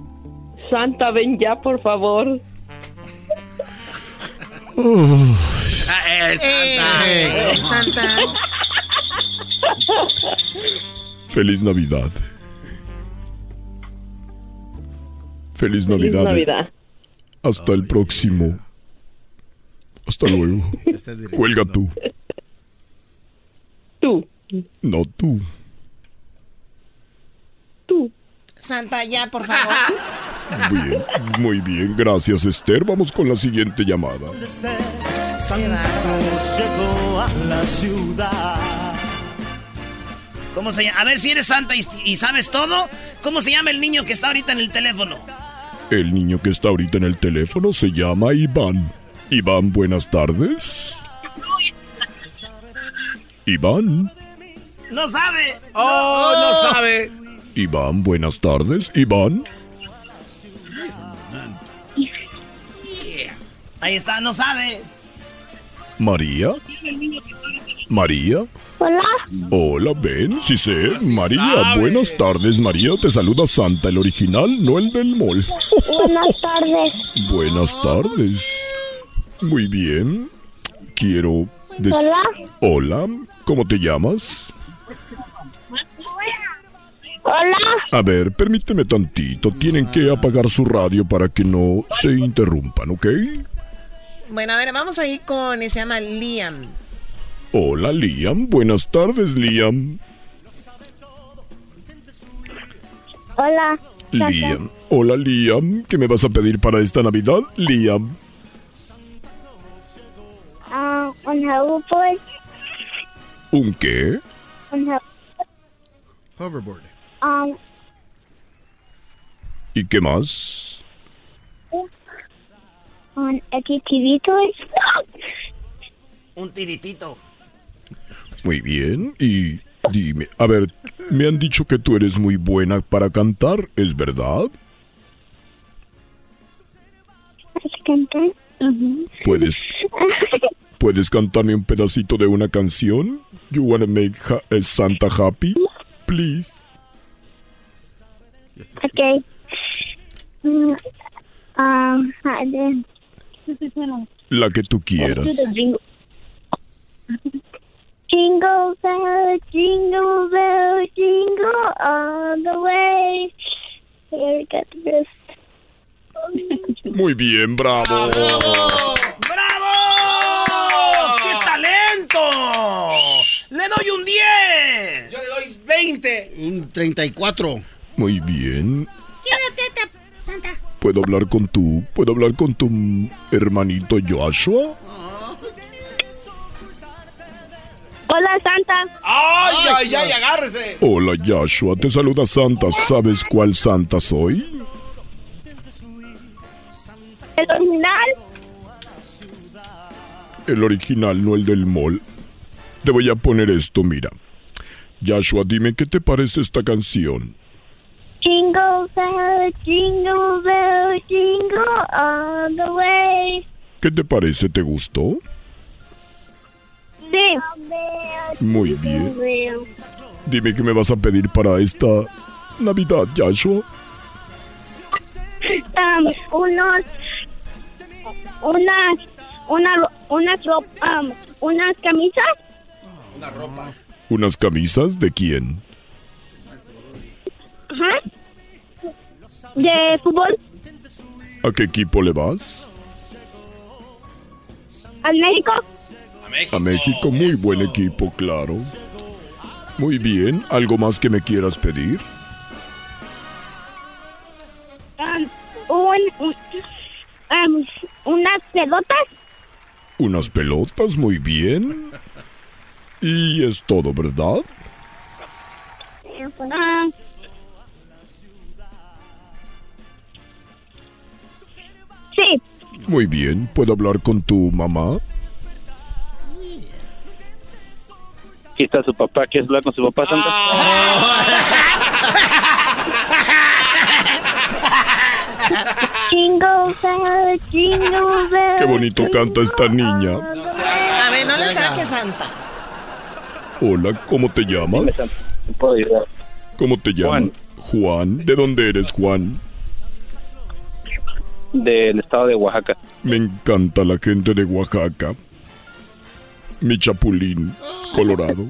Speaker 17: <laughs> Santa, ven ya, por favor.
Speaker 14: Eh, Santa.
Speaker 26: Feliz Navidad. Feliz
Speaker 17: Feliz
Speaker 26: Navidad. eh.
Speaker 17: Navidad.
Speaker 26: Hasta el próximo. Hasta luego. Cuelga tú.
Speaker 17: Tú.
Speaker 26: No tú.
Speaker 14: Santa, ya, por favor.
Speaker 26: Muy bien, muy bien. Gracias, Esther. Vamos con la siguiente llamada.
Speaker 17: Santa
Speaker 10: Claus
Speaker 17: llegó a
Speaker 10: la ciudad.
Speaker 3: ¿Cómo se llama? A ver si eres Santa y, y sabes todo. ¿Cómo se llama el niño que está ahorita en el teléfono?
Speaker 26: El niño que está ahorita en el teléfono se llama Iván. Iván, buenas tardes. Iván.
Speaker 3: ¡No sabe!
Speaker 5: ¡Oh, no sabe!
Speaker 26: Iván, buenas tardes. Iván.
Speaker 3: Ahí está, no sabe.
Speaker 26: María. María.
Speaker 17: Hola.
Speaker 26: Hola, Ben, sí sé. María,
Speaker 17: sabe.
Speaker 26: buenas tardes. María, te saluda Santa, el original, no el del mall.
Speaker 17: Buenas tardes.
Speaker 26: Buenas tardes. Muy bien. Quiero des-
Speaker 27: Hola.
Speaker 26: Hola, ¿cómo te llamas?
Speaker 27: Hola.
Speaker 26: A ver, permíteme tantito. Tienen que apagar su radio para que no se interrumpan, ¿ok?
Speaker 14: Bueno, a ver, vamos a ir con. Se llama Liam.
Speaker 26: Hola, Liam. Buenas tardes, Liam.
Speaker 27: Hola.
Speaker 26: Liam. Hola, Liam. ¿Qué me vas a pedir para esta Navidad, Liam?
Speaker 27: Ah, un jabón, pues.
Speaker 26: ¿Un qué?
Speaker 27: Un jabón.
Speaker 8: Hoverboard.
Speaker 27: Ah,
Speaker 26: ¿Y qué más?
Speaker 27: un equitivito.
Speaker 19: Un tiritito.
Speaker 26: Muy bien. Y dime, a ver, me han dicho que tú eres muy buena para cantar, ¿es verdad?
Speaker 27: ¿Has cantado? Ujú.
Speaker 26: ¿Puedes, ¿puedes cantarme un pedacito de una canción? You wanna make ha- eh, Santa happy? <laughs> Please.
Speaker 27: Ok. Mm, Ah, a ver.
Speaker 26: La que tú quieras.
Speaker 27: Jingle bell, jingle bell, jingle all the way. Here we got this.
Speaker 26: Muy bien, bravo.
Speaker 3: ¡Bravo! ¡Qué talento! ¡Le doy un 10! Yo le doy 20.
Speaker 8: Un 34.
Speaker 26: Muy bien.
Speaker 27: Quiero teta, Santa.
Speaker 26: ¿Puedo hablar con tu, puedo hablar con tu mm, hermanito Joshua?
Speaker 27: Hola, Santa.
Speaker 18: ¡Ay, ay, ay! ¡Agárrese!
Speaker 26: Hola Joshua, te saluda Santa. ¿Sabes cuál Santa soy?
Speaker 27: El original.
Speaker 26: El original, no el del mall. Te voy a poner esto, mira. Joshua, dime qué te parece esta canción.
Speaker 27: Jingle bell, jingle bell, jingle all the way.
Speaker 26: ¿Qué te parece? ¿Te gustó?
Speaker 27: Sí.
Speaker 26: Muy bien. Dime qué me vas a pedir para esta Navidad, Joshua.
Speaker 27: Um, unos, unas, una, ro- unas, ro- um, unas camisas
Speaker 5: Una ropa.
Speaker 26: ¿Unas camisas de quién?
Speaker 27: ajá, de fútbol
Speaker 26: ¿A qué equipo le vas?
Speaker 27: al México.
Speaker 26: A México, muy buen equipo, claro. Muy bien, ¿algo más que me quieras pedir?
Speaker 27: Um, un, un- um, unas pelotas.
Speaker 26: Unas pelotas, muy bien. Y es todo, ¿verdad?
Speaker 27: Ah, sí.
Speaker 26: Muy bien, ¿puedo hablar con tu mamá?
Speaker 18: Aquí está su papá. ¿Quieres hablar con su papá, Santa?
Speaker 27: Jingle bell, jingle bell.
Speaker 26: Qué bonito canta esta niña.
Speaker 14: A ver, no le
Speaker 27: Venga.
Speaker 14: saques, Santa.
Speaker 26: Hola, ¿cómo te llamas? ¿Cómo te llamas? Juan. ¿De dónde eres, Juan?
Speaker 18: Del estado de Oaxaca.
Speaker 26: Me encanta la gente de Oaxaca. Mi chapulín, Colorado.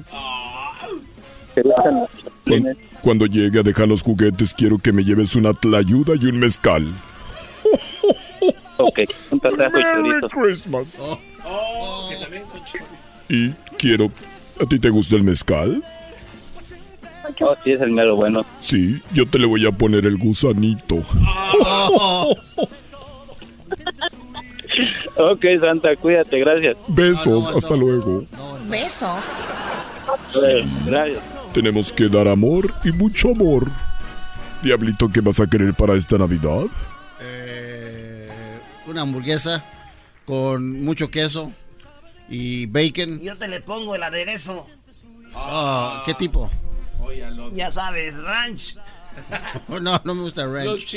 Speaker 18: Cuan-
Speaker 26: Cuando, llegue a dejar los juguetes, quiero que me lleves una tlayuda y un mezcal.
Speaker 18: Ok, un pedazo de
Speaker 26: Merry
Speaker 18: chorizo.
Speaker 26: Christmas.
Speaker 5: Oh.
Speaker 26: Y quiero... ¿A ti te gusta el mezcal?
Speaker 18: Oh, sí, es el mero bueno.
Speaker 26: Sí, yo te le voy a poner el gusanito.
Speaker 16: pues.
Speaker 18: Ok, Santa, cuídate, gracias.
Speaker 26: Besos, hasta luego.
Speaker 14: Besos.
Speaker 18: Eh, Gracias.
Speaker 26: Tenemos que dar amor y mucho amor. Diablito, ¿qué vas a querer para esta Navidad?
Speaker 8: Eh, Una hamburguesa con mucho queso y bacon.
Speaker 3: Yo te le pongo el aderezo.
Speaker 8: Ah, ¿Qué tipo?
Speaker 3: Ya sabes, ranch.
Speaker 8: Oh, no, no me gusta ranch.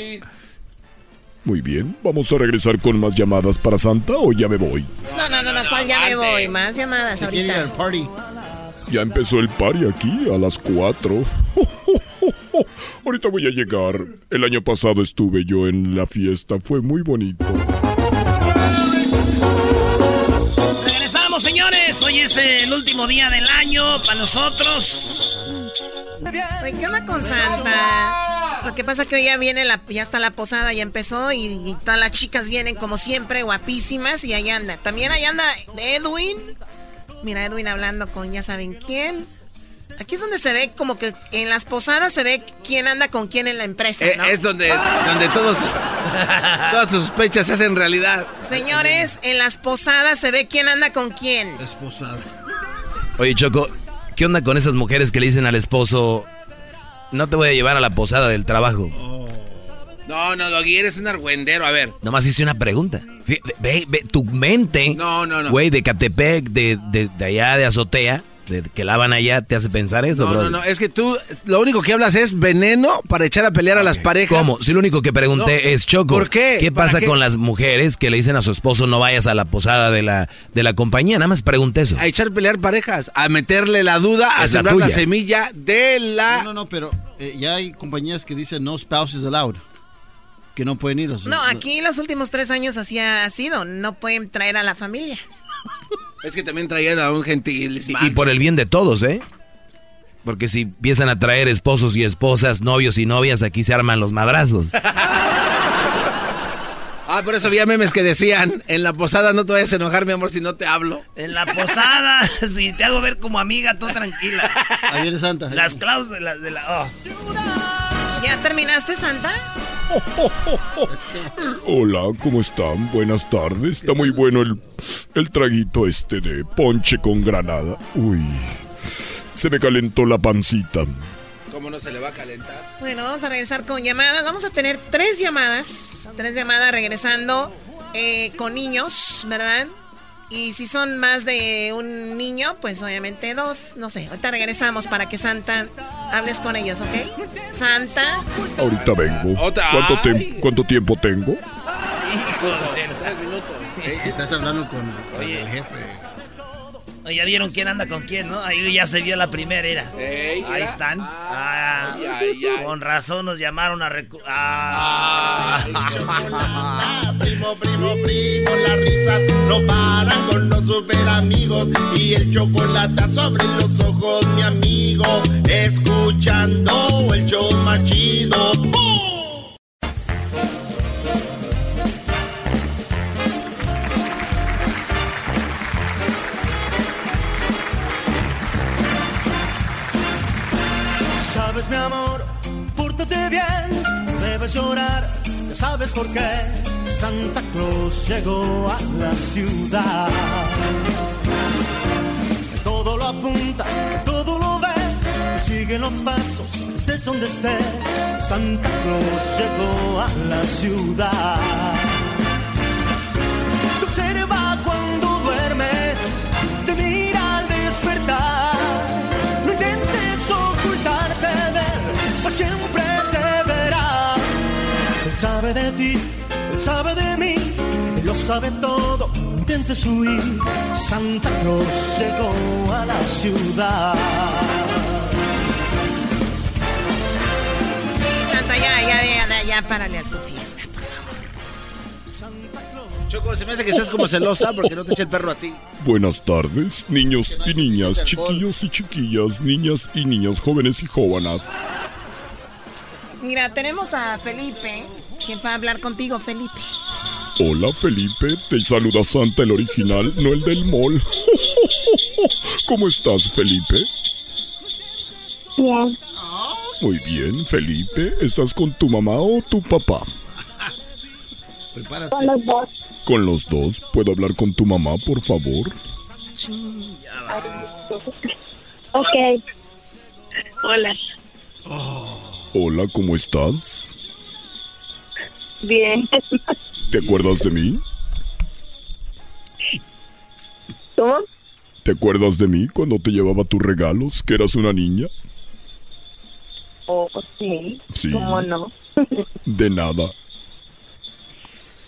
Speaker 26: Muy bien, vamos a regresar con más llamadas para Santa o ya me voy.
Speaker 14: No, no, no, no, ¿cuál? ya me voy. Más llamadas ahorita.
Speaker 8: party.
Speaker 26: Ya empezó el party aquí a las 4. <laughs> Ahorita voy a llegar. El año pasado estuve yo en la fiesta, fue muy bonito.
Speaker 3: Regresamos, señores. Hoy es el último día del año para nosotros.
Speaker 14: Oye, ¿qué onda con Santa? Lo que pasa es que hoy ya viene la, ya está la posada, ya empezó y, y todas las chicas vienen como siempre, guapísimas, y ahí anda. También ahí anda Edwin. Mira, Edwin hablando con ya saben quién. Aquí es donde se ve como que en las posadas se ve quién anda con quién en la empresa,
Speaker 5: Eh,
Speaker 14: ¿no?
Speaker 5: Es donde, donde todos, todas sus sospechas se hacen realidad.
Speaker 14: Señores, en las posadas se ve quién anda con quién.
Speaker 8: Esposada.
Speaker 4: Oye, Choco, ¿qué onda con esas mujeres que le dicen al esposo, no te voy a llevar a la posada del trabajo?
Speaker 5: Oh. No, no, Doggy, eres un argüendero. A ver,
Speaker 4: Nomás hice una pregunta. Fí- Ve, ve, tu mente,
Speaker 5: No, no, no.
Speaker 4: güey, de Catepec, de, de- de allá, de Azotea, de que lavan allá, ¿te hace pensar eso,
Speaker 5: no, no,
Speaker 4: brother?
Speaker 5: no. Es que tú lo único que hablas es veneno para echar a pelear a las parejas.
Speaker 4: ¿Cómo? Si lo único que pregunté
Speaker 5: No.
Speaker 4: es, Choco,
Speaker 5: ¿Por qué?
Speaker 4: ¿qué
Speaker 5: ¿Para
Speaker 4: pasa
Speaker 5: qué?
Speaker 4: con las mujeres que le dicen a su esposo no vayas a la posada de la, de la compañía? Nada más pregunté eso.
Speaker 5: A echar a pelear parejas, a meterle la duda, a
Speaker 4: Es la
Speaker 5: sembrar la
Speaker 4: tuya.
Speaker 5: semilla de la.
Speaker 8: No, no, no, pero eh, ya hay compañías que dicen no spouses allowed. Que no pueden ir. o sea,
Speaker 14: No, aquí los últimos tres años así ha sido. No pueden traer a la familia.
Speaker 5: Es que también traían a un gentil.
Speaker 4: Y por el bien de todos, ¿eh? Porque si empiezan a traer esposos y esposas, novios y novias, aquí se arman
Speaker 5: <laughs>
Speaker 4: los madrazos.
Speaker 5: Ah, por eso había memes que decían: en la posada no te vayas a enojar, mi amor, si no te hablo.
Speaker 3: En la posada, si te hago ver como amiga, tú tranquila.
Speaker 8: Ahí viene Santa.
Speaker 3: Las cláusulas de la. oh.
Speaker 14: ¿Ya terminaste, Santa?
Speaker 26: Hola, ¿cómo están? Buenas tardes. Está muy bueno el, el traguito este de ponche con granada. Uy, se me calentó la pancita.
Speaker 5: ¿Cómo no se le va a calentar?
Speaker 14: Bueno, vamos a regresar con llamadas. Vamos a tener tres llamadas. Tres llamadas regresando eh, con niños, ¿verdad? Y si son más de un niño, pues obviamente dos. No sé, ahorita regresamos para que Santa hables con ellos, ¿ok? Santa.
Speaker 26: Ahorita vengo.
Speaker 14: Otra.
Speaker 26: ¿Cuánto, tem- cuánto tiempo tengo?
Speaker 5: Tres minutos.
Speaker 8: estás hablando con, con el jefe.
Speaker 3: Oye, Oh, Ya vieron quién anda con quién, ¿no? Ahí ya se vio la primera, era. Ahí están. Ah, Con razón nos llamaron a recu- Ah.
Speaker 1: Primo, primo, primo, las risas no paran con los super amigos y el chocolate sobre los ojos, mi amigo, escuchando el show más chido. ¡Bum!
Speaker 6: Sabes, mi amor, pórtate bien, no debes llorar, ya sabes por qué. Santa Claus llegó a la ciudad. Que Todo lo apunta, que todo lo ve, que sigue los pasos, estés donde estés. Santa Claus llegó a la ciudad. Te observa cuando duermes, te mira al despertar. No intentes ocultarte de él, pues siempre te verá. Él sabe de ti, él sabe de mí, él lo sabe todo. No intentes huir, Santa Claus llegó a la ciudad.
Speaker 14: Sí, Santa, ya, ya, ya, ya, ya, párale a tu fiesta.
Speaker 5: Choco, se me hace que estás como celosa porque no te echa el perro a ti.
Speaker 26: Buenas tardes, niños y niñas, chiquillos y chiquillas, niñas y niños, jóvenes y jóvenes.
Speaker 14: Mira, tenemos a Felipe, quien va a hablar contigo, Felipe.
Speaker 26: Hola Felipe, te saluda Santa el original, no el del mall. <laughs> ¿Cómo estás Felipe?
Speaker 27: Bien.
Speaker 26: Muy bien, Felipe, ¿estás con tu mamá o tu papá?
Speaker 27: Con los dos.
Speaker 26: Con los dos, ¿puedo hablar con tu mamá, por favor?
Speaker 27: Ok. Hola.
Speaker 26: Hola, ¿cómo estás?
Speaker 27: Bien.
Speaker 26: ¿Te acuerdas de mí?
Speaker 27: ¿Cómo?
Speaker 26: ¿Te acuerdas de mí cuando te llevaba tus regalos, que eras una niña?
Speaker 27: Oh, sí.
Speaker 26: Sí.
Speaker 27: ¿Cómo no? <laughs>
Speaker 26: De nada.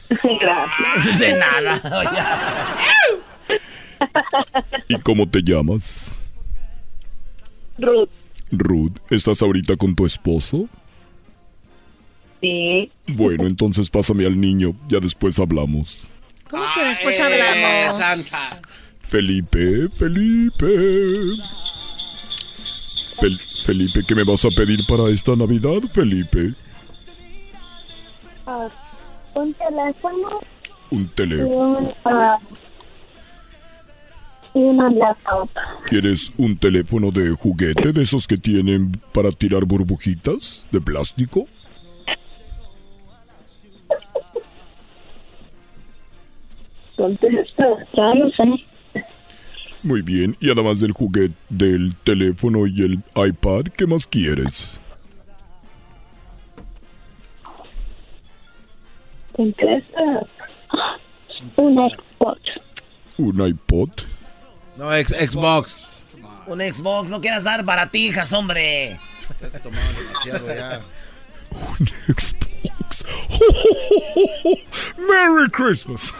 Speaker 27: Gracias.
Speaker 3: De nada.
Speaker 26: ¿Y cómo te llamas?
Speaker 27: Ruth,
Speaker 26: Ruth, ¿estás ahorita con tu esposo?
Speaker 27: sí.
Speaker 26: Bueno, entonces pásame al niño, ya después hablamos.
Speaker 14: ¿Cómo que después hablamos?
Speaker 26: Felipe, Felipe. Fel- Felipe, ¿qué me vas a pedir para esta Navidad, Felipe?
Speaker 27: Ah, un teléfono
Speaker 26: Un
Speaker 27: y
Speaker 26: teléfono.
Speaker 27: un... ah, y una laptop.
Speaker 26: ¿Quieres un teléfono de juguete de esos que tienen para tirar burbujitas de plástico?
Speaker 27: Contesta, ya no sé.
Speaker 26: Muy bien, y además del juguete, del teléfono y el iPad, ¿qué más quieres?
Speaker 27: Contesta. ah, Una Xbox.
Speaker 26: ¿Un iPod?
Speaker 5: No, ex- Xbox.
Speaker 3: Un Xbox, no quieras dar baratijas, hombre.
Speaker 26: <laughs> Merry
Speaker 3: <laughs>
Speaker 26: Christmas.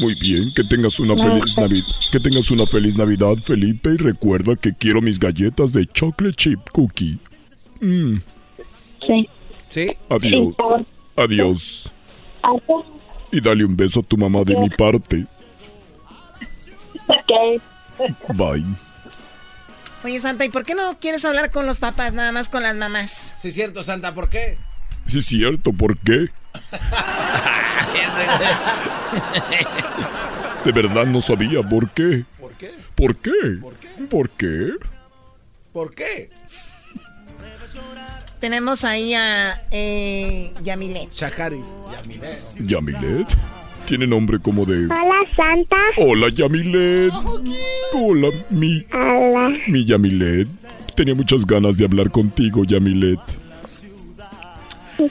Speaker 26: Muy bien, que tengas una
Speaker 27: No,
Speaker 26: feliz
Speaker 27: pues-
Speaker 26: Navidad. Que tengas una feliz Navidad, Felipe, y recuerda que quiero mis galletas de chocolate chip cookie.
Speaker 27: Mm. Sí.
Speaker 5: ¿Sí?
Speaker 26: Adiós.
Speaker 27: por-
Speaker 26: Adiós.
Speaker 27: Ok.
Speaker 26: Y dale un beso a tu mamá de mi parte. Bye.
Speaker 14: Oye, Santa, ¿y por qué no quieres hablar con los papás, nada más con las mamás?
Speaker 5: Sí, es cierto, Santa, ¿por qué?
Speaker 26: Sí es cierto, ¿por qué? De verdad no sabía por qué. ¿Por qué? ¿Por qué? ¿Por qué?
Speaker 5: ¿Por qué?
Speaker 14: Tenemos ahí a eh, Yamilet.
Speaker 5: Chacaris.
Speaker 26: Yamilet. Tiene nombre como de...
Speaker 27: Hola, Santa.
Speaker 26: Hola, Yamilet. Hola, mi... Mi Yamilet. Tenía muchas ganas de hablar contigo, Yamilet. Tú,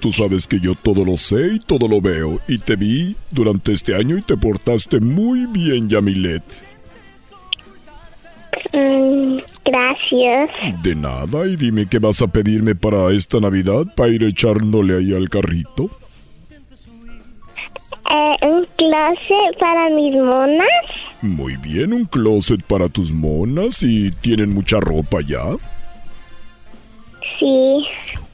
Speaker 26: tú sabes que yo todo lo sé y todo lo veo. Y te vi durante este año y te portaste muy bien, Yamilet.
Speaker 27: Mm, gracias.
Speaker 26: De nada, y dime qué vas a pedirme para esta Navidad, para ir echándole ahí al carrito.
Speaker 27: Eh, un closet para mis monas.
Speaker 26: Muy bien, un closet para tus monas y tienen mucha ropa ya.
Speaker 27: Sí.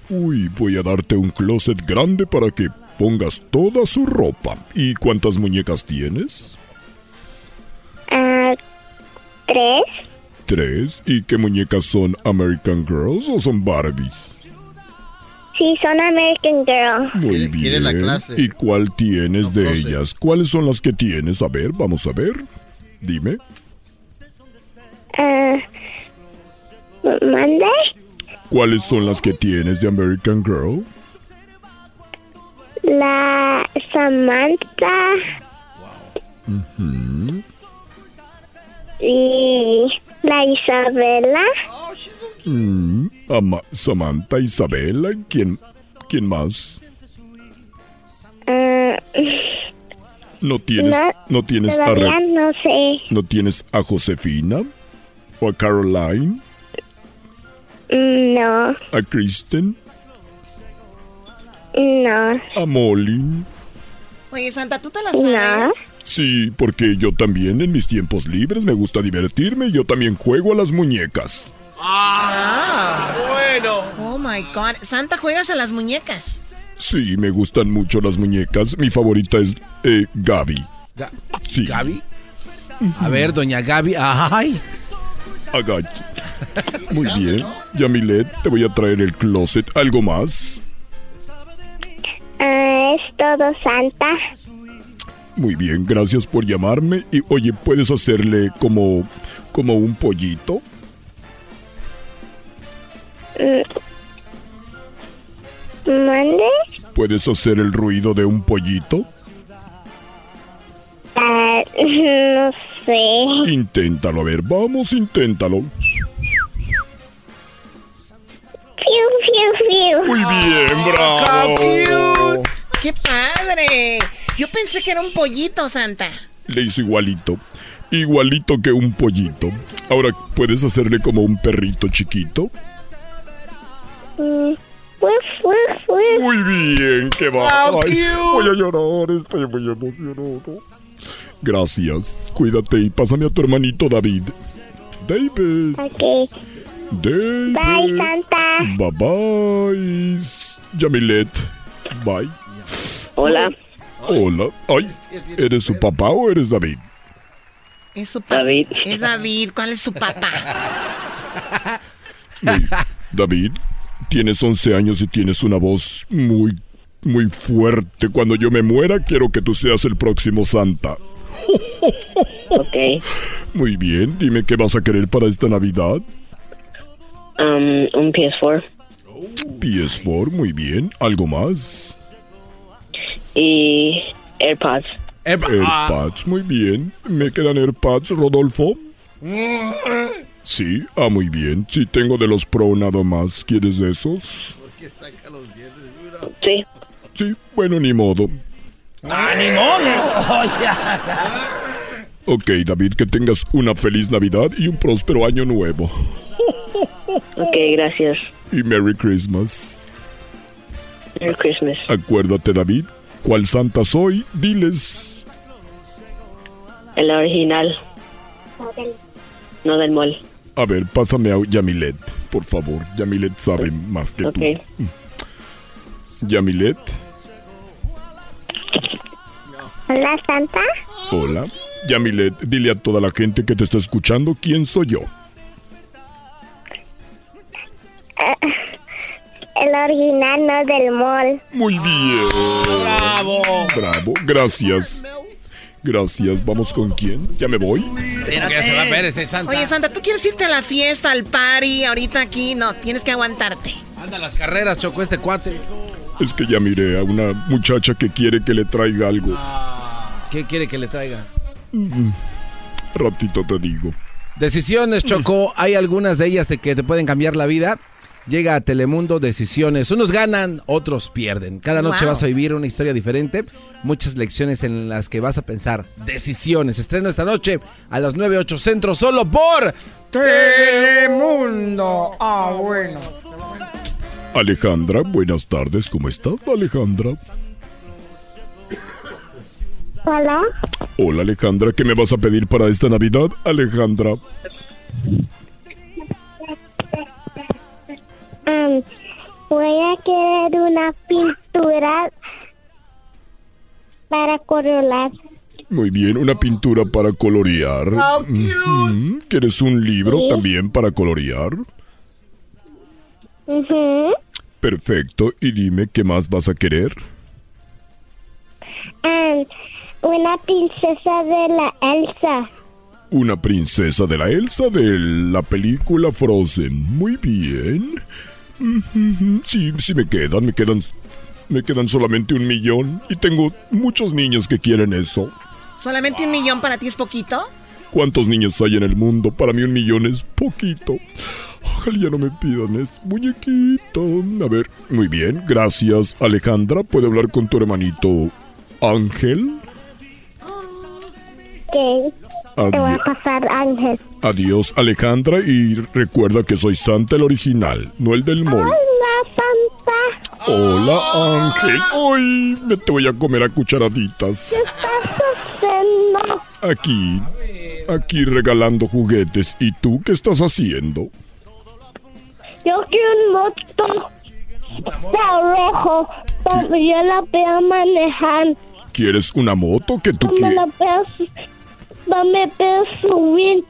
Speaker 26: Uy, voy a darte un closet grande para que pongas toda su ropa. ¿Y cuántas muñecas tienes?
Speaker 27: Ah, tres.
Speaker 26: Tres. ¿Y qué muñecas son? ¿American Girls o son Barbies?
Speaker 27: Sí, son American Girl.
Speaker 26: Muy bien.
Speaker 8: quiere la clase.
Speaker 26: ¿Y cuál tienes de ellas? ¿Cuáles son las que tienes? A ver, vamos a ver. Dime.
Speaker 27: Ah, ¿Mande?
Speaker 26: ¿Cuáles son las que tienes de American Girl?
Speaker 27: La Samantha
Speaker 26: Ujú.
Speaker 27: y la Isabela.
Speaker 26: Mm, Ama- Samantha, Isabela, ¿quién, ¿quién más?
Speaker 27: Ah,
Speaker 26: ¿No tienes, no, tienes a Re-
Speaker 27: todavía no sé.
Speaker 26: no tienes a Josefina o a Caroline,
Speaker 27: Mm, No,
Speaker 26: a Kristen,
Speaker 27: no.
Speaker 26: a Molly?
Speaker 14: Oye, Santa, ¿tú te la sabes?
Speaker 26: Sí, porque yo también en mis tiempos libres me gusta divertirme y yo también juego a las muñecas.
Speaker 14: Ah, bueno. Oh my God. Santa, juegas a las muñecas.
Speaker 26: Sí, me gustan mucho las muñecas. Mi favorita es eh, Gaby.
Speaker 5: Ga-
Speaker 26: Sí.
Speaker 5: ¿Gaby? A ver, doña Gaby. ¡Ay!
Speaker 26: Agache. Muy bien. Yamilet, te voy a traer el closet. ¿Algo más?
Speaker 27: Ah, es todo Santa.
Speaker 26: Muy bien, gracias por llamarme. Y oye, ¿puedes hacerle como, como un pollito?
Speaker 27: Mm. ¿Mande?
Speaker 26: ¿Puedes hacer el ruido de un pollito?
Speaker 27: Ah, <laughs> no sé.
Speaker 26: Inténtalo, a ver, vamos, inténtalo.
Speaker 27: Piu, piu, piu.
Speaker 26: Muy bien, bravo.
Speaker 14: ¡Qué padre! Yo pensé que era un pollito, Santa.
Speaker 26: Le hizo igualito. Igualito que un pollito. Ahora, ¿puedes hacerle como un perrito chiquito?
Speaker 27: Mm, woof, woof, woof.
Speaker 26: Muy bien, qué va.
Speaker 27: Wow,
Speaker 26: Ay,
Speaker 27: cute.
Speaker 26: voy a llorar, estoy muy emocionado. Gracias, cuídate y pásame a tu hermanito David. David.
Speaker 27: Ok.
Speaker 26: David.
Speaker 27: Bye, Santa.
Speaker 26: Bye bye. Yamilet. Bye.
Speaker 27: Hola.
Speaker 26: Hola. Ay, ¿eres su papá o eres David?
Speaker 14: Es su papá. David. Es David. ¿Cuál es
Speaker 5: <laughs>
Speaker 14: su papá?
Speaker 26: Muy- David, tienes 11 años y tienes una voz muy, muy fuerte. Cuando yo me muera, quiero que tú seas el próximo Santa.
Speaker 10: Ok.
Speaker 26: Muy bien, dime qué vas a querer para esta Navidad.
Speaker 10: Um, un PS4
Speaker 26: PS4, muy bien. ¿Algo más?
Speaker 10: y AirPods.
Speaker 27: Ah.
Speaker 26: AirPads, muy bien. ¿Me quedan AirPads, Rodolfo? Sí, ah, muy bien. Sí, tengo de los Pro nada más. ¿Quieres de esos?
Speaker 10: Sí.
Speaker 26: Sí, bueno, ni modo. Ok, David, que tengas una feliz Navidad y un próspero año nuevo.
Speaker 10: Ok, gracias.
Speaker 26: Y Merry Christmas.
Speaker 10: Merry Christmas.
Speaker 26: Acuérdate, David, cuál santa soy, diles.
Speaker 10: El original. No del mall.
Speaker 26: A ver, pásame a Yamilet, por favor. Yamilet sabe más que
Speaker 10: Ok.
Speaker 26: tú. Yamilet,
Speaker 27: Hola, Santa.
Speaker 26: hola. Yamilet, dile a toda la gente que te está escuchando quién soy yo.
Speaker 27: Eh, El original no del mall.
Speaker 26: Muy bien.
Speaker 27: Bravo.
Speaker 26: Bravo, gracias. Gracias, vamos con quién. ¿Ya me voy?
Speaker 3: ya se va a ver
Speaker 5: eh,
Speaker 3: ese Santa.
Speaker 14: Oye, Santa, ¿tú quieres irte a la fiesta, al party, ahorita aquí? No, tienes que aguantarte.
Speaker 5: Anda las carreras, chocó este cuate.
Speaker 26: Es que ya miré a una muchacha que quiere que le traiga algo. Mm,
Speaker 5: ¿Qué quiere que le traiga?
Speaker 26: Ratito te digo.
Speaker 5: Decisiones, Choco. Hay algunas de ellas de que te pueden cambiar la vida. Llega a Telemundo Decisiones. Unos ganan, otros pierden. Cada noche
Speaker 2: Wow.
Speaker 5: vas a vivir una historia diferente. Muchas lecciones en las que vas a pensar. Decisiones. Estreno esta noche a las 9, 8 centros solo por
Speaker 6: Telemundo. Ah, bueno.
Speaker 26: Alejandra, buenas tardes, ¿cómo estás, Alejandra?
Speaker 27: Hola.
Speaker 26: Hola, Alejandra, ¿qué me vas a pedir para esta Navidad, Alejandra?
Speaker 27: Am, Um, voy a querer una pintura para corolar.
Speaker 26: Muy bien, una pintura para colorear.
Speaker 27: How cute.
Speaker 26: Ujú. ¿Quieres un libro
Speaker 27: Sí.
Speaker 26: también para colorear?
Speaker 27: Ujú.
Speaker 26: Perfecto, y dime qué más vas a querer.
Speaker 27: Am, Um, una princesa de la Elsa.
Speaker 26: Una princesa de la Elsa de la película Frozen. Muy bien. Ujú, Sí, sí me quedan, me quedan, me quedan solamente un millón y tengo muchos niños que quieren eso.
Speaker 14: ¿Solamente un millón para ti es poquito?
Speaker 26: ¿Cuántos niños hay en el mundo? Para mí un millón es poquito. Ojalá ya no me pidan es muñequito. A ver, muy bien, gracias Alejandra. ¿Puedo hablar con tu hermanito Ángel?
Speaker 27: Ok. Te voy a
Speaker 26: Adiós.
Speaker 27: pasar, Ángel.
Speaker 26: Adiós Alejandra y recuerda que soy Santa el original, no el del mall.
Speaker 27: Hola, Santa.
Speaker 26: Hola Ángel. Hoy me te voy a comer a cucharaditas.
Speaker 27: ¿Qué estás haciendo?
Speaker 26: Aquí, aquí regalando juguetes. ¿Y tú qué estás haciendo?
Speaker 27: Yo quiero un moto. Está rojo. Pero yo la voy a manejar.
Speaker 26: ¿Quieres una moto que tú
Speaker 27: No me
Speaker 26: quieres?
Speaker 27: la voy a su- no me voy a subir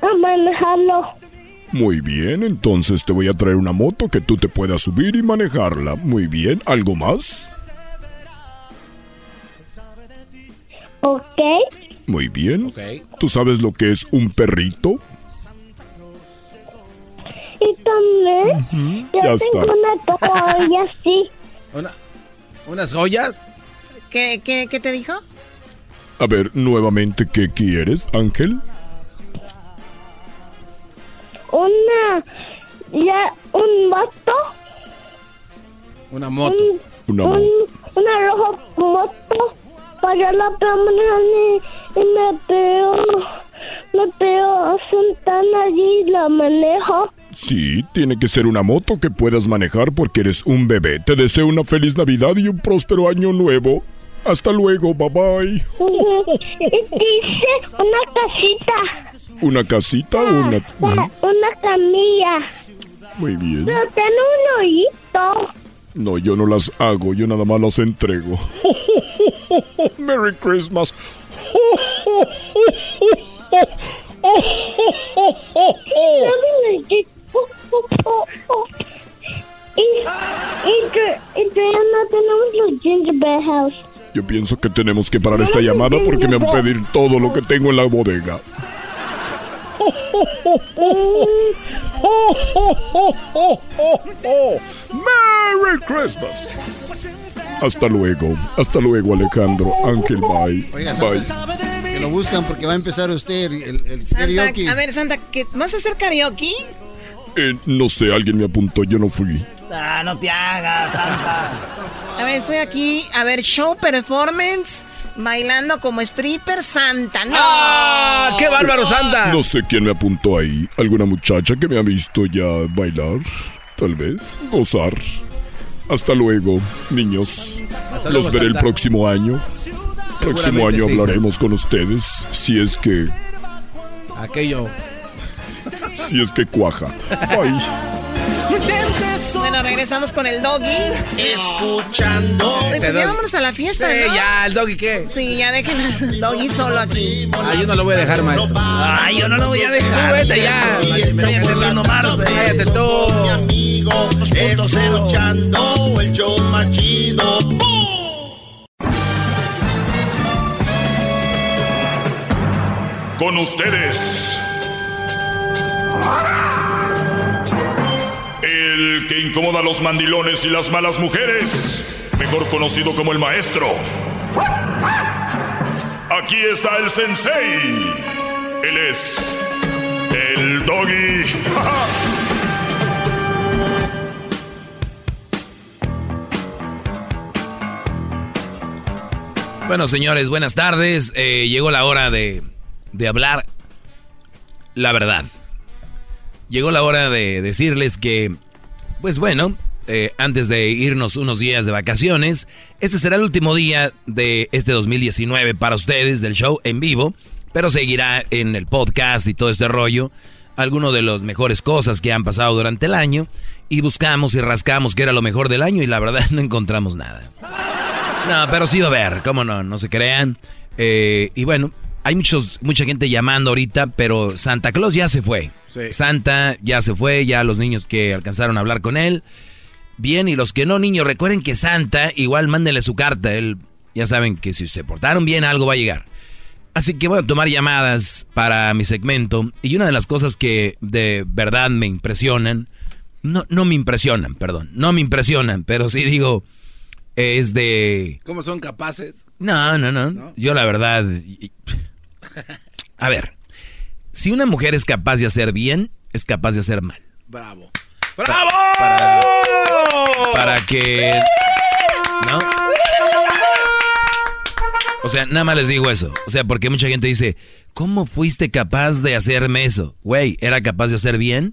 Speaker 27: a manejarlo.
Speaker 26: Muy bien, entonces te voy a traer una moto que tú te puedas subir y manejarla. Muy bien, ¿algo más?
Speaker 27: ¿Ok?
Speaker 26: Muy bien. ¿Tú sabes lo que es un perrito?
Speaker 27: Y también yo
Speaker 26: ya
Speaker 27: tengo
Speaker 26: estás.
Speaker 27: una
Speaker 14: <laughs>
Speaker 27: toalla así.
Speaker 5: unas joyas.
Speaker 14: ¿Qué, qué, qué te dijo?
Speaker 26: A ver, nuevamente, ¿qué quieres, Ángel?
Speaker 27: Una... Ya, un moto.
Speaker 5: Una
Speaker 27: Un,
Speaker 26: Una
Speaker 27: un-
Speaker 26: moto.
Speaker 27: una roja moto. Para yo la voy a manejar y, y me veo... Me veo sentada allí y la manejo.
Speaker 26: Sí, tiene que ser una moto que puedas manejar porque eres un bebé. Te deseo una feliz Navidad y un próspero año nuevo. Hasta luego, bye bye.
Speaker 27: Ujú. y dice una casita.
Speaker 26: Una casita, una... Mm,
Speaker 27: Una, una camilla.
Speaker 26: Muy bien.
Speaker 27: Pero tiene un hoyito.
Speaker 26: No, yo no las hago, yo nada más las entrego. oh, oh, Merry Christmas. Oh, oh, oh, oh, oh, oh, oh, oh, oh, oh.
Speaker 27: Y, y, que- y todavía no tenemos los gingerbread house.
Speaker 26: Yo pienso que tenemos que parar esta llamada porque me van a pedir todo lo que tengo en la bodega. Merry Christmas. Hasta luego, hasta luego Alejandro, Ángel, bye,
Speaker 8: Oiga,
Speaker 26: bye.
Speaker 8: Santa, que lo buscan porque va a empezar usted el, el
Speaker 14: Santa,
Speaker 8: karaoke.
Speaker 14: a ver, Santa, ¿qué- ¿vas a hacer karaoke?
Speaker 26: Eh, no sé, alguien me apuntó, yo no fui.
Speaker 14: Ah, no te hagas, Santa. <laughs> A ver, estoy aquí. A ver, show performance. Bailando como stripper Santa. ¡No! ¡Ah!
Speaker 4: ¡Qué bárbaro, Santa!
Speaker 26: No sé quién me apuntó ahí, alguna muchacha que me ha visto ya bailar, tal vez, gozar. Hasta luego, niños.
Speaker 4: Hasta luego,
Speaker 26: Los veré el
Speaker 4: Santa.
Speaker 26: próximo año. Próximo año
Speaker 4: Seguramente sí,
Speaker 26: hablaremos con ustedes, si es que,
Speaker 4: Aquello.
Speaker 26: si es que cuaja.
Speaker 14: Bueno, regresamos con el doggy.
Speaker 1: Escuchando.
Speaker 14: Oye, pues ya vámonos a la fiesta,
Speaker 5: Sí,
Speaker 14: ¿no?
Speaker 5: ya, el doggy qué.
Speaker 14: Sí, ya dejen al doggy solo aquí.
Speaker 5: Ah, yo no lo voy a dejar, maestro.
Speaker 3: Ay, yo no lo voy a dejar.
Speaker 5: Tú vete ya.
Speaker 3: Cállate
Speaker 5: tú.
Speaker 1: Mi amigo, escuchando el show más chido.
Speaker 2: Con ustedes.
Speaker 26: Ah.
Speaker 2: El que incomoda a los mandilones y las malas mujeres. Mejor conocido como el maestro. Aquí está el sensei. Él es el doggy. <laughs> ¡Ja, ja!
Speaker 4: Bueno, señores, buenas tardes. Eh, llegó la hora de, de hablar la verdad. Llegó la hora de decirles que, pues bueno, eh, antes de irnos unos días de vacaciones, este será el último día de este 2019 para ustedes del show en vivo, pero seguirá en el podcast y todo este rollo. Algunos de las mejores cosas que han pasado durante el año y buscamos y rascamos qué era lo mejor del año y la verdad <laughs> no encontramos nada. No, pero sí va a haber, cómo no, no se crean. Eh, y bueno, hay muchos, mucha gente llamando ahorita, pero Santa Claus ya se fue.
Speaker 5: Sí.
Speaker 4: Santa ya se fue, ya los niños que alcanzaron a hablar con él. Bien, y los que no, niños, recuerden que Santa, igual mándenle su carta. Él, ya saben que si se portaron bien, algo va a llegar. Así que voy a tomar llamadas para mi segmento. Y una de las cosas que de verdad me impresionan, no, no me impresionan, perdón, no me impresionan, pero sí digo, es de...
Speaker 5: ¿Cómo son capaces? <laughs>
Speaker 4: No, no, no. Yo la verdad... y- A ver, si una mujer es capaz de hacer bien, es capaz de hacer mal.
Speaker 5: Bravo.
Speaker 4: ¡Bravo! Para que... ¿No? O sea, nada más les digo eso. O sea, porque mucha gente dice, ¿cómo fuiste capaz de hacerme eso? Güey, ¿era capaz de hacer bien?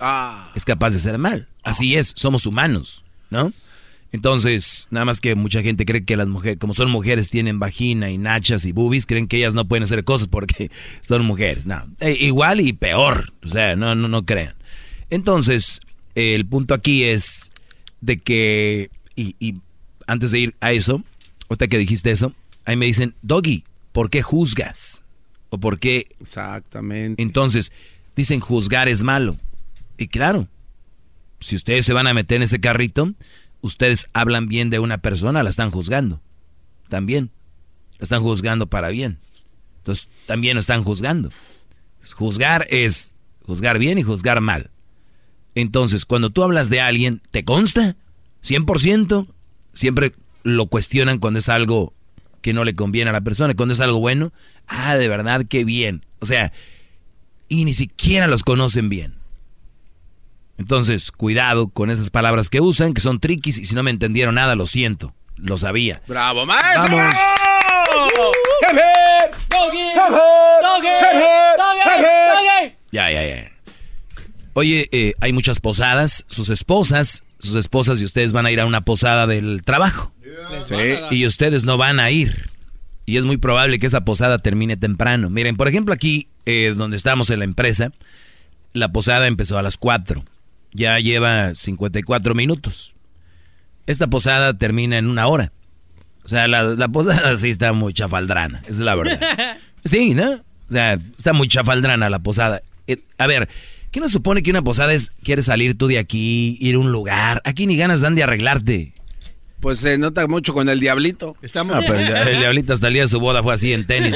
Speaker 4: Es capaz de hacer mal. Así es, somos humanos, ¿no? Entonces, nada más que mucha gente cree que las mujeres, como son mujeres, tienen vagina y nachas y boobies, creen que ellas no pueden hacer cosas porque <laughs> son mujeres. No, Eh, igual y peor. O sea, no, no, no crean. Entonces, eh, el punto aquí es de que, y, y antes de ir a eso, ahorita que dijiste eso, ahí me dicen, Doggy, ¿por qué juzgas? ¿O por qué?
Speaker 5: Exactamente.
Speaker 4: Entonces, dicen juzgar es malo. Y claro, si ustedes se van a meter en ese carrito, ustedes hablan bien de una persona, la están juzgando. También. La están juzgando para bien. Entonces, también lo están juzgando. Juzgar es juzgar bien y juzgar mal. Entonces, cuando tú hablas de alguien, ¿te consta? ¿100%? Siempre lo cuestionan cuando es algo que no le conviene a la persona, cuando es algo bueno. Ah, de verdad, qué bien. O sea, y ni siquiera los conocen bien. Entonces, cuidado con esas palabras que usan, que son triquis, y si no me entendieron nada, lo siento, lo sabía.
Speaker 5: Bravo, maestro.
Speaker 4: Vamos.
Speaker 5: Hip, hip. Hip, hip. Hip, hip. Hip, hip.
Speaker 4: Ya, ya, ya. Oye, eh, hay muchas posadas, sus esposas, sus esposas y ustedes van a ir a una posada del trabajo. Y ustedes no van a ir. Y es muy probable que esa posada termine temprano. Miren, por ejemplo, aquí eh, donde estamos en la empresa, la posada empezó a las 4. Ya lleva 54 minutos. Esta posada termina en una hora. O sea, la, la posada sí está muy chafaldrana, es
Speaker 7: <laughs>
Speaker 4: la verdad. Sí, ¿no? O sea, está muy chafaldrana la posada. Eh, a ver, ¿qué nos supone que una posada es quieres salir tú de aquí, ir a un lugar? Aquí ni ganas dan de arreglarte.
Speaker 5: Pues se nota mucho con el diablito.
Speaker 8: Estamos,
Speaker 4: Ah, pero el,
Speaker 7: <laughs>
Speaker 4: el
Speaker 5: <laughs>
Speaker 4: diablito hasta el día de su boda fue así en tenis.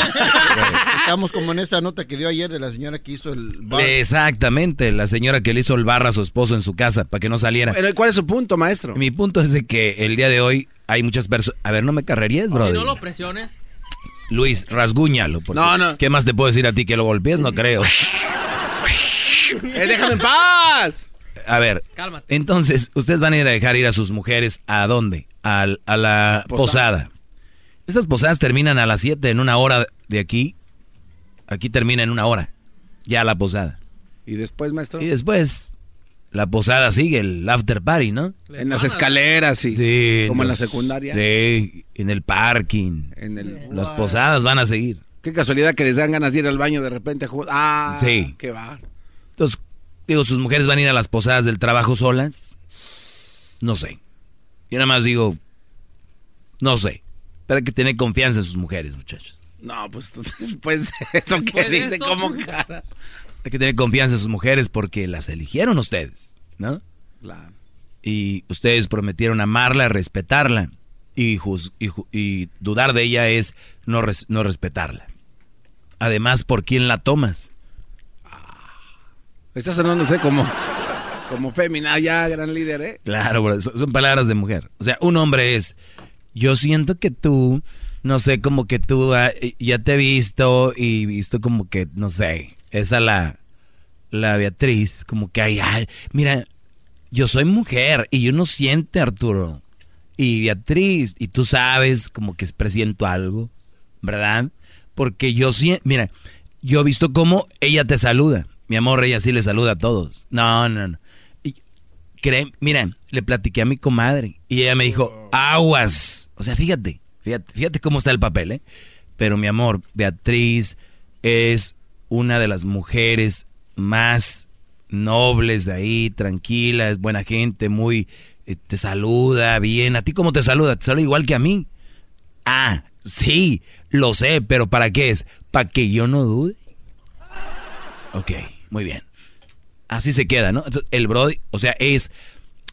Speaker 8: estamos como en esa nota que dio ayer de la señora que hizo el bar.
Speaker 4: Exactamente, la señora que le hizo el barra a su esposo en su casa para que no saliera.
Speaker 5: Pero, ¿Cuál es su punto, maestro?
Speaker 4: Mi punto es de que el día de hoy hay muchas personas... A ver, no me carrerías, brother.
Speaker 7: no lo presiones.
Speaker 4: Luis, rasguñalo. porque
Speaker 7: No, no.
Speaker 4: ¿Qué más te puedo decir a ti que lo golpees? No creo.
Speaker 5: <laughs> Eh, déjame en paz.
Speaker 4: A ver,
Speaker 5: Cálmate.
Speaker 4: entonces, ustedes van a ir a dejar ir a sus mujeres a dónde? Al- a la posada. Estas posadas terminan a las 7 en una hora de aquí. Aquí termina en una hora. Ya la posada.
Speaker 5: Y después, maestro.
Speaker 4: Y después, la posada sigue, el after party, ¿no?
Speaker 5: En las escaleras, sí.
Speaker 4: Sí,
Speaker 5: Como en la
Speaker 4: los-
Speaker 5: secundaria.
Speaker 4: Sí, en el parking.
Speaker 5: En el-
Speaker 4: Las posadas van a seguir.
Speaker 5: Qué casualidad que les dan ganas de ir al baño de repente. a jugar. Ah,
Speaker 4: Sí.
Speaker 5: qué va.
Speaker 4: Entonces, digo, sus mujeres van a ir a las posadas del trabajo solas. No sé. Yo nada más digo, no sé. Pero hay que tener confianza en sus mujeres, muchachos.
Speaker 5: No, pues <laughs> tú- después de eso que
Speaker 6: Después de
Speaker 5: dice
Speaker 6: eso.
Speaker 5: como cara.
Speaker 4: Hay que tener confianza en sus mujeres porque las eligieron ustedes, ¿no? Y ustedes prometieron amarla, respetarla. Y, juz- y ju- y dudar de ella es no, res- no respetarla. Además, ¿por quién la tomas?
Speaker 5: Ah, Está sonando, sé, como, como fémina, ah, ya gran líder, ¿eh?
Speaker 4: Claro, bro, son, son palabras de mujer. O sea, un hombre es, yo siento que tú, no sé, como que tú ah, eh, ya te he visto y visto como que, no sé, esa la, la Beatriz, como que ay, ay, mira, yo soy mujer y uno siente, Arturo, y Beatriz, y tú sabes como que presiento algo, ¿verdad? Porque yo siento, mira, yo he visto cómo ella te saluda. Mi amor, ella sí le saluda a todos. No, no, no. Y- Cree, mira, le platiqué a mi comadre y ella me dijo, aguas. O sea, fíjate, fíjate, fíjate cómo está el papel, ¿eh? Pero mi amor, Beatriz es una de las mujeres más nobles de ahí, tranquila, es buena gente, muy, eh, te saluda bien. ¿A ti cómo te saluda? Te saluda igual que a mí. Ah, sí, lo sé, pero ¿para qué es? Para que yo no dude. Ok, muy bien. Así se queda, ¿no? Entonces, el Brody, o sea, es,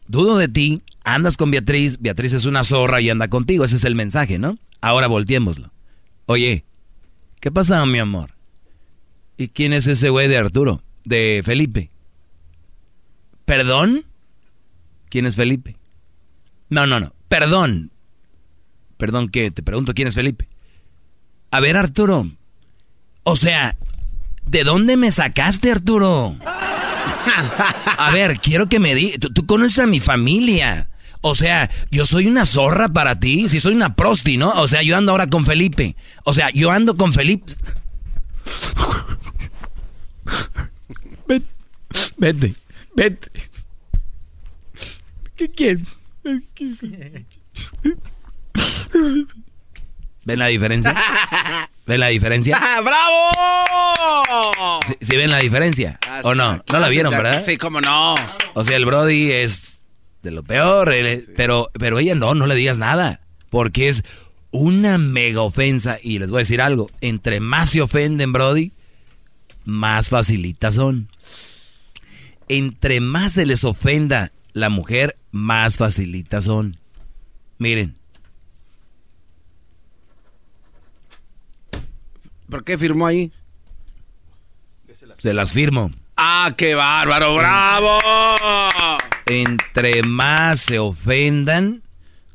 Speaker 4: dudo de ti, andas con Beatriz, Beatriz es una zorra y anda contigo, ese es el mensaje, ¿no? Ahora volteémoslo. Oye, ¿qué pasa, mi amor? ¿Y quién es ese güey de Arturo? De Felipe. ¿Perdón? ¿Quién es Felipe? No, no, no. Perdón. Perdón que te pregunto quién es Felipe. A ver, Arturo. O sea, ¿de dónde me sacaste, Arturo? A ver, quiero que me digas. Tú, tú conoces a mi familia. O sea, yo soy una zorra para ti. Si soy una prosti, ¿no? O sea, yo ando ahora con Felipe. O sea, yo ando con Felipe.
Speaker 6: Vete,
Speaker 4: vete, vete.
Speaker 6: ¿Qué quieres?
Speaker 4: ¿Ven la diferencia? ¿Ven la diferencia?
Speaker 2: <laughs>
Speaker 5: ¡Bravo!
Speaker 4: ¿Sí, sí ven la diferencia?
Speaker 5: Ah,
Speaker 4: ¿O no? No la vieron, ¿verdad?
Speaker 5: Sí, cómo no.
Speaker 4: O sea, el Brody es de lo peor, él es- pero, pero ella no, no le digas nada, porque es una mega ofensa. Y les voy a decir algo, entre más se ofenden, Brody, más facilitas son. Entre más se les ofenda la mujer, más facilitas son. Miren,
Speaker 5: ¿Por qué firmó ahí?
Speaker 4: se las firmo.
Speaker 5: ¡Ah, qué bárbaro! ¡Bravo!
Speaker 4: Entre más se ofendan,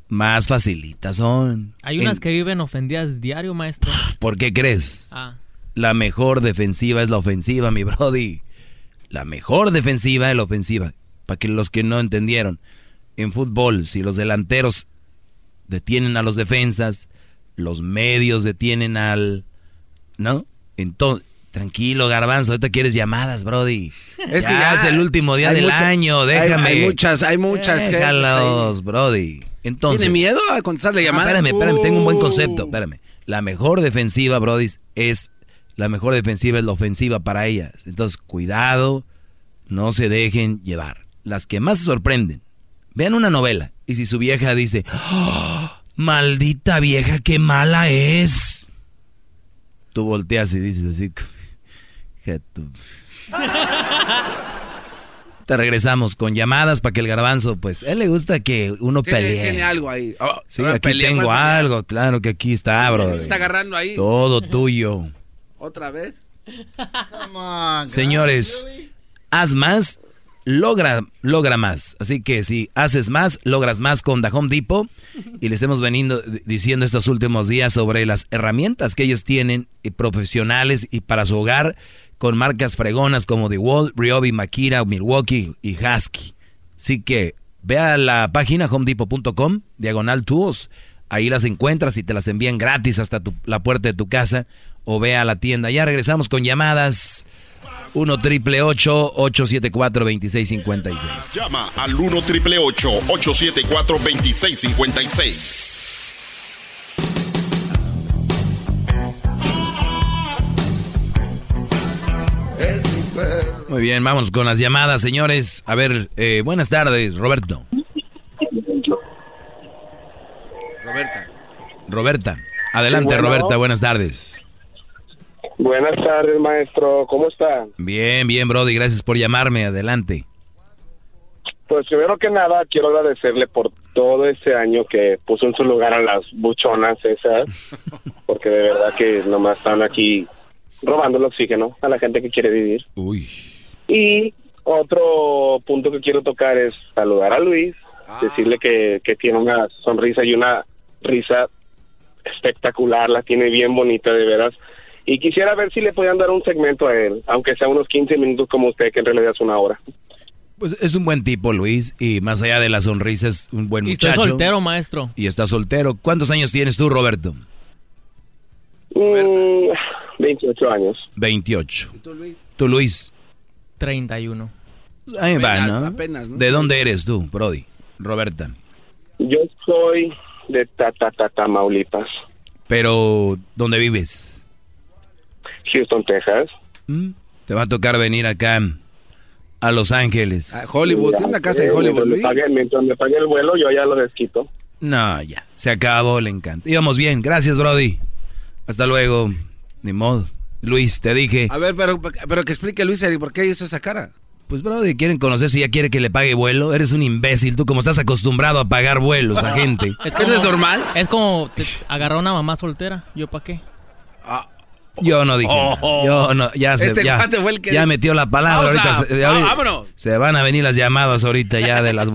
Speaker 4: más facilitas son.
Speaker 7: Hay
Speaker 4: En-
Speaker 7: unas que viven ofendidas diario, maestro.
Speaker 4: ¿Por qué crees?
Speaker 7: Ah.
Speaker 4: La mejor defensiva es la ofensiva, mi brody. La mejor defensiva es la ofensiva. Para que los que no entendieron, en fútbol, si los delanteros detienen a los defensas, los medios detienen al... ¿No? Entonces, tranquilo, garbanzo, ahorita quieres llamadas, brody.
Speaker 5: Es que
Speaker 4: ya,
Speaker 5: ya
Speaker 4: es el último día
Speaker 5: hay
Speaker 4: del
Speaker 5: mucha-
Speaker 4: año,
Speaker 5: hay-
Speaker 4: déjame.
Speaker 5: hay muchas- hay muchas gentes
Speaker 4: Déjalos, Eh, brody. Entonces...
Speaker 5: ¿Tiene miedo a contestarle Uh.
Speaker 4: Ah,
Speaker 5: llamada?
Speaker 4: espérame, espérame, tengo un buen concepto, espérame. La mejor defensiva, Brody, es la mejor defensiva es la ofensiva para ellas. Entonces, cuidado, no se dejen llevar. Las que más se sorprenden, vean una novela y si su vieja dice, "Ah, Maldita vieja, qué mala es. Tú volteas y dices así. "Hija de tu-". <laughs> Te regresamos con llamadas para que el garbanzo, pues, a él le gusta que uno
Speaker 5: Tiene,
Speaker 4: pelee.
Speaker 5: tiene algo ahí. Oh,
Speaker 4: Sí,
Speaker 5: ahora
Speaker 4: aquí
Speaker 5: pelea,
Speaker 4: tengo
Speaker 5: vuelve.
Speaker 4: algo, claro que aquí está, bro.
Speaker 5: está agarrando ahí?
Speaker 4: Todo tuyo.
Speaker 5: ¿Otra vez?
Speaker 4: Señores, haz más, logra, logra más. Así que si haces más, logras más con The Home Depot. Y les hemos venido d- diciendo estos últimos días sobre las herramientas que ellos tienen eh, profesionales y para su hogar con marcas fregonas como The Wall, Ryobi, Makira, Milwaukee y Husky. Así que ve a la página homedepot.com, diagonal tools. Ahí las encuentras y te las envían gratis hasta tu- la puerta de tu casa o ve a la tienda. Ya regresamos con llamadas. 1 triple 874 2656.
Speaker 6: Llama al 1 triple 874 2656.
Speaker 4: Muy bien, vamos con las llamadas, señores. A ver, eh, buenas tardes, Roberto.
Speaker 5: Roberta.
Speaker 4: Roberta, adelante,
Speaker 18: Bueno.
Speaker 4: Roberta, buenas tardes.
Speaker 18: Buenas tardes, maestro. ¿Cómo está?
Speaker 4: Bien, bien, Brody, gracias por llamarme, adelante.
Speaker 18: Pues primero que nada, quiero agradecerle por todo ese año que puso en su lugar a las buchonas esas, porque de verdad que nomás están aquí robando el oxígeno a la gente que quiere vivir.
Speaker 28: Uy.
Speaker 18: Y otro punto que quiero tocar es saludar a Luis, decirle que, que tiene una sonrisa y una risa espectacular, la tiene bien bonita de veras. Y quisiera ver si le podían dar un segmento a él, aunque sea unos 15 minutos como usted, que en realidad es una hora.
Speaker 4: Pues es un buen tipo, Luis, y más allá de la sonrisa, es un buen
Speaker 7: Y estoy
Speaker 4: muchacho.
Speaker 7: soltero, maestro.
Speaker 4: Y está soltero. ¿Cuántos años tienes tú, Roberto?
Speaker 18: Mm, 28 años.
Speaker 4: 28. ¿Tú, Luis?
Speaker 7: 31.
Speaker 4: Ahí va, ¿no?
Speaker 18: apenas, ¿no?
Speaker 4: ¿De dónde eres tú, Brody? Roberta.
Speaker 18: Yo soy de Tatatata, Tamaulipas,
Speaker 4: Pero, ¿dónde vives?
Speaker 18: Houston, Texas.
Speaker 4: Te va a tocar venir acá a Los Ángeles.
Speaker 18: Ya, eh, mientras me, pague, mientras me pague el vuelo, yo ya lo desquito.
Speaker 4: No, ya. Se acabó, le encanta. Íbamos bien. Gracias, Brody. Hasta luego. Ni modo. Luis, te dije.
Speaker 5: A ver, pero, pero que explique Luis Ari, por qué hizo esa cara.
Speaker 4: Pues, Brody, quieren conocer si ya quiere que le pague vuelo. Eres un imbécil. Tú, como estás acostumbrado a pagar vuelos a
Speaker 7: <laughs>
Speaker 4: gente.
Speaker 7: como- Es como te agarrar a una mamá soltera. ¿Yo para qué?
Speaker 4: Yo no dije.
Speaker 7: Oh,
Speaker 4: nada.
Speaker 7: oh.
Speaker 4: Yo no. Ya se.
Speaker 7: Este
Speaker 4: ya,
Speaker 7: cuate fue el que
Speaker 4: ya
Speaker 7: dijo.
Speaker 4: metió la palabra.
Speaker 7: Pausa.
Speaker 4: Ahorita, se,
Speaker 7: Ah,
Speaker 4: Eh, ahorita-
Speaker 7: vámonos.
Speaker 4: se van a venir las llamadas ahorita ya de las.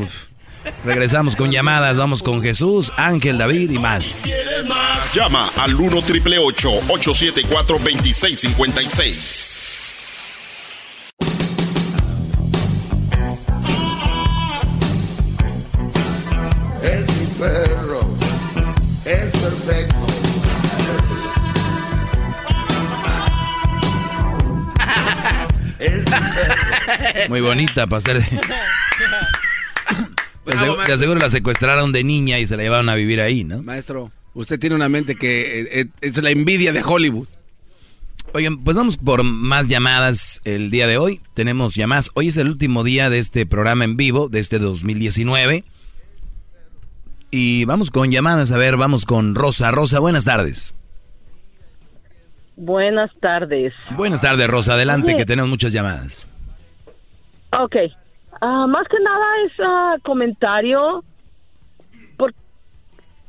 Speaker 4: Regresamos con llamadas. Vamos con Jesús, Ángel, David y más.
Speaker 6: Llama al 1 triple 874 2656.
Speaker 2: Es mi perro. Es perfecto.
Speaker 4: <laughs>
Speaker 2: Es mi perro.
Speaker 4: Muy bonita para <laughs> ser. de- Te
Speaker 7: Pues,
Speaker 4: asegu- te aseguro la secuestraron de niña y se la llevaron a vivir ahí, ¿no?
Speaker 5: Maestro, usted tiene una mente que eh, eh, es la envidia de Hollywood.
Speaker 4: Oigan, pues vamos por más llamadas el día de hoy. Tenemos llamadas. Hoy es el último día de este programa en vivo, de este 2019. Y vamos con llamadas. A ver, vamos con Rosa. Rosa, buenas tardes.
Speaker 29: Buenas tardes.
Speaker 4: Buenas tardes, Rosa. Adelante,
Speaker 29: Oye.
Speaker 4: que tenemos muchas llamadas.
Speaker 29: Ok. Ah, más que nada es ah, comentario. por-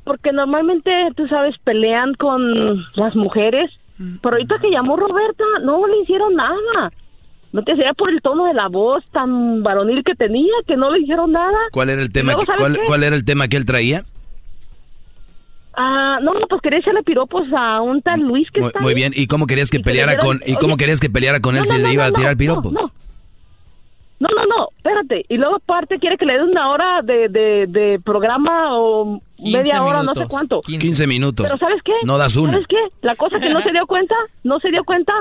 Speaker 29: porque normalmente, tú sabes, pelean con las mujeres. Pero ahorita que llamó Roberta, no le hicieron nada. No te sea por el tono de la voz tan varonil que tenía, que no le hicieron nada.
Speaker 4: ¿Cuál era el tema?
Speaker 29: luego,
Speaker 4: que-
Speaker 29: ¿sabes
Speaker 4: cuál,
Speaker 29: qué?
Speaker 4: cuál era el tema que él traía?
Speaker 29: Ah, no, pues quería echarle piropos a un tal Luis que
Speaker 4: Muy,
Speaker 29: está
Speaker 4: muy
Speaker 29: ahí.
Speaker 4: bien. ¿Y cómo querías que
Speaker 29: que le
Speaker 4: peleara
Speaker 29: dieron-
Speaker 4: con y cómo
Speaker 29: oye.
Speaker 4: querías que peleara con
Speaker 29: No,
Speaker 4: él si
Speaker 29: no,
Speaker 4: le
Speaker 29: no,
Speaker 4: iba a
Speaker 29: no,
Speaker 4: tirar
Speaker 29: no,
Speaker 4: piropos?
Speaker 29: no. No, no, no, espérate. Y luego aparte quiere que le dé una hora de, de, de programa o
Speaker 4: 15
Speaker 29: media hora, no sé
Speaker 4: minutos,
Speaker 29: cuánto.
Speaker 4: 15 minutos.
Speaker 29: Pero ¿sabes qué?
Speaker 4: No das una.
Speaker 29: ¿Sabes qué? La cosa que no se dio cuenta, no se dio cuenta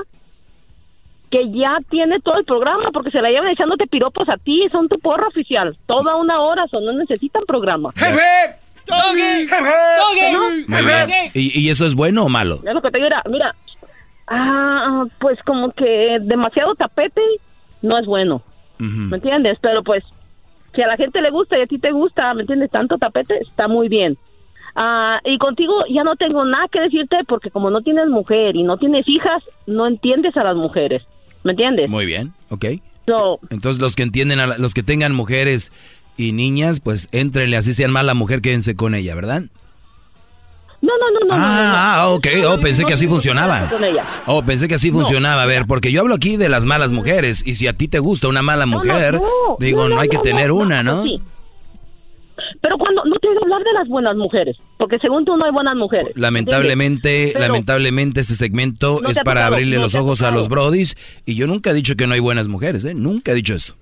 Speaker 29: que ya tiene todo el programa porque se la llevan echándote piropos a ti, son tu porra oficial. Toda una hora, son, no necesitan programa.
Speaker 2: Doggy.
Speaker 29: ¿No?
Speaker 4: Muy bien. ¿Y, y eso es bueno o malo?
Speaker 29: Ya lo que te digo era, mira, ah, pues como que demasiado tapete no es bueno, ¿me entiendes? Pero pues, que a la gente le gusta y a ti te gusta, ¿me entiendes? Tanto tapete está muy bien. Ah, y contigo ya no tengo nada que decirte porque como no tienes mujer y no tienes hijas, no entiendes a las mujeres. ¿Me entiendes?
Speaker 4: Muy bien, ok.
Speaker 29: So,
Speaker 4: Entonces los que entienden, a la- los que tengan mujeres y niñas, pues éntrenle, así sean mala mujer, quédense con ella, ¿verdad?
Speaker 29: no, no, no, no. no, no, no.
Speaker 4: ah, ah, ok, oh, pensé que así funcionaba.
Speaker 29: Con ella.
Speaker 4: Oh, pensé que así
Speaker 29: No.
Speaker 4: funcionaba. A ver, porque yo hablo aquí de las malas mujeres. Y si a ti te gusta una mala mujer,
Speaker 29: no.
Speaker 4: digo,
Speaker 29: No,
Speaker 4: no,
Speaker 29: no,
Speaker 4: hay que
Speaker 29: no,
Speaker 4: tener
Speaker 29: no,
Speaker 4: una,
Speaker 29: no,
Speaker 4: ¿no?
Speaker 29: sí. Pero cuando no te voy a hablar de las buenas mujeres, porque según tú no hay buenas mujeres.
Speaker 4: Lamentablemente,
Speaker 29: Pero-
Speaker 4: lamentablemente este segmento
Speaker 29: No te
Speaker 4: es
Speaker 29: ha
Speaker 4: para
Speaker 29: tocado,
Speaker 4: abrirle
Speaker 29: no
Speaker 4: los
Speaker 29: te ha
Speaker 4: ojos a
Speaker 29: tocado.
Speaker 4: los brodis. Y yo nunca he dicho que no hay buenas mujeres, ¿eh? Nunca he dicho eso.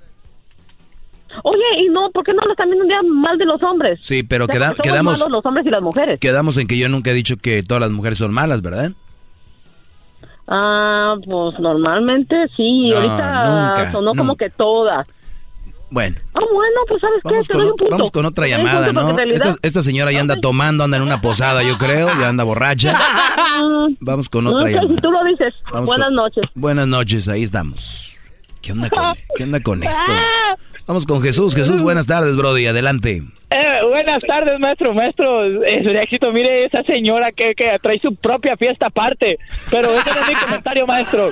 Speaker 29: Oye, y no, ¿por qué no hablas también un día mal de los hombres?
Speaker 4: Sí, pero
Speaker 29: O sea,
Speaker 4: queda-
Speaker 29: porque somos
Speaker 4: quedamos,
Speaker 29: malos los hombres y las mujeres.
Speaker 4: quedamos en que yo nunca he dicho que todas las mujeres son malas, ¿verdad?
Speaker 29: Ah, pues normalmente sí,
Speaker 4: No,
Speaker 29: ahorita
Speaker 4: nunca,
Speaker 29: sonó como que todas.
Speaker 4: Bueno,
Speaker 29: Ah, bueno, pues sabes
Speaker 4: vamos,
Speaker 29: qué,
Speaker 4: con,
Speaker 29: te doy
Speaker 4: ot-
Speaker 29: un punto.
Speaker 4: vamos con otra
Speaker 29: Te doy un
Speaker 4: llamada,
Speaker 29: punto porque
Speaker 4: ¿no?
Speaker 29: en realidad-
Speaker 4: Esta, esta señora ya anda tomando, anda en una posada, yo creo, ya anda borracha. Vamos con
Speaker 29: ah, No
Speaker 4: otra
Speaker 29: sé si
Speaker 4: llamada.
Speaker 29: tú lo dices.
Speaker 4: Vamos
Speaker 29: Buenas
Speaker 4: con-
Speaker 29: noches.
Speaker 4: Buenas noches, ahí estamos. ¿Qué onda con, qué onda
Speaker 29: <laughs>
Speaker 4: con esto? Vamos con Jesús. Jesús, buenas tardes, Brody, adelante.
Speaker 9: Eh, buenas tardes, maestro, maestro. Es un éxito. Mire esa señora que, que trae su propia fiesta aparte. Pero ese no es mi comentario, maestro.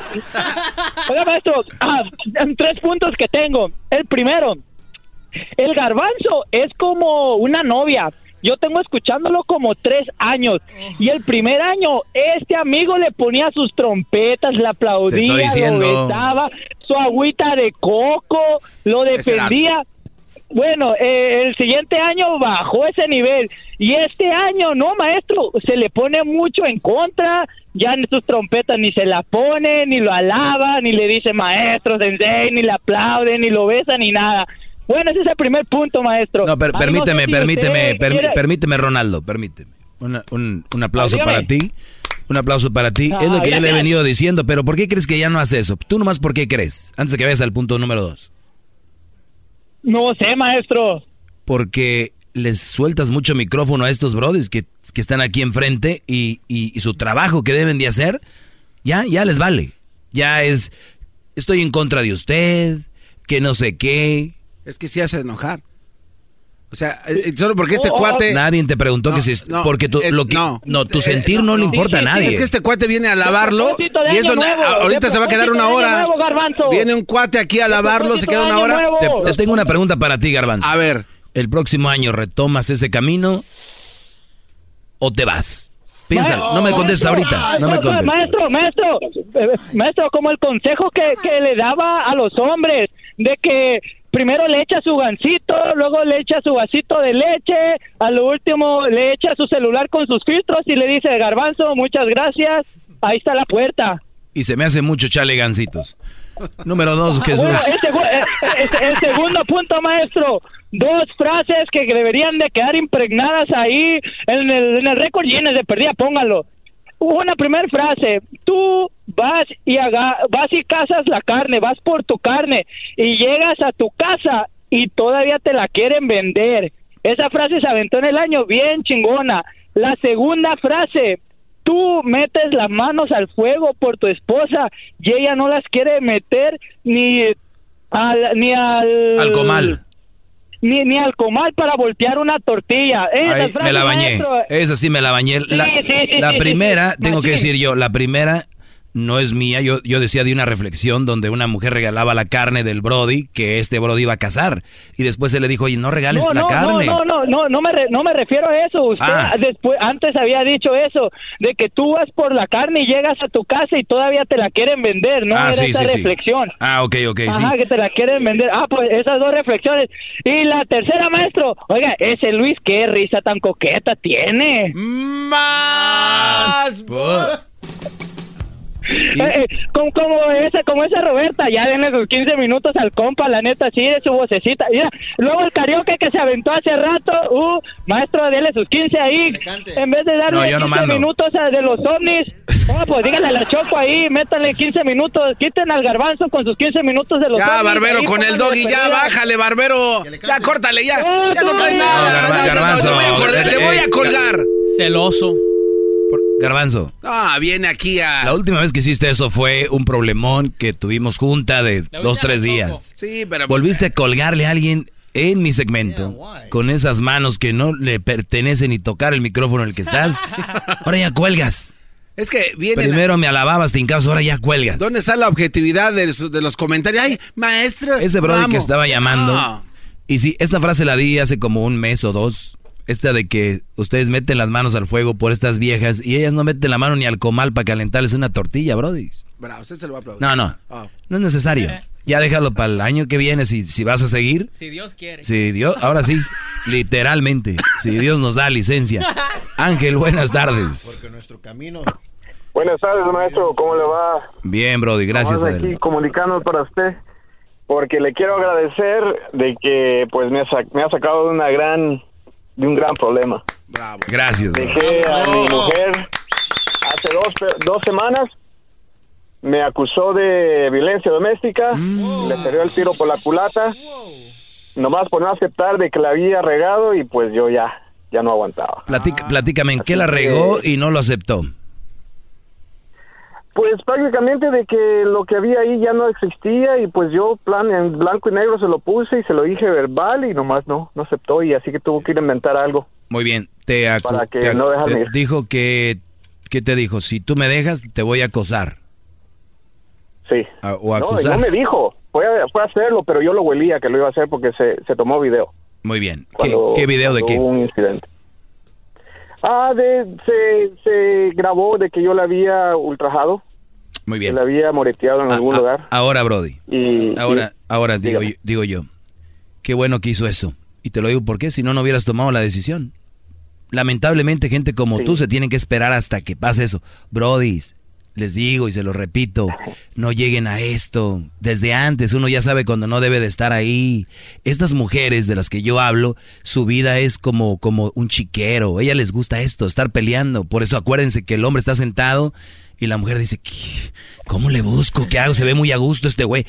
Speaker 9: Oiga, maestro, ah, tres puntos que tengo. El primero, el garbanzo es como una novia. Yo tengo escuchándolo como tres años. Y el primer año, este amigo le ponía sus trompetas, le
Speaker 4: Te
Speaker 9: aplaudía,
Speaker 4: estoy
Speaker 9: lo
Speaker 4: diciendo.
Speaker 9: besaba, su agüita de coco, lo
Speaker 4: Ese era
Speaker 9: defendía. Bueno, eh, el siguiente año bajó ese nivel y este año, no, maestro, se le pone mucho en contra, ya ni sus trompetas ni se la pone, ni lo alaba, ni le dice maestro, sensei, ni le aplaude, ni lo besa, ni nada. Bueno, ese es el primer punto, maestro.
Speaker 4: No, per-
Speaker 9: A mí
Speaker 4: permíteme,
Speaker 9: sé si
Speaker 4: permíteme,
Speaker 9: usted
Speaker 4: permi-
Speaker 9: quiera-
Speaker 4: permíteme, Ronaldo, permíteme. Una- un, un aplauso
Speaker 9: Dígame.
Speaker 4: para ti. Un aplauso para ti.
Speaker 9: Ah,
Speaker 4: es lo que yo le he
Speaker 9: gracias.
Speaker 4: venido diciendo, pero ¿por qué crees que ya no hace eso? Tú nomás, ¿por qué crees? Antes de que vayas al punto número dos.
Speaker 9: No sé, maestro.
Speaker 4: Porque les sueltas mucho micrófono a estos brodies que, que están aquí enfrente y, y- y su trabajo que deben de hacer, ya, ya les vale. Ya es, estoy en contra de usted, que no sé qué.
Speaker 5: Es que sí hace enojar. O sea, eh, eh, solo porque
Speaker 9: Oh,
Speaker 5: este cuate...
Speaker 4: Nadie te preguntó
Speaker 5: No,
Speaker 4: que si... es-
Speaker 5: no,
Speaker 4: porque tu,
Speaker 5: es-
Speaker 4: lo que, no,
Speaker 5: no.
Speaker 4: tu
Speaker 5: Eh,
Speaker 4: sentir no, le importa a nadie.
Speaker 5: Es que este cuate viene a lavarlo
Speaker 9: De propósito de
Speaker 5: y eso
Speaker 9: año nuevo,
Speaker 5: a- ahorita
Speaker 9: de
Speaker 5: se va a quedar una
Speaker 9: propósito de
Speaker 5: hora.
Speaker 9: año nuevo, garbanzo.
Speaker 5: viene un cuate aquí a lavarlo, se queda una hora.
Speaker 4: Te, te tengo una pregunta para ti, Garbanzo. A ver. ¿El próximo año retomas ese camino o te vas? Piénsalo, no me contestes ahorita, no me
Speaker 9: Maestro,
Speaker 4: contestes.
Speaker 9: Maestro, maestro, eh, maestro, como el consejo que, que le daba a los hombres, de que primero le echa su gancito, luego le echa su vasito de leche, a lo último le echa su celular con sus filtros y le dice, garbanzo, muchas gracias, ahí está la puerta.
Speaker 4: Y se me hace mucho chale gancitos. Número dos, Jesús.
Speaker 9: Bueno, el, segu- eh, eh, el- el segundo punto, maestro. Dos frases que deberían de quedar impregnadas ahí en el, en el récord Guinness de perdida, póngalo. Una primera frase, tú vas y haga- vas y cazas la carne, vas por tu carne y llegas a tu casa y todavía te la quieren vender. Esa frase se aventó en el año bien chingona. La segunda frase, tú metes las manos al fuego por tu esposa y ella no las quiere meter ni al ni al,
Speaker 4: Al comal.
Speaker 9: ni, ni al comal para voltear una tortilla. Esa
Speaker 4: Ahí
Speaker 9: frase,
Speaker 4: me la bañé.
Speaker 9: maestro,
Speaker 4: Esa sí me la bañé. La,
Speaker 9: Sí, sí, sí,
Speaker 4: la
Speaker 9: sí,
Speaker 4: primera,
Speaker 9: sí.
Speaker 4: tengo que
Speaker 9: Machín.
Speaker 4: decir yo, la primera no es mía. Yo, yo decía de una reflexión donde una mujer regalaba la carne del Brody, que este Brody iba a casar. Y después se le dijo, oye, no regales
Speaker 9: no,
Speaker 4: la
Speaker 9: no,
Speaker 4: carne.
Speaker 9: No, no, no, no me, re- no me refiero a eso. Usted
Speaker 4: Ah.
Speaker 9: después, antes había dicho eso, de que tú vas por la carne y llegas a tu casa y todavía te la quieren vender, ¿no?
Speaker 4: ah,
Speaker 9: Era
Speaker 4: sí,
Speaker 9: esa
Speaker 4: sí, sí.
Speaker 9: reflexión.
Speaker 4: Ah, ok, ok,
Speaker 9: Ajá,
Speaker 4: sí.
Speaker 9: que te la quieren vender. Ah, pues esas dos reflexiones. Y la tercera, maestro. Oiga, ese Luis, qué risa tan coqueta tiene.
Speaker 4: Mm,
Speaker 9: ¡Más! como, Eh, como esa, como esa Roberta, ya denle sus 15 minutos al compa, la neta, sí, de su vocecita. Mira, luego el karaoke que se aventó hace rato, uh, maestro, dele sus 15 ahí. En vez de darle
Speaker 4: No, yo no
Speaker 9: 15
Speaker 4: mando.
Speaker 9: minutos a- de los ovnis, ah, pues dígale a la Choco ahí, métanle 15 minutos, quiten al garbanzo con sus 15 minutos de los
Speaker 5: Ya,
Speaker 9: ovnis,
Speaker 5: Barbero,
Speaker 9: ahí
Speaker 5: con el
Speaker 9: pónganle
Speaker 5: doggy, ya
Speaker 9: perdida.
Speaker 5: bájale, Barbero. Ya, córtale, ya. Ya no traes
Speaker 4: No,
Speaker 5: nada.
Speaker 4: garba-
Speaker 5: Ah, no, no,
Speaker 4: garbanzo,
Speaker 5: no, no, no, no,
Speaker 4: eh,
Speaker 5: Le voy a colgar.
Speaker 4: Celoso. Garbanzo.
Speaker 5: Ah, viene aquí a.
Speaker 4: La última vez que hiciste eso fue un problemón que tuvimos junta de dos, tres días.
Speaker 5: Sí, pero. eh,
Speaker 4: Volviste a colgarle a alguien en mi segmento, con esas manos que no le pertenecen ni tocar el micrófono en el
Speaker 5: <laughs>
Speaker 4: que estás, ahora ya cuelgas.
Speaker 5: Es que viene.
Speaker 4: Primero me alababas, te hincabas, ahora ya cuelgas.
Speaker 5: ¿Dónde está la objetividad de, su- de los comentarios? Ay, maestro.
Speaker 4: Ese brother
Speaker 5: vamos.
Speaker 4: Este
Speaker 5: Ah.
Speaker 4: que estaba llamando.
Speaker 5: No.
Speaker 4: Y si esta frase la di hace como un mes o dos. Esta de que ustedes meten las manos al fuego por estas viejas y ellas no meten la mano ni al comal para calentarles una tortilla, Brody.
Speaker 5: Bravo, usted se lo va a aplaudir.
Speaker 4: No, no.
Speaker 5: Ah.
Speaker 4: No es necesario. Ya déjalo para el año que viene si, si vas a seguir.
Speaker 9: Eh, Si Dios quiere.
Speaker 4: Si Dios, ahora sí, literalmente. Si Dios nos da licencia. Ángel, buenas tardes.
Speaker 8: Porque nuestro camino.
Speaker 18: Buenas tardes, maestro. ¿Cómo le va?
Speaker 4: Bien, Brody, gracias.
Speaker 18: Estamos
Speaker 4: Adela.
Speaker 18: aquí comunicando para usted porque le quiero agradecer de que pues me ha, sac- me ha sacado de una gran de un gran problema.
Speaker 4: Gracias. Brody.
Speaker 18: Dejé a mi mujer hace dos, pe- dos semanas. Me acusó de violencia doméstica. Le salió el tiro por la culata. Nomás por no aceptar de que la había regado y pues yo ya, ya no aguantaba.
Speaker 4: Platica- platícame, ¿en qué la regó y no lo aceptó?
Speaker 18: Pues prácticamente de que lo que había ahí ya no existía y pues yo plan en blanco y negro se lo puse y se lo dije verbal y nomás no, no aceptó y así que tuvo que ir a inventar algo.
Speaker 4: Muy bien, te, acu-
Speaker 18: Para que
Speaker 4: te ac-
Speaker 18: no dejarme
Speaker 4: te
Speaker 18: ir.
Speaker 4: dijo que, ¿qué te dijo? Si tú me dejas, te voy a acosar. Ah,
Speaker 18: Sí.
Speaker 4: o
Speaker 18: No,
Speaker 4: acusar.
Speaker 18: no me dijo, fue, a- fue a hacerlo, pero yo lo huelía que lo iba a hacer porque se, se tomó video.
Speaker 4: Muy bien. ¿Qué,
Speaker 18: Cuando-
Speaker 4: qué video de
Speaker 18: cuando
Speaker 4: qué?
Speaker 18: hubo un incidente. Ah, de, se, se grabó de que yo la había ultrajado.
Speaker 4: Muy bien.
Speaker 18: Que la había moreteado en algún lugar.
Speaker 4: Ahora, Brody.
Speaker 18: Mm,
Speaker 4: ahora, ahora digo, yo, digo yo, qué bueno que hizo eso. Y te lo digo porque si no, no hubieras tomado la decisión. Lamentablemente, gente como
Speaker 30: Sí.
Speaker 4: tú se tienen que esperar hasta que pase eso. Brody, les digo y se lo repito, no lleguen a esto. Desde antes uno ya sabe cuando no debe de estar ahí. Estas mujeres de las que yo hablo, su vida es como, como un chiquero. A ellas les gusta esto, estar peleando. Por eso acuérdense que el hombre está sentado y la mujer dice, "¿Qué? ¿cómo le busco? ¿Qué hago? Se ve muy a gusto este güey.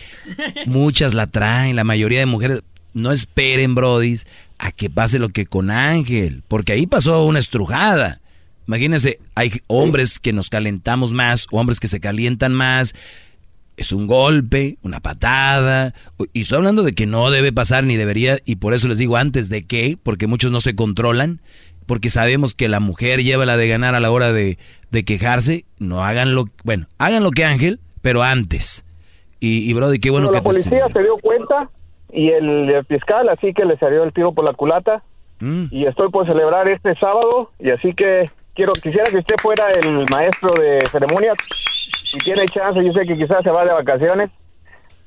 Speaker 4: Muchas la traen, la mayoría de mujeres. No esperen, brodis, a que pase lo que con Ángel, porque ahí pasó una estrujada. Imagínense, hay hombres que nos calentamos más, hombres que se calientan más. Es un golpe, una patada. Y estoy hablando de que no debe pasar ni debería, y por eso les digo antes de qué, porque muchos no se controlan, porque sabemos que la mujer lleva la de ganar a la hora de, de quejarse. No hagan lo, bueno, hagan lo que Ángel, pero antes. Y, y Brody, qué bueno
Speaker 18: Bueno,
Speaker 4: que pues,
Speaker 18: la
Speaker 4: te-
Speaker 18: policía se dio cuenta y el, el fiscal así que le salió el tiro por la culata
Speaker 4: Mm.
Speaker 18: y estoy por celebrar este sábado y así que quiero quisiera que usted fuera el maestro de ceremonias si tiene chance yo sé que quizás se va de vacaciones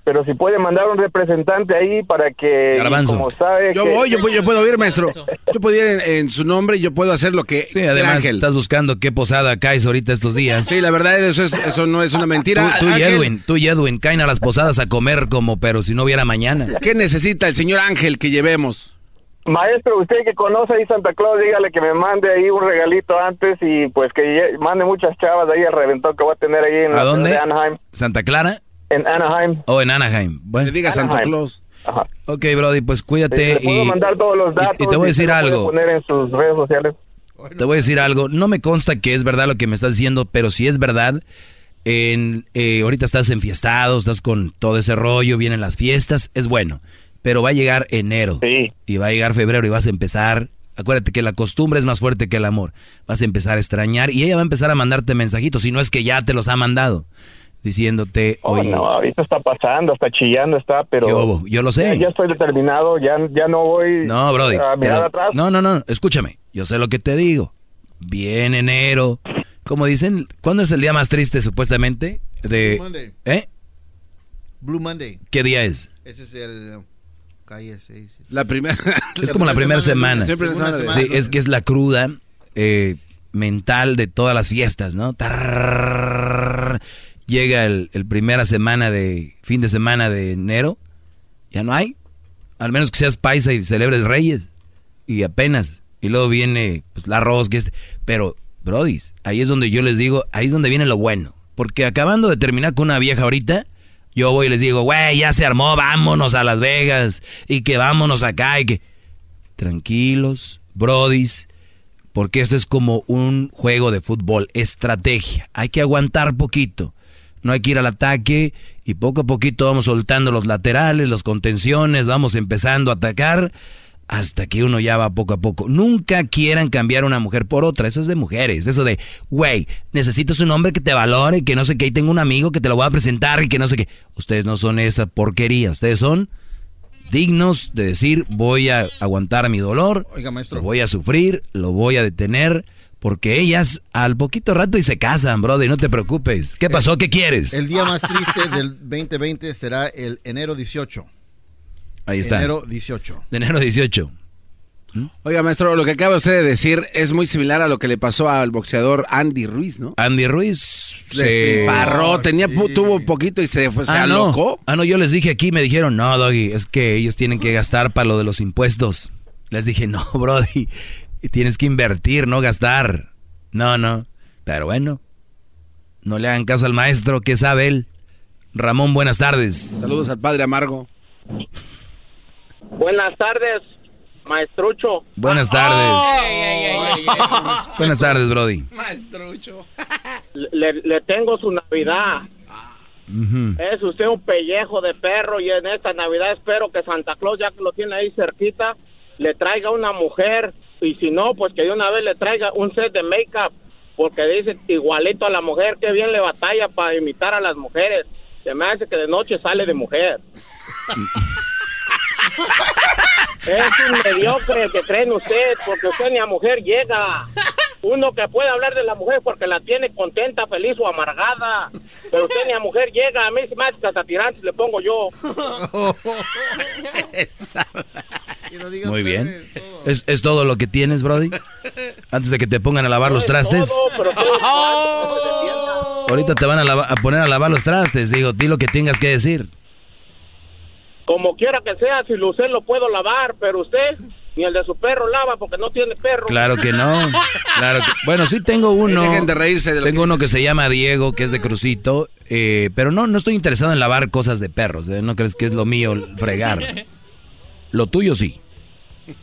Speaker 18: pero si puede mandar un representante ahí para que
Speaker 5: Garbanzo.
Speaker 18: como sabe
Speaker 5: Yo
Speaker 18: que-
Speaker 5: voy, yo, pu- yo puedo ir, maestro. Yo puedo ir en, en su nombre y yo puedo hacer lo que. Sí,
Speaker 4: Además, estás buscando qué posada caes ahorita estos días.
Speaker 5: Sí, la verdad, eso, es- eso no es una mentira.
Speaker 4: Tú, tú y
Speaker 5: Ángel,
Speaker 4: Edwin, tú y Edwin caen a las posadas a comer como pero si no hubiera mañana.
Speaker 5: ¿Qué necesita el señor Ángel que llevemos?
Speaker 18: maestro usted que conoce ahí Santa Claus dígale que me mande ahí un regalito antes y pues que lle- mande muchas chavas ahí al reventón que voy a tener ahí en la
Speaker 4: ¿A
Speaker 18: ciudad
Speaker 4: dónde?
Speaker 18: de Anaheim
Speaker 4: ¿Santa Clara?
Speaker 18: en Anaheim
Speaker 4: O en Anaheim. Bueno.
Speaker 5: diga Santa Anaheim. Claus.
Speaker 4: Ok, Brody, pues
Speaker 18: Eh, Le
Speaker 4: cuídate
Speaker 18: puedo
Speaker 4: y,
Speaker 18: mandar todos los datos
Speaker 4: y te voy a
Speaker 18: y se
Speaker 4: decir
Speaker 18: los puede
Speaker 4: algo.
Speaker 18: poner en sus redes sociales.
Speaker 4: Te voy a decir algo. No me consta que es verdad lo que me estás diciendo, pero si es verdad, en, eh, ahorita estás enfiestado, estás con todo ese rollo, vienen las fiestas, es bueno. Pero va a llegar enero. Y va a llegar febrero y vas a empezar. Acuérdate que la costumbre es más fuerte que el amor. Vas a empezar a extrañar y ella va a empezar a mandarte mensajitos, si no es que ya te los ha mandado, diciéndote,
Speaker 18: Oh,
Speaker 4: oye,
Speaker 18: no, ahorita está pasando, está chillando, está, pero...
Speaker 4: ¿Qué hubo? Yo lo sé.
Speaker 18: Ya, ya estoy determinado, ya, ya no voy
Speaker 4: No, Brody.
Speaker 18: a mirar
Speaker 4: pero-
Speaker 18: atrás.
Speaker 4: No, no, no. Escúchame. Yo sé lo que te digo. Bien enero. Como dicen, ¿cuándo es el día más triste supuestamente? De,
Speaker 8: Blue Monday.
Speaker 4: ¿Eh?
Speaker 8: Blue Monday.
Speaker 4: ¿Qué día es?
Speaker 8: Ese es el. Calle 6.
Speaker 5: La primera.
Speaker 4: <laughs> Es como la primera semana.
Speaker 8: Siempre la semana.
Speaker 4: Sí, es que es la cruda eh, mental de todas las fiestas, ¿no? Tarrrrrr. llega el, el primera semana de fin de semana de enero. Ya no hay. Al menos que seas paisa y celebres Reyes. Y apenas. Y luego viene pues, la rosca. este. Pero, brodis, ahí es donde yo les digo, ahí es donde viene lo bueno. Porque acabando de terminar con una vieja ahorita, yo voy y les digo, güey, ya se armó, vámonos a Las Vegas. Y que vámonos acá. Y que tranquilos, brodis, porque esto es como un juego de fútbol, estrategia. Hay que aguantar poquito. no hay que ir al ataque y poco a poquito vamos soltando los laterales, los contenciones, vamos empezando a atacar hasta que uno ya va poco a poco. Nunca quieran cambiar una mujer por otra, eso es de mujeres, eso de, güey, necesitas un hombre que te valore, que no sé qué, y tengo un amigo que te lo voy a presentar y que no sé qué. Ustedes no son esa porquería, ustedes son dignos de decir, voy a aguantar mi dolor,
Speaker 8: Oiga, maestro.
Speaker 4: lo voy a sufrir, lo voy a detener, porque ellas al poquito rato y se casan, brother, no te preocupes. ¿Qué pasó? ¿Qué quieres?
Speaker 8: El día más triste del 2020 será el enero 18.
Speaker 4: Ahí está.
Speaker 8: Enero 18.
Speaker 4: De enero 18.
Speaker 5: Oiga, maestro, lo que acaba usted de decir es muy similar a lo que le pasó al boxeador Andy Ruiz, ¿no?
Speaker 4: Andy Ruiz se Oh,
Speaker 5: Parró, tenía, pu- tuvo poquito y se, fue, se
Speaker 4: ah, no.
Speaker 5: alocó.
Speaker 4: Ah, no, yo les dije aquí, me dijeron, no, Doggy, es que ellos tienen que gastar para lo de los impuestos. Les dije, no, <laughs> Brody, tienes que invertir, no gastar. No, no. Pero bueno, no le hagan caso al maestro, que sabe él. Ramón, buenas tardes.
Speaker 5: Saludos al padre Amargo.
Speaker 16: Buenas tardes, maestrucho.
Speaker 8: Ah,
Speaker 4: Buenas
Speaker 8: oh,
Speaker 4: tardes. Buenas tardes, Brody.
Speaker 16: Maestrucho. Le, le tengo su Navidad. Es usted un pellejo de perro y en esta Navidad espero que Santa Claus, ya que lo tiene ahí cerquita, le traiga una mujer y si no, pues que de una vez le traiga un set de make-up porque dice igualito a la mujer, que bien le batalla para imitar a las mujeres. Se me hace que de noche sale de mujer. es un mediocre que creen usted porque usted ni a mujer llega. Uno que puede hablar de la mujer porque la tiene contenta, feliz o amargada. Pero usted ni a mujer llega. A mí más tirantes le pongo yo.
Speaker 4: Muy bien. ¿Es, ¿Es todo lo que tienes, Brody? Antes de que te pongan a lavar los trastes.
Speaker 16: Todo, pero todo es falso, no se defienda.
Speaker 4: Ahorita te van a, lava- a poner a lavar los trastes. Digo, di lo que tengas que decir.
Speaker 16: Como quiera que sea, si lo usted lo puedo lavar, pero usted ni el de su perro lava porque no tiene perro.
Speaker 4: Claro que no. Claro que- Bueno, sí tengo uno. tengo uno que se llama Diego, que es de Crucito. eh, pero no, no estoy interesado en lavar cosas de perros. eh, No crees que es lo mío el fregar. Lo tuyo sí.
Speaker 16: <laughs>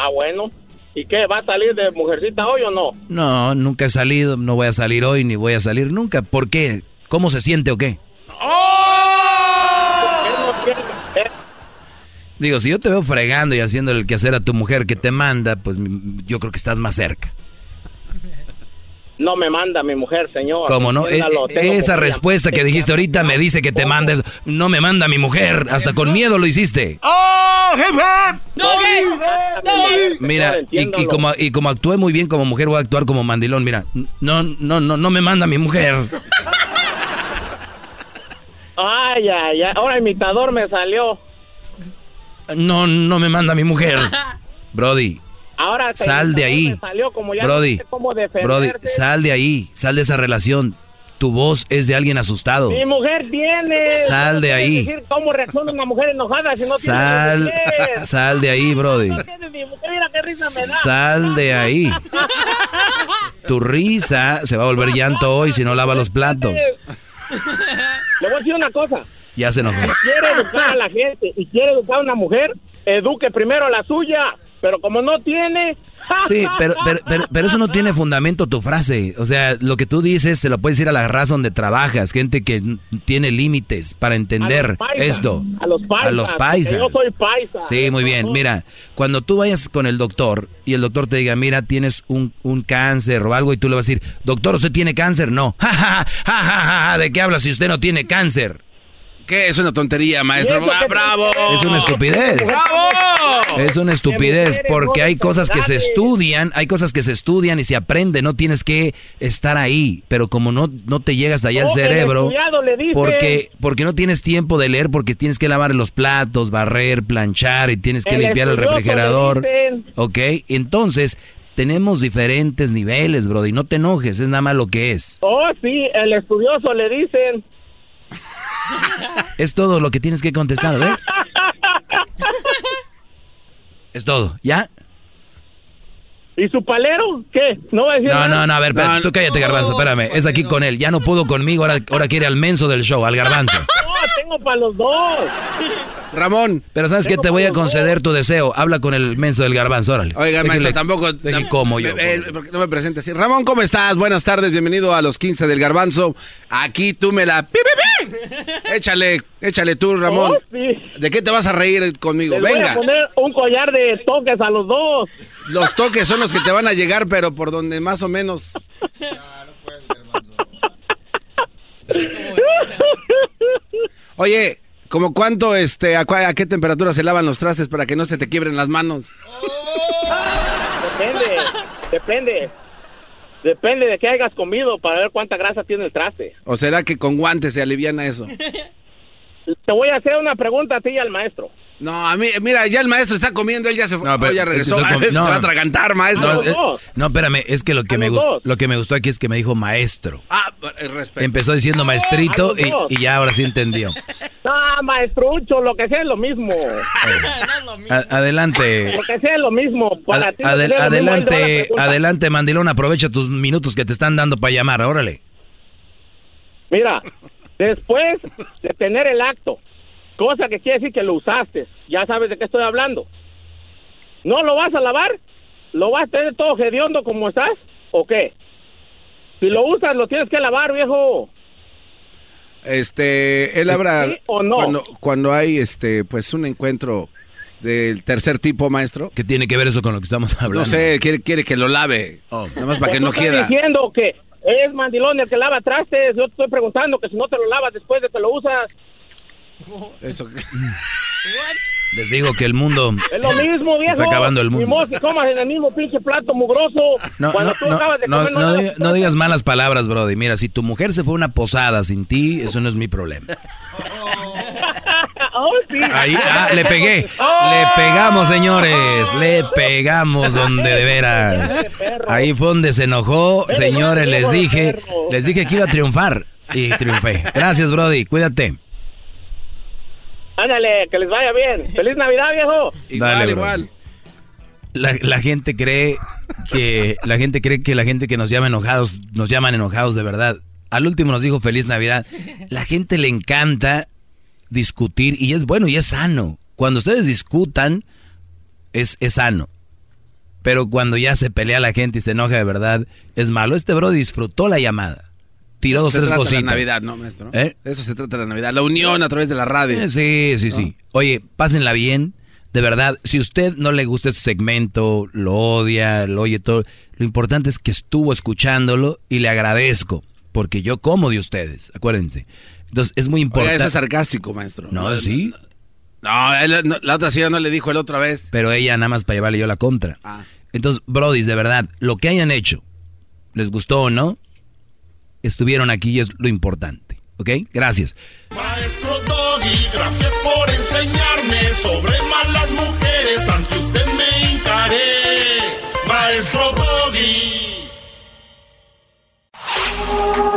Speaker 16: Ah, bueno. ¿Y qué? ¿Va a salir de mujercita hoy o no?
Speaker 4: No, nunca he salido. No voy a salir hoy ni voy a salir nunca. ¿Por qué? ¿Cómo se siente o qué? Digo, si yo te veo fregando y haciendo el quehacer a tu mujer que te manda, pues mm, yo creo que estás más cerca.
Speaker 16: No me manda mi mujer, señor.
Speaker 4: ¿Cómo no? Es-
Speaker 16: Entiéndalo, tengo
Speaker 4: esa
Speaker 16: mujer.
Speaker 4: respuesta que dijiste ahorita me dice que te manda eso. No me manda mi mujer. Hasta con miedo lo hiciste.
Speaker 2: ¡Oh, jefe!
Speaker 4: Mira, y, y como, y como actué muy bien como mujer, voy a actuar como mandilón. Mira, no, no, no, no me manda mi mujer.
Speaker 16: Ay, ay, ay. Ahora imitador me salió.
Speaker 4: No, no me manda mi mujer. Brody,
Speaker 16: Ahora hasta
Speaker 4: Sal de
Speaker 16: imitador
Speaker 4: ahí.
Speaker 16: me salió, como ya no
Speaker 4: Brody,
Speaker 16: sé cómo defenderte.
Speaker 4: Brody, sal de ahí, sal de esa relación. Tu voz es de alguien asustado.
Speaker 16: Mi mujer tiene.
Speaker 4: Sal de
Speaker 16: No
Speaker 4: ahí.
Speaker 16: puedes decir ¿Cómo reacciona una mujer enojada si no
Speaker 4: Sal, <laughs>
Speaker 16: tiene
Speaker 4: sal de ahí, Brody.
Speaker 16: tiene ni mujer? Mira qué risa me <laughs> da.
Speaker 4: Sal de ahí. Tu risa se va a volver llanto hoy si no lava los
Speaker 16: <laughs>
Speaker 4: platos.
Speaker 16: Le voy a decir una cosa.
Speaker 4: Ya se enojó.
Speaker 16: quiere educar a la gente y quiere educar a una mujer, eduque primero a la suya. Pero como no tiene.
Speaker 4: Sí, pero, pero, pero, pero eso no tiene fundamento tu frase. O sea, lo que tú dices se lo puedes decir a la raza donde trabajas, gente que n- tiene límites para entender
Speaker 16: paisas,
Speaker 4: esto.
Speaker 16: a los paisas,
Speaker 4: A los
Speaker 16: porque
Speaker 4: paisas.
Speaker 16: yo soy paisa.
Speaker 4: Sí, muy bien. Mira, cuando tú vayas con el doctor y el doctor te diga, mira, tienes un, un cáncer o algo, y tú le vas a decir, doctor, ¿usted tiene cáncer? No. <laughs> Ja, ja, ja, ja, ja, ja, ¿De qué habla si usted no tiene cáncer?
Speaker 5: ¿Qué? Es una tontería, maestro. Ah, ¡Bravo!
Speaker 4: Es
Speaker 16: Oh.
Speaker 4: una estupidez.
Speaker 5: ¡Bravo!
Speaker 4: Es una estupidez porque hay cosas que se
Speaker 5: enfermedades.
Speaker 4: estudian, hay cosas que se estudian y se aprende, no tienes que estar ahí, pero como no, no te llega hasta allá el
Speaker 16: Ojo, el
Speaker 4: cerebro,
Speaker 16: estudiado le dice.
Speaker 4: porque, porque no tienes tiempo de leer, porque tienes que lavar los platos, barrer, planchar y tienes que
Speaker 16: El
Speaker 4: limpiar el
Speaker 16: estudioso le
Speaker 4: refrigerador.
Speaker 16: dicen.
Speaker 4: Ok, entonces tenemos diferentes niveles, Brody, no te enojes, es nada más lo que es.
Speaker 16: Oh, sí, el estudioso le dicen.
Speaker 4: Es todo lo que tienes que
Speaker 5: <laughs>
Speaker 4: contestar, ¿ves? Es todo, ¿ya?
Speaker 16: ¿Y su palero? ¿Qué? No va a decir.
Speaker 4: No,
Speaker 16: nada?
Speaker 4: no, no, a ver, espérate, tú cállate, Garbanzo, espérame. Es aquí con él, ya no pudo conmigo, ahora, ahora quiere al menso del show, al Garbanzo.
Speaker 16: tengo para los dos.
Speaker 4: Ramón. Pero ¿sabes qué? Te voy a conceder tu deseo. Habla con el menso del garbanzo, órale.
Speaker 5: Oiga,
Speaker 4: Déjele-
Speaker 5: maestro, tampoco.
Speaker 4: déjele
Speaker 5: tam-
Speaker 4: como yo.
Speaker 5: eh, eh, porque no me presentes así. Ramón, ¿cómo estás? Buenas tardes, bienvenido a los 15 del Garbanzo. Aquí tú me la. pi, pi, pi. Échale, échale tú, Ramón.
Speaker 16: Oh, sí.
Speaker 5: ¿De qué te vas a reír conmigo?
Speaker 16: Les voy a
Speaker 5: Venga.
Speaker 16: poner un collar de toques a los dos.
Speaker 5: Los toques son los que te van a llegar, pero por donde más o menos. Oye, ¿como cuánto, este, a, cua- a qué temperatura se lavan los trastes para que no se te quiebren las manos?
Speaker 16: Depende, depende. Depende de qué hayas comido para ver cuánta grasa tiene el traste.
Speaker 5: ¿O será que con guantes se aliviana eso?
Speaker 16: Te voy a hacer una pregunta a ti y al maestro.
Speaker 5: No, a mí, mira, ya el maestro está comiendo, él ya se fue.
Speaker 4: No, pero
Speaker 5: Oh, ya
Speaker 4: es que
Speaker 5: regresó.
Speaker 4: estoy con- no.
Speaker 5: <laughs> se va a atragantar, maestro.
Speaker 4: No, eh, no, espérame, es que lo que, me
Speaker 5: los
Speaker 4: gustó,
Speaker 5: dos.
Speaker 4: lo que me gustó aquí es que me dijo maestro.
Speaker 5: Ah, eh, respeto.
Speaker 4: Empezó diciendo
Speaker 16: A
Speaker 4: maestrito
Speaker 16: los
Speaker 4: y,
Speaker 16: Ah, dos.
Speaker 4: y ya ahora sí entendió.
Speaker 16: Ah, maestrucho, lo que sea es lo
Speaker 4: <laughs>
Speaker 16: mismo.
Speaker 4: A- adelante.
Speaker 16: Lo que sea es lo mismo. Para
Speaker 4: Ad-
Speaker 16: ti lo que
Speaker 4: adel-
Speaker 16: sea es lo mismo, ahí te va la
Speaker 4: adelante,
Speaker 16: pregunta.
Speaker 4: adelante, Mandilón, aprovecha tus minutos que te están dando para llamar, órale.
Speaker 16: Mira, después de tener el acto, cosa que quiere decir que lo usaste, ya sabes de qué estoy hablando. ¿No lo vas a lavar? ¿Lo vas a tener todo hediondo como estás? ¿O qué? Si lo usas, lo tienes que lavar, viejo.
Speaker 5: Este, él habrá.
Speaker 16: ¿Sí o no?
Speaker 5: Cuando, cuando hay, este, pues un encuentro del tercer tipo, maestro.
Speaker 4: ¿Qué tiene que ver eso con lo que estamos hablando?
Speaker 5: No sé, quiere, quiere que lo lave.
Speaker 4: Oh.
Speaker 5: Nada más para que
Speaker 4: <laughs>
Speaker 5: no
Speaker 16: Estoy
Speaker 5: quiera.
Speaker 16: Pues diciendo que es mandilón el que lava trastes. Yo te estoy preguntando que si no te lo lavas después de que lo usas,
Speaker 5: Eso.
Speaker 4: Les digo que el mundo
Speaker 16: es lo mismo, viejo.
Speaker 4: está acabando el
Speaker 16: Ni
Speaker 4: mundo.
Speaker 16: modo que comas en el mismo pinche plato mugroso.
Speaker 4: No,
Speaker 16: Cuando
Speaker 4: no,
Speaker 16: tú
Speaker 4: no,
Speaker 16: acabas de
Speaker 4: no,
Speaker 16: comer, no
Speaker 4: no
Speaker 16: lavas
Speaker 4: diga- no digas malas palabras, Brody. Mira, si tu mujer se fue a una posada sin ti, eso no es mi problema.
Speaker 16: Oh, sí.
Speaker 4: Ahí, ah, le pegué. Le pegamos, señores. Le pegamos donde de veras. Ahí fue donde se enojó. Señores, les dije, les dije que iba a triunfar. Y triunfé. Gracias, Brody. Cuídate.
Speaker 16: Ándale, que les vaya bien. ¡Feliz Navidad, viejo!
Speaker 4: Dale, Brody. La, la gente cree que la gente cree que la gente que nos llama enojados nos llaman enojados de verdad. Al último nos dijo feliz Navidad. La gente le encanta discutir y es bueno y es sano. Cuando ustedes discutan es, es sano. Pero cuando ya se pelea la gente y se enoja de verdad es malo. Este bro disfrutó la llamada. Tiró dos
Speaker 5: Eso se
Speaker 4: tres
Speaker 5: trata
Speaker 4: cositas.
Speaker 5: La Navidad, ¿no, maestro?
Speaker 4: ¿Eh?
Speaker 5: De Eso se trata la Navidad. La unión a través de la radio.
Speaker 4: Eh, Sí, sí, sí. Oye, pásenla bien. De verdad, si usted no le gusta este segmento, lo odia, lo oye todo, lo importante es que estuvo escuchándolo y le agradezco, porque yo como de ustedes, acuérdense. Entonces, es muy
Speaker 5: Oiga,
Speaker 4: importante.
Speaker 5: eso es sarcástico, maestro.
Speaker 4: No, sí,
Speaker 5: No, él- no, la otra señora no le dijo el otra vez.
Speaker 4: pero ella nada más para llevarle yo la contra. Entonces, Brody, de verdad, lo que hayan hecho, les gustó o no, estuvieron aquí y es lo importante. ¿Ok? Gracias.
Speaker 2: Maestro Doggy, gracias por enseñarme sobre malas mujeres. Ante usted me encaré. Maestro Doggy.